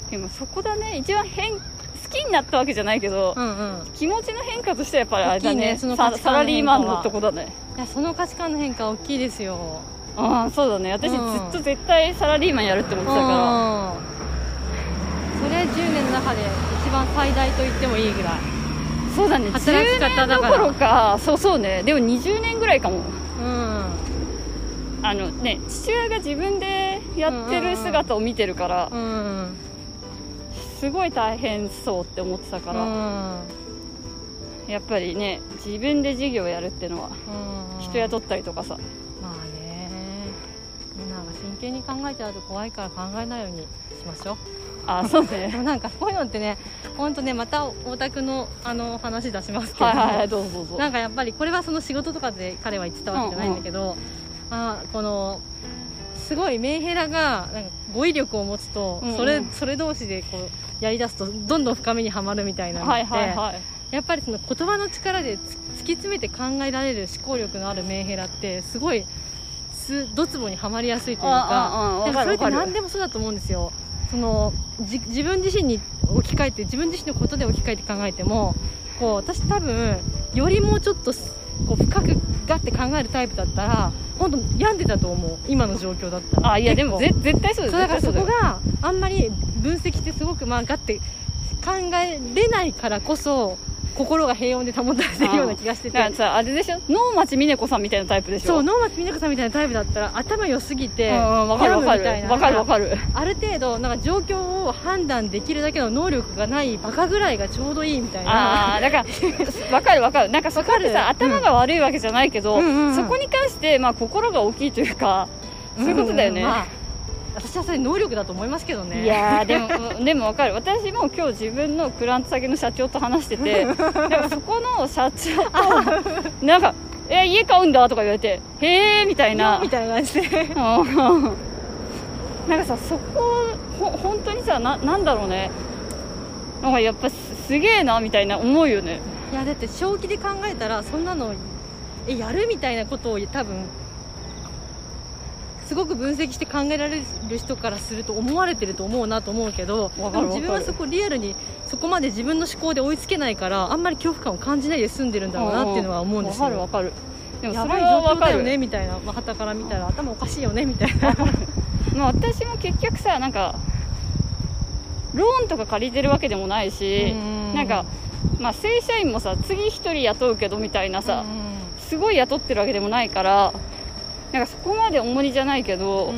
Speaker 1: いでもそこだね一番変好きになったわけじゃないけど、
Speaker 2: うんうん
Speaker 1: 気持ちの変化としてはやっぱりあれだ
Speaker 2: 大きい
Speaker 1: ね
Speaker 2: ねその
Speaker 1: サ
Speaker 2: 価値
Speaker 1: サ
Speaker 2: 観の
Speaker 1: ラリー
Speaker 2: 変化
Speaker 1: マ
Speaker 2: は
Speaker 1: ンのとこだね
Speaker 2: いやその価値観の変化大きいですよ
Speaker 1: ああそうだね私ず
Speaker 2: うん
Speaker 1: っと絶対サラリーマンやるって思ってたか
Speaker 2: うんそれ10年の中で一番最大と言ってもいいぐらい
Speaker 1: ら、そうだね
Speaker 2: 働き方だ
Speaker 1: 10
Speaker 2: か
Speaker 1: 年
Speaker 2: ら
Speaker 1: どころかそうそうねでも20年ぐらいかも
Speaker 2: うん
Speaker 1: あのね父親が自分でやってる姿を見てるから、
Speaker 2: うん
Speaker 1: すごい大変そうって思ってた
Speaker 2: う
Speaker 1: から、
Speaker 2: ん
Speaker 1: やっぱりね自分で事業やるってのは
Speaker 2: うん
Speaker 1: 人雇ったりとかさ、
Speaker 2: まあねなんか真剣に考えちゃうと怖いから考えないようにしましょう
Speaker 1: あ そうね
Speaker 2: でもなんかこういうのってね、本当ね、またオタクのあの話出しますけど、
Speaker 1: はいはいはいどうぞどうぞ
Speaker 2: なんかやっぱりこれはその仕事とかで彼は言ってたわけじゃないんだけど、あーこのすごいメンヘラがなんか語彙力を持つと、
Speaker 1: うんうん
Speaker 2: それそれ同士でこうやり出すとどんどん深みにはまるみたいなのって、
Speaker 1: はいはいはい
Speaker 2: やっぱりその言葉の力でつ突き詰めて考えられる思考力のあるメンヘラってすごいすドツボにはまりやすいというか。
Speaker 1: ああああ
Speaker 2: で
Speaker 1: わ
Speaker 2: も
Speaker 1: か
Speaker 2: そ
Speaker 1: る
Speaker 2: れ
Speaker 1: わ
Speaker 2: って
Speaker 1: かる
Speaker 2: 何でもそうだと思うんですよそのじ自分自身に置き換えて自分自身のことで置き換えて考えてもこう私多分よりもうちょっとすこう深くガッて考えるタイプだったら本当病んでたと思う今の状況だったら
Speaker 1: あいやでも
Speaker 2: 結
Speaker 1: ぜ絶対そうです
Speaker 2: 構そうだからそこ
Speaker 1: 絶対
Speaker 2: があんまり分析ってすごくまあガッて考えれないからこそ心が平穏で保たれてるような気がし
Speaker 1: そ
Speaker 2: て
Speaker 1: うだよだか
Speaker 2: て
Speaker 1: らさあれでしょ能町みね子さんみたいなタイプでしょ
Speaker 2: そう
Speaker 1: う
Speaker 2: 能町みね子さんみたいなタイプだったら頭良すぎて
Speaker 1: んわかるわかる
Speaker 2: 病むみたいな
Speaker 1: わかるわかる
Speaker 2: ある程度なんか状況を判断できるだけの能力がないバカぐらいがちょうどいいみたいな
Speaker 1: ああだからわかるわかるなんかそこってさ
Speaker 2: わかる
Speaker 1: 頭が悪いわけじゃないけど、
Speaker 2: うんうんうん
Speaker 1: そこに関してまあ心が大きいというかそういうことだよね、
Speaker 2: んまあ私はそれ能力だと思いますけどね
Speaker 1: い やーでもうんでも分かる私も今日自分のクラント先の社長と話して てなんかそこの社長と なんか「え家買うんだ」とか言われて「へえ」みたいな
Speaker 2: み たいな感じで
Speaker 1: うんなんかさそこほ本当にさななんだろうねなんかやっぱすすげえなみたいな思うよね
Speaker 2: いやだって正気で考えたらそんなのえやるみたいなことを多分すごく分析して考えられる人からすると思われてると思うなと思うけどで
Speaker 1: わか
Speaker 2: も
Speaker 1: るわかる
Speaker 2: 自分はそこリアルにそこまで自分の思考で追いつけないからあんまり恐怖感を感じないで済んでるんだろうなっていうのは思うんですよ
Speaker 1: わかるわかるでも
Speaker 2: や
Speaker 1: そ
Speaker 2: ば
Speaker 1: れ
Speaker 2: い
Speaker 1: は
Speaker 2: 状
Speaker 1: わ
Speaker 2: 況
Speaker 1: か
Speaker 2: だ
Speaker 1: る
Speaker 2: よねみたいな、まあ、旗から見たら頭おかしいよねみたいな
Speaker 1: まあ、私も結局さなんかローンとか借りてるわけでもないし
Speaker 2: うん
Speaker 1: なんか、まあ、正社員もさ次1人雇うけどみたいなさすごい雇ってるわけでもないからなんかそこまで重荷じゃないけど、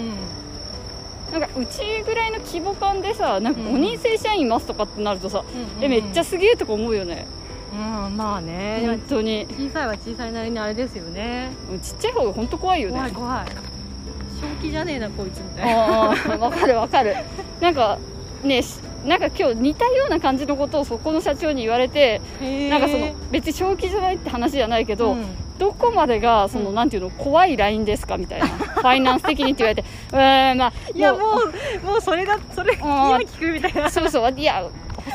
Speaker 1: なんかうちぐらいの規模感でさなんか
Speaker 2: うん
Speaker 1: 5人正社員いますとかってなるとさ、えめっちゃすげえとか思うよね、
Speaker 2: うんまあね、
Speaker 1: 本当に
Speaker 2: 小さいは小さいなりにあれですよね
Speaker 1: うんちっちゃい方が本当怖いよね
Speaker 2: 怖い怖い正気じゃねえなこいつみたいな
Speaker 1: ああわかるわかるなんかねしなんか今日似たような感じのことをそこの社長に言われてなんかその別に正気じゃないって話じゃないけど、
Speaker 2: うん
Speaker 1: どこまでがその、なんていうの怖いラインですかみたいなファイナンス的にって言われ てうーんまあ
Speaker 2: いやも
Speaker 1: も
Speaker 2: うもうそれだそれ
Speaker 1: あ
Speaker 2: 今
Speaker 1: ー
Speaker 2: 聞くみたいな
Speaker 1: うそうそういや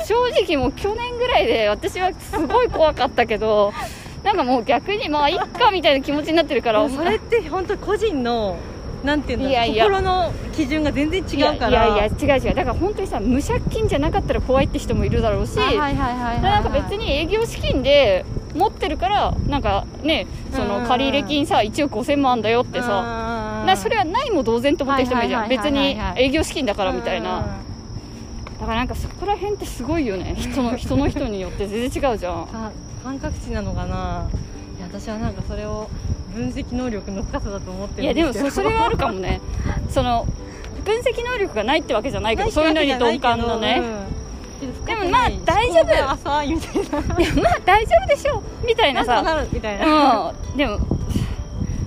Speaker 1: 正直もう去年ぐらいで私はすごい怖かったけどなんかもう逆にまあいっかみたいな気持ちになってるから
Speaker 2: もうそれって本当個人のなんていうんだろう
Speaker 1: いやいや
Speaker 2: 心の基準が全然違うから
Speaker 1: いやいやいや違う違うだから本当にさ無借金じゃなかったら怖いって人もいるだろうし、
Speaker 2: あはいはいはいはい、
Speaker 1: でなんか別に営業資金で持ってるからなんかねそ
Speaker 2: うん
Speaker 1: の借入金さ1億5000万だよってさ
Speaker 2: さ
Speaker 1: なそれ
Speaker 2: は
Speaker 1: はないも同然と思ってる人もいるじゃ
Speaker 2: は
Speaker 1: ん
Speaker 2: いはいは
Speaker 1: 別
Speaker 2: いはいはい
Speaker 1: に営業資金だからみたいなだからなんかそこら辺ってすごいよね人 の人の人によって全然違うじゃん
Speaker 2: か感覚値なのかないや私はなんかそれを分析能力の深さだと思って
Speaker 1: い
Speaker 2: る
Speaker 1: や
Speaker 2: ん
Speaker 1: で
Speaker 2: で
Speaker 1: すも
Speaker 2: け
Speaker 1: そ
Speaker 2: ど
Speaker 1: それはあるかもねその分析能力がないってわけじゃないけどそういうのに鈍感のね、で
Speaker 2: で
Speaker 1: もまあ大丈夫
Speaker 2: 浅いみたいな
Speaker 1: まあ大丈夫でしょうみたいな
Speaker 2: な
Speaker 1: さ
Speaker 2: んとなるみたいな、
Speaker 1: うんでも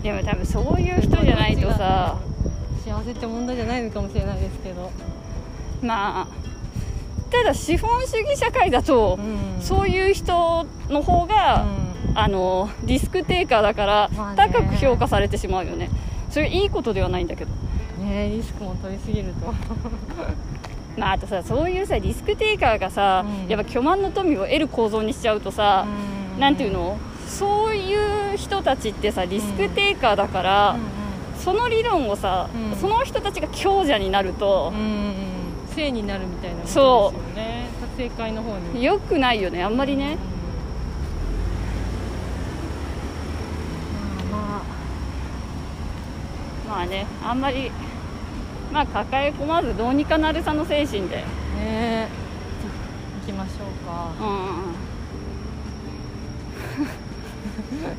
Speaker 1: でも多分そういう人じゃないとさ
Speaker 2: 幸せって問題じゃないのかもしれないですけど、
Speaker 1: まあただ資本主義社会だと、
Speaker 2: ん
Speaker 1: そういう人の方
Speaker 2: う
Speaker 1: が、
Speaker 2: ん
Speaker 1: あのリスクテイカーだから、
Speaker 2: まあね
Speaker 1: 高く評価されてしまうよねそれいいことではないんだけど
Speaker 2: ねえリスクも取りすぎると
Speaker 1: まああとさそういうさリスクテイカーがさ、
Speaker 2: うん
Speaker 1: やっぱ巨万の富を得る構造にしちゃうとさ、なんていう
Speaker 2: の、
Speaker 1: のそういう人たちってさリスクテイカーだから、その理論をさ、
Speaker 2: うん
Speaker 1: その人たちが強者になると
Speaker 2: うん、性になるみたいなことです
Speaker 1: そ
Speaker 2: よ
Speaker 1: う
Speaker 2: ね撮影会の方に
Speaker 1: 良くないよねあんまりね、
Speaker 2: うんまあま
Speaker 1: まあね、あんまり、まあ、抱え込まず、どうにかなるさの精神で、
Speaker 2: あねえ行きましょうか
Speaker 1: うん うんう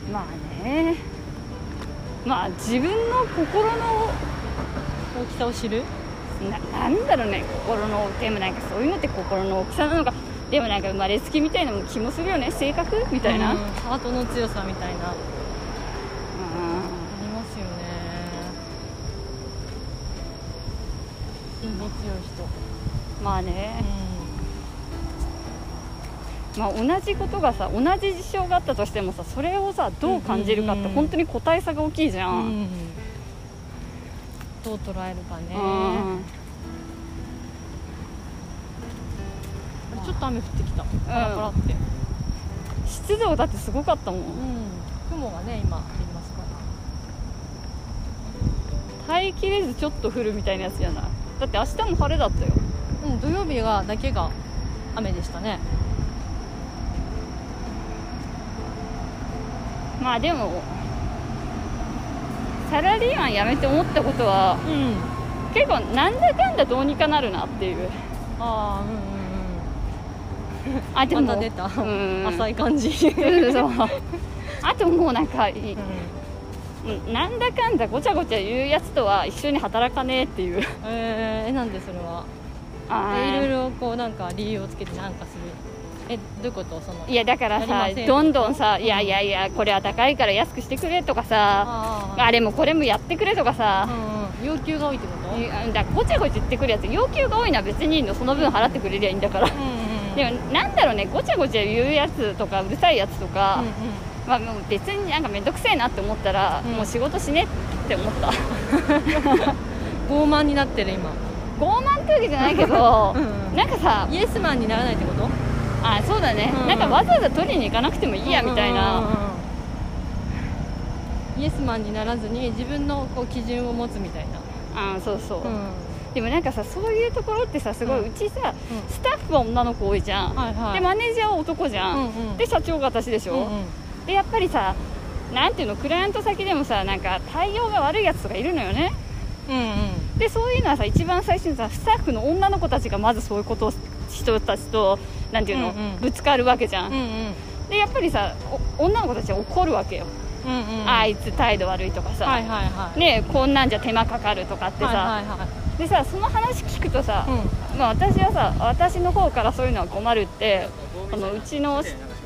Speaker 1: ん、まあね、まあ、自分の心の、
Speaker 2: 大きさを知る
Speaker 1: ななんだろうね、心の、でもなんかそういうのって心の大きさなのか、でもなんか生まれつきみたいなのも気もするよね、性格みたいな。
Speaker 2: う
Speaker 1: うんん
Speaker 2: ハートの強さみたいなありますよね心の強い人
Speaker 1: まあね、
Speaker 2: う
Speaker 1: まあ、同じことがさ同じ事象があったとしてもさそれをさどう感じるかっ
Speaker 2: うん
Speaker 1: て
Speaker 2: うんうん
Speaker 1: 本当に個体差が大きいじゃ
Speaker 2: ん、
Speaker 1: ん、
Speaker 2: どう捉えるかね、
Speaker 1: うん
Speaker 2: あれちょっと雨降ってきた、パラパラって、
Speaker 1: 湿度だってすごかったも
Speaker 2: うんん、雲がね今ありますから
Speaker 1: 耐えきれずちょっと降るみたいなやつじゃないだって明日も晴れだったよ
Speaker 2: うん土曜日がだけが雨でしたね
Speaker 1: まあでもサラリーマン辞めて思ったことは
Speaker 2: うん
Speaker 1: 結構なんだかんだどうにかなるなっていう
Speaker 2: ああうん
Speaker 1: あで
Speaker 2: うんうん
Speaker 1: も
Speaker 2: また出た
Speaker 1: うん
Speaker 2: 浅 い感じ
Speaker 1: そうそうそうあともうなんかいなんだかんだごちゃごちゃ言うやつとは一緒に働かねえっていう
Speaker 2: えー、なんでそれは
Speaker 1: あ
Speaker 2: え
Speaker 1: ー
Speaker 2: いろいろこうなんか理由をつけてなんかするえどういうことその
Speaker 1: いやだからさ
Speaker 2: やりません
Speaker 1: どんどんさいやいやいやこれは高いから安くしてくれとかさ
Speaker 2: あー
Speaker 1: あれもこれもやってくれとかさ、
Speaker 2: うんうん、要求が多いってこと
Speaker 1: いやだからごちゃごちゃ言ってくるやつ要求が多いのは別にいいのその分払ってくれりゃいいんだから
Speaker 2: うん
Speaker 1: でもなんだろうねごちゃごちゃ言うやつとかうるさいやつとか
Speaker 2: うん、
Speaker 1: まあ、もう別になんか面倒くせえなって思ったら、
Speaker 2: うん
Speaker 1: もう仕事しねって思った
Speaker 2: うん、傲慢になってる今、
Speaker 1: 傲慢ってわけじゃないけど
Speaker 2: う ん
Speaker 1: なんかさ
Speaker 2: イエスマンにならないってこと
Speaker 1: あそうだね、
Speaker 2: うん
Speaker 1: なんかわざわざ取りに行かなくてもいいやみたいな、
Speaker 2: うんうんうんうんイエスマンにならずに自分のこう基準を持つみたいな、
Speaker 1: あそうそう、
Speaker 2: うん
Speaker 1: でもなんかさそういうところってさすごい、
Speaker 2: う
Speaker 1: うんちさスタッフは女の子多いじゃん、
Speaker 2: はいはい
Speaker 1: でマネージャーは男じゃん、
Speaker 2: うんうん
Speaker 1: で社長が私でし
Speaker 2: う
Speaker 1: ょ、
Speaker 2: んうん
Speaker 1: でやっぱりさなんていうのクライアント先でもさなんか対応が悪いやつとかいるのよね
Speaker 2: うんうん
Speaker 1: でそういうのはさ一番最初にさスタッフの女の子たちがまずそういうことを人たちとなんていうの、
Speaker 2: うんうん
Speaker 1: ぶつかるわけじゃん、
Speaker 2: うんうん
Speaker 1: でやっぱりさお女の子たちは怒るわけよ、
Speaker 2: うんうん
Speaker 1: あ
Speaker 2: はい
Speaker 1: いつ態度悪いとかさ、
Speaker 2: はいはい
Speaker 1: ねえこんなんじゃ手間かかるとかってさ、
Speaker 2: はいはいはい
Speaker 1: でさその話聞くとさ、
Speaker 2: う
Speaker 1: まあ、私はさ私の方からそういうのは困るってあのうちの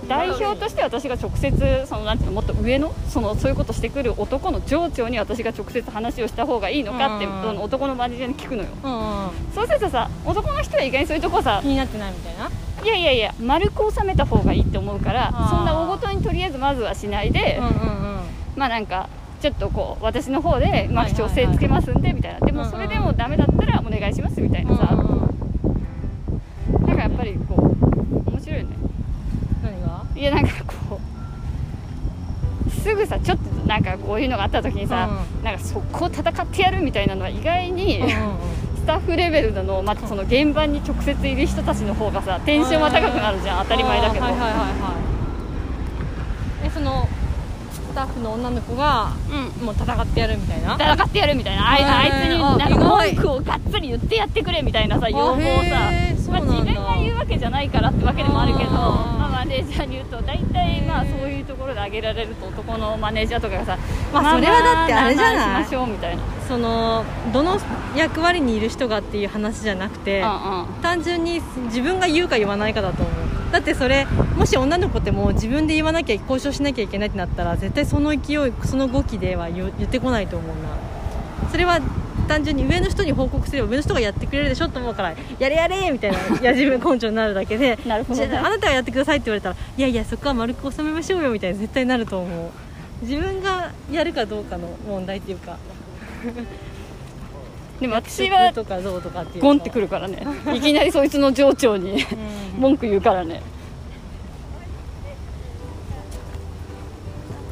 Speaker 1: 代表として私が直接そのなんていうのもっと上のそのそういうことしてくる男の上長に私が直接話をした方がいいのかって
Speaker 2: うん
Speaker 1: その男のマネージャーに聞くのよ
Speaker 2: んうんうん
Speaker 1: そうするとさ男の人は意外にそういうとこさ
Speaker 2: 気になってないみたいない
Speaker 1: やいやいや丸く収めた方がいいって思うから
Speaker 2: あー
Speaker 1: そんな大ごとにとりあえずまずはしないで、
Speaker 2: うんうんうん
Speaker 1: まあなんかちょっとこう私の方でうま
Speaker 2: は
Speaker 1: く
Speaker 2: いはいはい
Speaker 1: 調整つけますんでみたいな、
Speaker 2: うんうん
Speaker 1: でもそれでもダメだったらお願いしますみたいなさ、
Speaker 2: うんうんうん
Speaker 1: なんかやっぱりこう面白いよね
Speaker 2: 何が
Speaker 1: いやなんかこうすぐさちょっとなんかこういうのがあった時にさ、なんか速攻戦ってやるみたいなのは意外に、
Speaker 2: うんうんうん
Speaker 1: スタッフレベルなのまたその現場に直接いる人たちの方がさテンションは高くなるじゃん当たり前だけど、
Speaker 2: あーはいはいはいはいえそのスタッフの女の子が
Speaker 1: うん
Speaker 2: もう戦ってやるみたいな
Speaker 1: 戦ってやるみたいなあい
Speaker 2: へー
Speaker 1: あいつになん
Speaker 2: あ
Speaker 1: か
Speaker 2: 意外
Speaker 1: 文句をがっつり言ってやってくれみたいなさ要望をさ
Speaker 2: あへーそう
Speaker 1: ま
Speaker 2: な
Speaker 1: あ、
Speaker 2: んだ
Speaker 1: 自分が言うわけじゃないからってわけでもあるけど
Speaker 2: あー
Speaker 1: まあ、マネージャーに言うと大体まあ
Speaker 2: へー
Speaker 1: そういうところで挙げられると男のマネージャーとかがさ
Speaker 2: まあ
Speaker 1: あ
Speaker 2: それはだってあれじゃない
Speaker 1: まあまあしましょうみたいな、
Speaker 2: そのどの役割にいる人がっていう話じゃなくて
Speaker 1: うんうん
Speaker 2: 単純に自分が言うか言わないかだと思うだってそれもし女の子ってもう自分で言わなきゃ交渉しなきゃいけないってなったら絶対その勢いその動きでは言う言ってこないと思うなそれは単純に上の人に報告すれば上の人がやってくれるでしょと思うからやれやれみた いないや自分根性になるだけで
Speaker 1: なるほどね
Speaker 2: じゃああなたがやってくださいって言われたらいやいやそこは丸く収めましょうよみたいに絶対なると思う自分がやるかどうかの問題っていうか
Speaker 1: でも私
Speaker 2: 職
Speaker 1: は
Speaker 2: とかどうとかっていうか
Speaker 1: ゴンってくるからねいきなりそいつの上長に
Speaker 2: うん
Speaker 1: 文句言うからね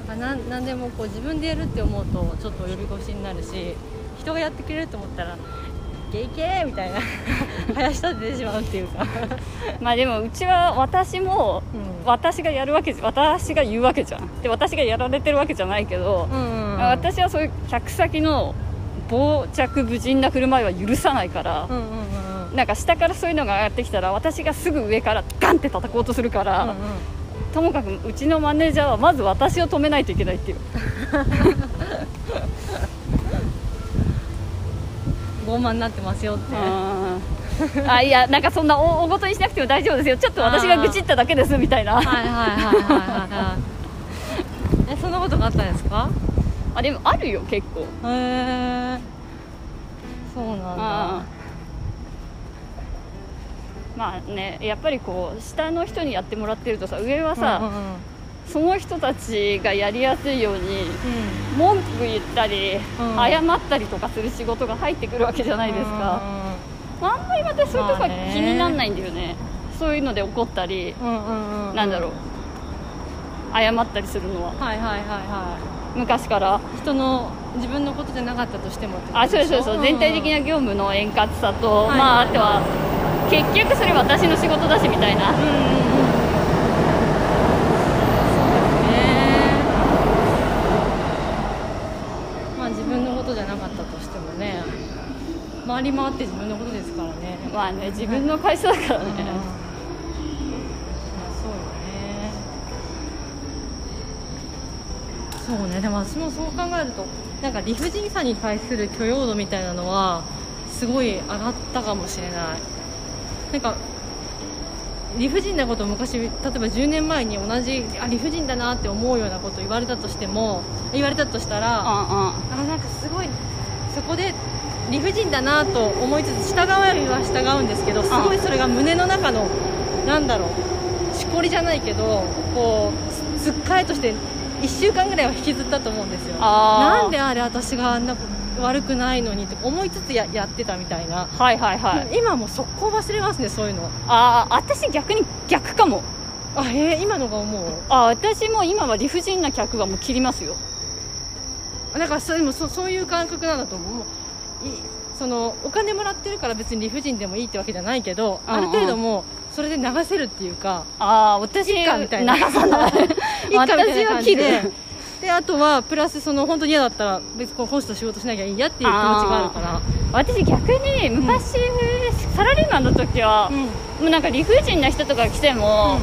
Speaker 2: あなんなんでもこう自分でやるって思うとちょっと及び腰になるし人がやってくれると思ったら「いけいけ!」みたいな 林立ててしまうっていうか、
Speaker 1: まあでもうちは私も
Speaker 2: うん
Speaker 1: 私がやるわけじゃ私が言うわけじゃんで私がやられてるわけじゃないけど、
Speaker 2: うん
Speaker 1: 私はそういう客先の傍着無人な振る舞いは許さないから
Speaker 2: う、んうんうんうん
Speaker 1: なんか下からそういうのが上がってきたら私がすぐ上からガンって叩こうとするから、
Speaker 2: うんうん
Speaker 1: ともかくうちのマネージャーはまず私を止めないといけないっていう
Speaker 2: 傲慢になってますよって
Speaker 1: ああいやなんかそんな大大ごとにしなくても大丈夫ですよちょっと私が愚痴っただけですみたいな
Speaker 2: はいはいはいはいはいはいえそんなことがあったんですか
Speaker 1: あでもあるよ結構
Speaker 2: へえそうなんだ
Speaker 1: うんまあねやっぱりこう下の人にやってもらってるとさ上はさ、
Speaker 2: うんうんうん
Speaker 1: その人たちがやりやすいように
Speaker 2: うん
Speaker 1: 文句言ったり、
Speaker 2: うん
Speaker 1: 謝ったりとかする仕事が入ってくるわけじゃないですか、あんまり私そういうとこ
Speaker 2: ま
Speaker 1: は
Speaker 2: あ
Speaker 1: 気
Speaker 2: ね
Speaker 1: にならないんだよね,、そういうので怒ったり、
Speaker 2: うんうんうんうん
Speaker 1: なんだろう謝ったりするのは
Speaker 2: はいはいはいは
Speaker 1: 昔から
Speaker 2: い人の自分のことじゃなかったとしてもってこと
Speaker 1: あそ
Speaker 2: でしょ
Speaker 1: うそうそう、全体的な業務の円滑さと、
Speaker 2: はい
Speaker 1: まああとは結局それ私の仕事だしみたいな
Speaker 2: うんうんうんそうだよねまあ自分回り回って自分のことですからね
Speaker 1: まあね自分の会社だから
Speaker 2: うん
Speaker 1: ね、
Speaker 2: そうよねそうねでも私もそう考えるとなんか理不尽さに対する許容度みたいなのはすごい上がったかもしれないなんか理不尽なことを昔例えば10年前に同じあ理不尽だなって思うようなことを言われたとしても言われたとしたら、
Speaker 1: うんうん
Speaker 2: あなんかすごいそこで理不尽だなと思いつつ従うよりは従うんですけどすごいそれが胸の中のなんだろうしこりじゃないけどこうつつっかえとして1週間ぐらいは引きずったと思うんですよ
Speaker 1: あー
Speaker 2: なんであれ私があんな悪くないのにって思いつつややってたみたいな、
Speaker 1: はいはいはい、
Speaker 2: 今もう速攻忘れますねそういうの
Speaker 1: ああ私逆に逆かも
Speaker 2: あえー今のが思う
Speaker 1: あ私も今は理不尽な客はもう切りますよ
Speaker 2: なんかそうでもそうそういう感覚なんだと思うもういそのお金もらってるから別に理不尽でもいいってわけじゃないけど、
Speaker 1: うんうん
Speaker 2: ある程度もうそれで流せるっていうか
Speaker 1: ああ私
Speaker 2: いいかみたいな
Speaker 1: 流さ ない
Speaker 2: いいかみたい
Speaker 1: 私
Speaker 2: な
Speaker 1: は
Speaker 2: 感じ
Speaker 1: 切
Speaker 2: で
Speaker 1: る
Speaker 2: であとはプラスその本当に嫌だったら別にこのホスト仕事しなきゃいいやっていう気持ちがあるから
Speaker 1: 私逆に昔、サラリーマンの時は、
Speaker 2: うん
Speaker 1: もうなんか理不尽な人とか来ても、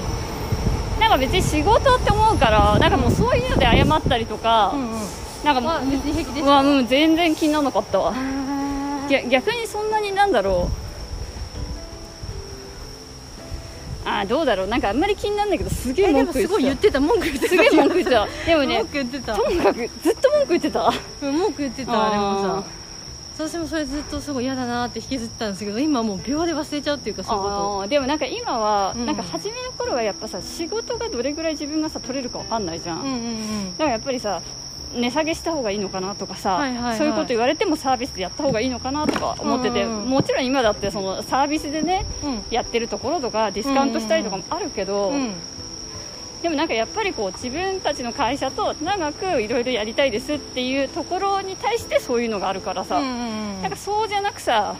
Speaker 1: なんか別に仕事って思うからなんかもうそういうので謝ったりとか、
Speaker 2: うんうん
Speaker 1: なんかも
Speaker 2: まあ
Speaker 1: う、
Speaker 2: 別に平気で
Speaker 1: う
Speaker 2: し
Speaker 1: わうん全然気にならなかったわ逆逆にそんなになんだろうあーどうだろうなんかあんまり気にならないけどすげえ
Speaker 2: えで
Speaker 1: 文
Speaker 2: も
Speaker 1: 句言
Speaker 2: す
Speaker 1: ってた
Speaker 2: ごい言ってた文句言ってた
Speaker 1: すげえ文句言ってたでもね
Speaker 2: 文句言ってた
Speaker 1: ともかくずっと文句言ってた
Speaker 2: うん文句言って
Speaker 1: あ
Speaker 2: た
Speaker 1: ー
Speaker 2: でもさ私もそれずっとすごい嫌だなって引きずってたんですけど今もう秒で忘れちゃうっていうかそういうことを
Speaker 1: あーでもなんか今は、
Speaker 2: うん
Speaker 1: なんか初めの頃はやっぱさ仕事がどれぐらい自分がさ取れるかわかんないじゃん、
Speaker 2: うんうんうん
Speaker 1: だからやっぱりさ値下げした方がいいのかなとかさ、
Speaker 2: はいはいはい
Speaker 1: そういうこと言われてもサービスでやった方がいいのかなとか思ってて、
Speaker 2: うんうん
Speaker 1: もちろん今だってそのサービスでね
Speaker 2: うん
Speaker 1: やってるところとかディスカウントしたりとかもあるけど、
Speaker 2: うん
Speaker 1: でもなんかやっぱりこう自分たちの会社と長くいろいろやりたいですっていうところに対してそういうのがあるからさ、
Speaker 2: うん
Speaker 1: なんかそうじゃなくさ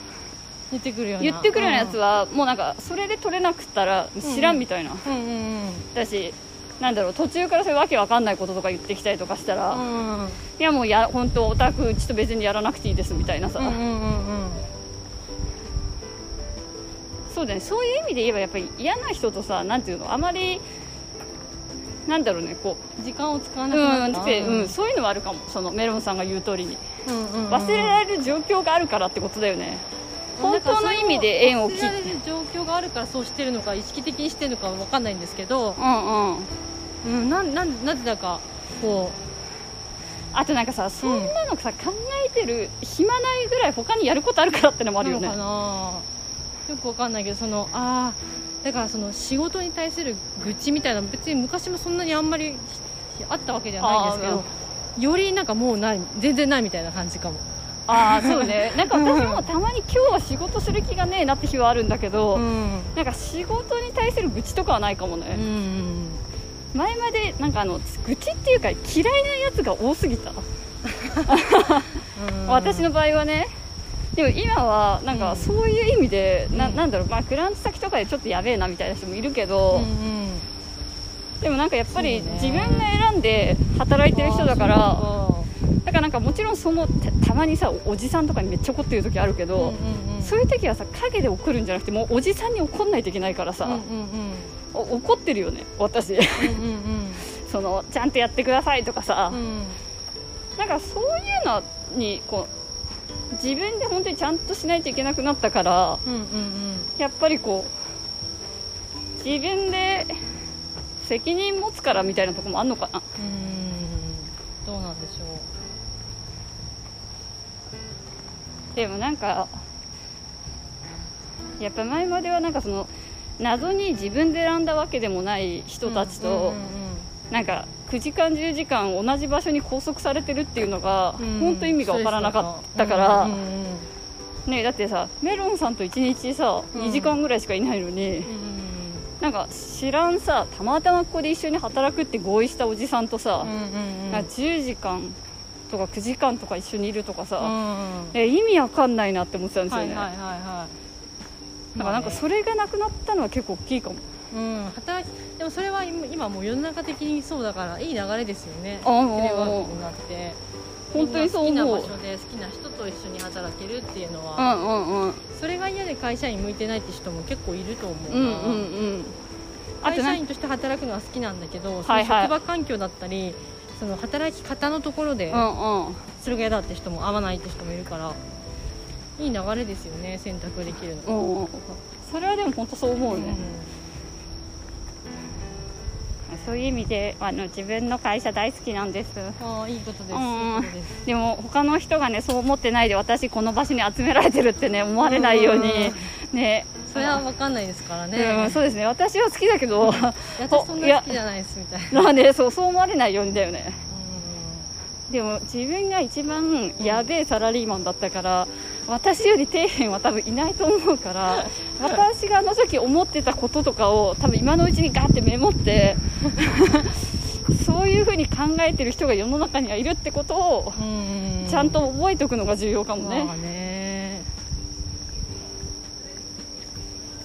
Speaker 2: 言ってくるような
Speaker 1: 言ってくるようなやつは、もうなんかそれで取れなくったら知らんみたいな、
Speaker 2: うんうん
Speaker 1: だしなんだろう途中からそういうわけわかんないこととか言ってきたりとかしたら、
Speaker 2: うんうん
Speaker 1: いやもうや本当オタクうちと別にやらなくていいですみたいなさ、
Speaker 2: うんうんうんうん
Speaker 1: そうだねそういう意味で言えばやっぱり嫌な人とさなんていうのあまりなんだろうねこう
Speaker 2: 時間を使わ
Speaker 1: う
Speaker 2: なくなっ
Speaker 1: ん
Speaker 2: た
Speaker 1: って、うん、そういうのはあるかもそのメロンさんが言う通りに忘
Speaker 2: 忘
Speaker 1: れられる状況があるからってことだよね本当の意味で縁を切っ
Speaker 2: 忘れられる状況があるからそうしてるのか意識的にしてるのかわかんないんですけど
Speaker 1: う、んうん
Speaker 2: うん、なんなんなぜだかこ
Speaker 1: あとなんかさそんなのさ、考えてる暇ないぐらい他にやることあるからっての
Speaker 2: う
Speaker 1: もあるよね
Speaker 2: なのかなよくわかんないけどそのああだからその仕事に対する愚痴みたいな別に昔もそんなにあんまりあったわけじゃないんですけ
Speaker 1: あ
Speaker 2: どよりなんかもうない全然ないみたいな感じかも
Speaker 1: ああそう ねなんか私もたまに今日は仕事する気がねえなって日はあるんだけど、
Speaker 2: ん
Speaker 1: なんか仕事に対する愚痴とかはないかも
Speaker 2: う
Speaker 1: ね、
Speaker 2: ん
Speaker 1: 前までなんかあの愚痴っていうか嫌いなやつが多すぎた、私の場合はねでも今はなんかそういう意味で、な
Speaker 2: うん
Speaker 1: なんだろう、まあ、グランツ先とかでちょっとやべえなみたいな人もいるけど、でもなんかやっぱり
Speaker 2: そうね
Speaker 1: 自分が選んで働いてる人だからだからなんかもちろんそのたたまにさおじさんとかにめっちゃ怒ってる時あるけど、そういう時はさ陰で怒るんじゃなくてもうおじさんに怒んないといけないからさ、お怒ってるよね私 そのちゃんとやってくださいとかさ、なんかそういうのにこう自分で本当にちゃんとしないといけなくなったからやっぱりこう自分で責任持つからみたいなとこもあんのかな
Speaker 2: どうなんでしょ
Speaker 1: でもなんかやっぱ前まではなんかその謎に自分で選んだわけでもない人
Speaker 2: う
Speaker 1: たちと、なんか9時間10時間同じ場所に拘束されてるっていうのが、本当意味が分からなかったから、ね、だってさメロンさんと1日さ
Speaker 2: うん
Speaker 1: 2時間ぐらいしかいないのに、なんか知らんさたまたまここで一緒に働くって合意したおじさんとさ、なんか10時間とか9時間とか一緒にいるとかさ、え意味わかんないなって思ってたんですよね、だからなんかそれがなくなったのは結構大きいかも、
Speaker 2: うん、働きでもそれは今今もう世の中的にそうだからいい流れですよね
Speaker 1: ああああ
Speaker 2: テレワークになって
Speaker 1: 本当にそう
Speaker 2: みんな
Speaker 1: 思う
Speaker 2: 好きな場所で好きな人と一緒に働けるっていうの
Speaker 1: う
Speaker 2: は、
Speaker 1: んうんうん
Speaker 2: それが嫌で会社員向いてないって人も結構いると思う
Speaker 1: う
Speaker 2: な、
Speaker 1: んうんうんあ
Speaker 2: 会
Speaker 1: とな
Speaker 2: 社
Speaker 1: ん
Speaker 2: 員として働くのは好きなんだけど、
Speaker 1: はいはい
Speaker 2: その職場環境だったりその働き方のところで
Speaker 1: うんうん
Speaker 2: それが嫌だって人も合わないって人もいるからいい流れですよね選択できるの、
Speaker 1: うんうんうんそれはでも本当そう思うね、そういう意味であの自分の会社大好きなんです
Speaker 2: ああいいことです、
Speaker 1: うん
Speaker 2: いいことです
Speaker 1: でも他の人がねそう思ってないで私この場所に集められてるってね思われないようにね
Speaker 2: それは分かんないですからね、
Speaker 1: うん、そうですね私は好きだけど
Speaker 2: いや私そんな好きじゃないですみたいな、
Speaker 1: まあねそうそう思われないようにだよね
Speaker 2: う
Speaker 1: でも自分が一番やべえサラリーマンだったから私より底辺は多分いないと思うから私があの時思ってたこととかを多分今のうちにガーってメモって そういうふうに考えてる人が世の中にはいるってことを
Speaker 2: ん
Speaker 1: ちゃんと覚えておくのが重要かも
Speaker 2: ま
Speaker 1: ね、
Speaker 2: あね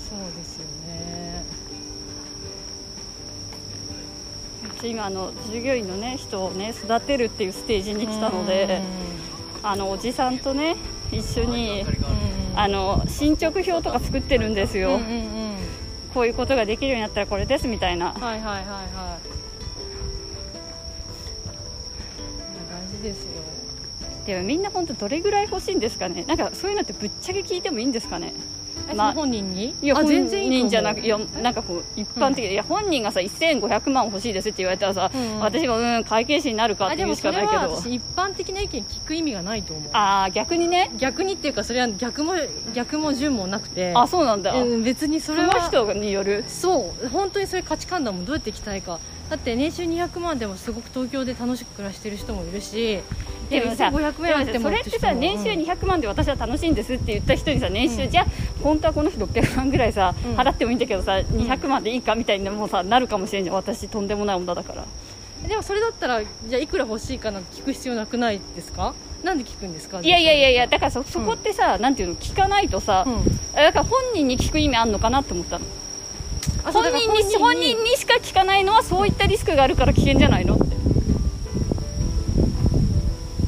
Speaker 2: そうですよね
Speaker 1: うち今あの従業員の、ね、人を、ね、育てるっていうステージに来たので、あのおじさんとね一緒に
Speaker 2: うん
Speaker 1: あの進捗表とか作ってるんですよ、
Speaker 2: うんうんうん
Speaker 1: こういうことができるようになったらこれですみたいな
Speaker 2: はいはいはいはいいや大事ですよ
Speaker 1: でもみんな本当どれぐらい欲しいんですかねなんかそういうのってぶっちゃけ聞いてもいいんですかね
Speaker 2: え
Speaker 1: まあ
Speaker 2: その本人に
Speaker 1: いや
Speaker 2: あ
Speaker 1: 本
Speaker 2: 全然いいと思
Speaker 1: 人
Speaker 2: う
Speaker 1: じゃなくいやなんかこう一般的に、いや本人がさ1500万欲しいですって言われたらさ、
Speaker 2: うんうん
Speaker 1: 私もうん会計士になるかっ
Speaker 2: あ
Speaker 1: て
Speaker 2: で
Speaker 1: 言
Speaker 2: も
Speaker 1: うし
Speaker 2: そ
Speaker 1: かな
Speaker 2: れ
Speaker 1: いけ
Speaker 2: は
Speaker 1: ど
Speaker 2: 私一般的な意見聞く意味がないと思う
Speaker 1: ああ逆にね
Speaker 2: 逆にっていうかそれは逆も逆も順もなくて
Speaker 1: あそうなんだ、
Speaker 2: うん別にそ
Speaker 1: そ
Speaker 2: れ
Speaker 1: の
Speaker 2: は
Speaker 1: 人による
Speaker 2: そう本当にそういう価値観だもんどうやって行きたいかだって年収200万でもすごく東京で楽しく暮らしてる人もいるし
Speaker 1: でもさ
Speaker 2: 500
Speaker 1: で
Speaker 2: 円
Speaker 1: もさ
Speaker 2: あっても
Speaker 1: それってさ
Speaker 2: うん
Speaker 1: 年収200万で私は楽しいんですって言った人にさ年収、
Speaker 2: うん
Speaker 1: じゃあ本当はこの人600万ぐらいさ、
Speaker 2: うん
Speaker 1: 払ってもいいんだけどさ200万でいいかみたいにもうさなるかもしれんじゃん私とんでもない女だから
Speaker 2: でもそれだったらじゃあいくら欲しいかなんて聞く必要なくないですかなんで聞くんですか
Speaker 1: いやいやいやいやだからそそこってさ、なんていうの聞かないとさ、
Speaker 2: うん
Speaker 1: だから本人に聞く意味あんのかなって思ったの
Speaker 2: あそ
Speaker 1: 本
Speaker 2: うだから
Speaker 1: 人に本人にしか聞かないのはそういったリスクがあるから危険じゃないのって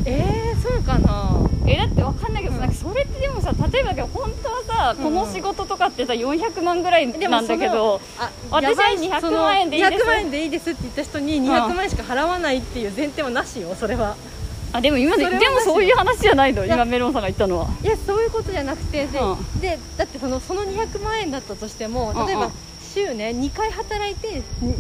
Speaker 2: えー、そうかな
Speaker 1: えだってわかんないけど、
Speaker 2: うん
Speaker 1: なんかそれってでもさ例えばだけど本当はさ、
Speaker 2: うん
Speaker 1: この仕事とかってさ400万ぐらい
Speaker 2: でも
Speaker 1: なんだけど
Speaker 2: あ
Speaker 1: 私は
Speaker 2: やばい
Speaker 1: 200万円でいいです
Speaker 2: その200万円でいいですって言った人に200万円しか払わないっていう前提はなしよそれは
Speaker 1: あでも今で
Speaker 2: それは
Speaker 1: でもそういう話じゃないの
Speaker 2: いや
Speaker 1: 今メロンさんが言ったのはい
Speaker 2: やそういうことじゃなくてで,、
Speaker 1: う
Speaker 2: でだってそのその200万円だったとしても
Speaker 1: うんうん
Speaker 2: 例えば週ね2回働いてに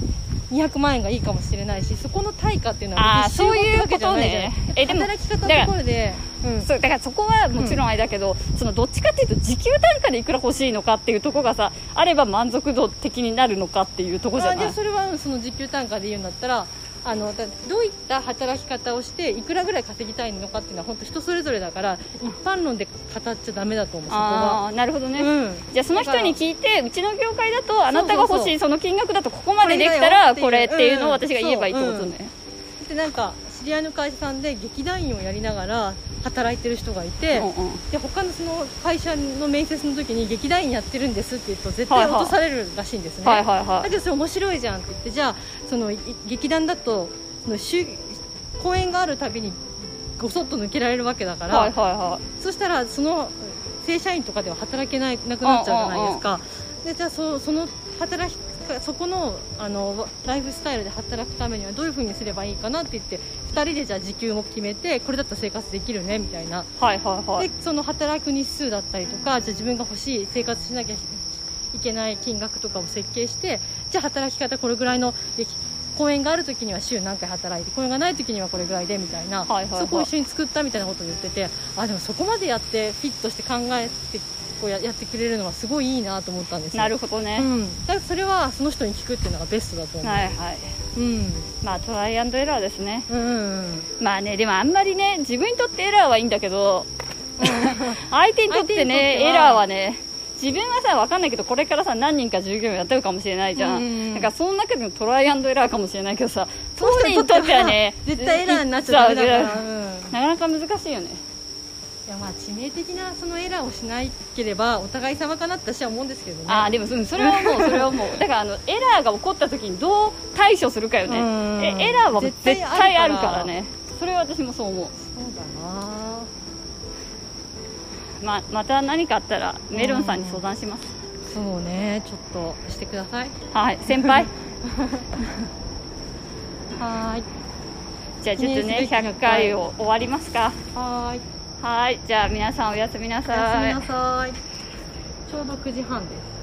Speaker 2: 200万円がいいかもしれないしそこの対価っていうの
Speaker 1: あー
Speaker 2: は別に集合ってわけじゃないじゃん
Speaker 1: そういうことねえでも
Speaker 2: 働き方のところで、うん
Speaker 1: そうだからそこはもちろんあれだけど、そのどっちかっていうと時給単価でいくら欲しいのかっていうところがさあれば満足度的になるのかっていうところじゃ
Speaker 2: あ
Speaker 1: な
Speaker 2: で
Speaker 1: い
Speaker 2: もそれはうんその時給単価で言うんだったらあのだどういった働き方をしていくらぐらい稼ぎたいのかっていうのは本当人それぞれだから一般論で語っちゃダメだと思うそこは。
Speaker 1: ああなるほどね、
Speaker 2: うん
Speaker 1: じゃあその人に聞いてうちの業界だとあなたが欲しいその金額だとここまでできたらこ
Speaker 2: こ
Speaker 1: れ
Speaker 2: れだ
Speaker 1: っ
Speaker 2: よってていう
Speaker 1: いうのを私が言えばいいってこと
Speaker 2: うん
Speaker 1: ね、
Speaker 2: でなんか知り合いの会社さんで劇団員をやりながら働いてる人がいて、
Speaker 1: うんうん
Speaker 2: で他のその会社の面接の時に劇団員やってるんですって言うと絶対落とされるらしいんですね、
Speaker 1: はいはいは
Speaker 2: だ
Speaker 1: い
Speaker 2: けどそれ面白いじゃんって言ってじゃあそのい劇団だとその週公演があるたびにごそっと抜けられるわけだから、
Speaker 1: はいはいはい
Speaker 2: そしたらその正社員とかでは働けないなくなっちゃうじゃないですかでじゃあそその働きそこのあのライフスタイルで働くためにはどういうふうにすればいいかなって言って2人でじゃあ時給も決めてこれだったら生活できるねみたいな
Speaker 1: はいはいはい
Speaker 2: でその働く日数だったりとかじゃあ自分が欲しい生活しなきゃいけない金額とかを設計してじゃあ働き方これぐらいので公演がある時には週何回働いて公演がない時にはこれぐらいでみたいな、
Speaker 1: はいはいはい
Speaker 2: そこを一緒に作ったみたいなことを言っててあでもそこまでやってフィットして考えてこうややってくれるのはすごいいいなと思ったんですよ
Speaker 1: なるほど
Speaker 2: う
Speaker 1: ね、
Speaker 2: ん、だからそれはその人に聞くっていうのがベストだと思う、
Speaker 1: はいはい
Speaker 2: うん
Speaker 1: まあトライアンドエラーですね
Speaker 2: うんうん
Speaker 1: まあねでもあんまりね自分にとってエラーはいいんだけ ど相手にとって
Speaker 2: 相手にとって
Speaker 1: ね
Speaker 2: は
Speaker 1: エラーはね自分はさ分かんないけどこれからさ何人か従業員やってるかもしれないじゃ
Speaker 2: うんうんうんん
Speaker 1: だからその中でもトライアンドエラーかもしれないけどさ
Speaker 2: その
Speaker 1: 当
Speaker 2: 人
Speaker 1: 人にとってはね
Speaker 2: 絶対エラーになっちゃダメだから、うん
Speaker 1: なかなか難しいよね
Speaker 2: いやまあ致命的なそのエラーをしなければお互い様かなって私は思うんですけどね
Speaker 1: あーでもうんそれはもうそれはも うだからあのエラーが起こった時にどう対処するかよね
Speaker 2: うん
Speaker 1: えエラーは絶対ある
Speaker 2: 絶対
Speaker 1: からねそれは私もそう思
Speaker 2: そうだな
Speaker 1: うままた何かあったらメロンさんに相談します
Speaker 2: そうねちょっとしてください
Speaker 1: はい先輩
Speaker 2: はーい
Speaker 1: じゃあちょっと
Speaker 2: 記念す
Speaker 1: ね
Speaker 2: べき
Speaker 1: 100
Speaker 2: 100
Speaker 1: 回を終わりますか
Speaker 2: はーい
Speaker 1: はいじゃあ皆さんおやすみな
Speaker 2: おやす
Speaker 1: さ
Speaker 2: み
Speaker 1: い
Speaker 2: なさいちょうど9時半です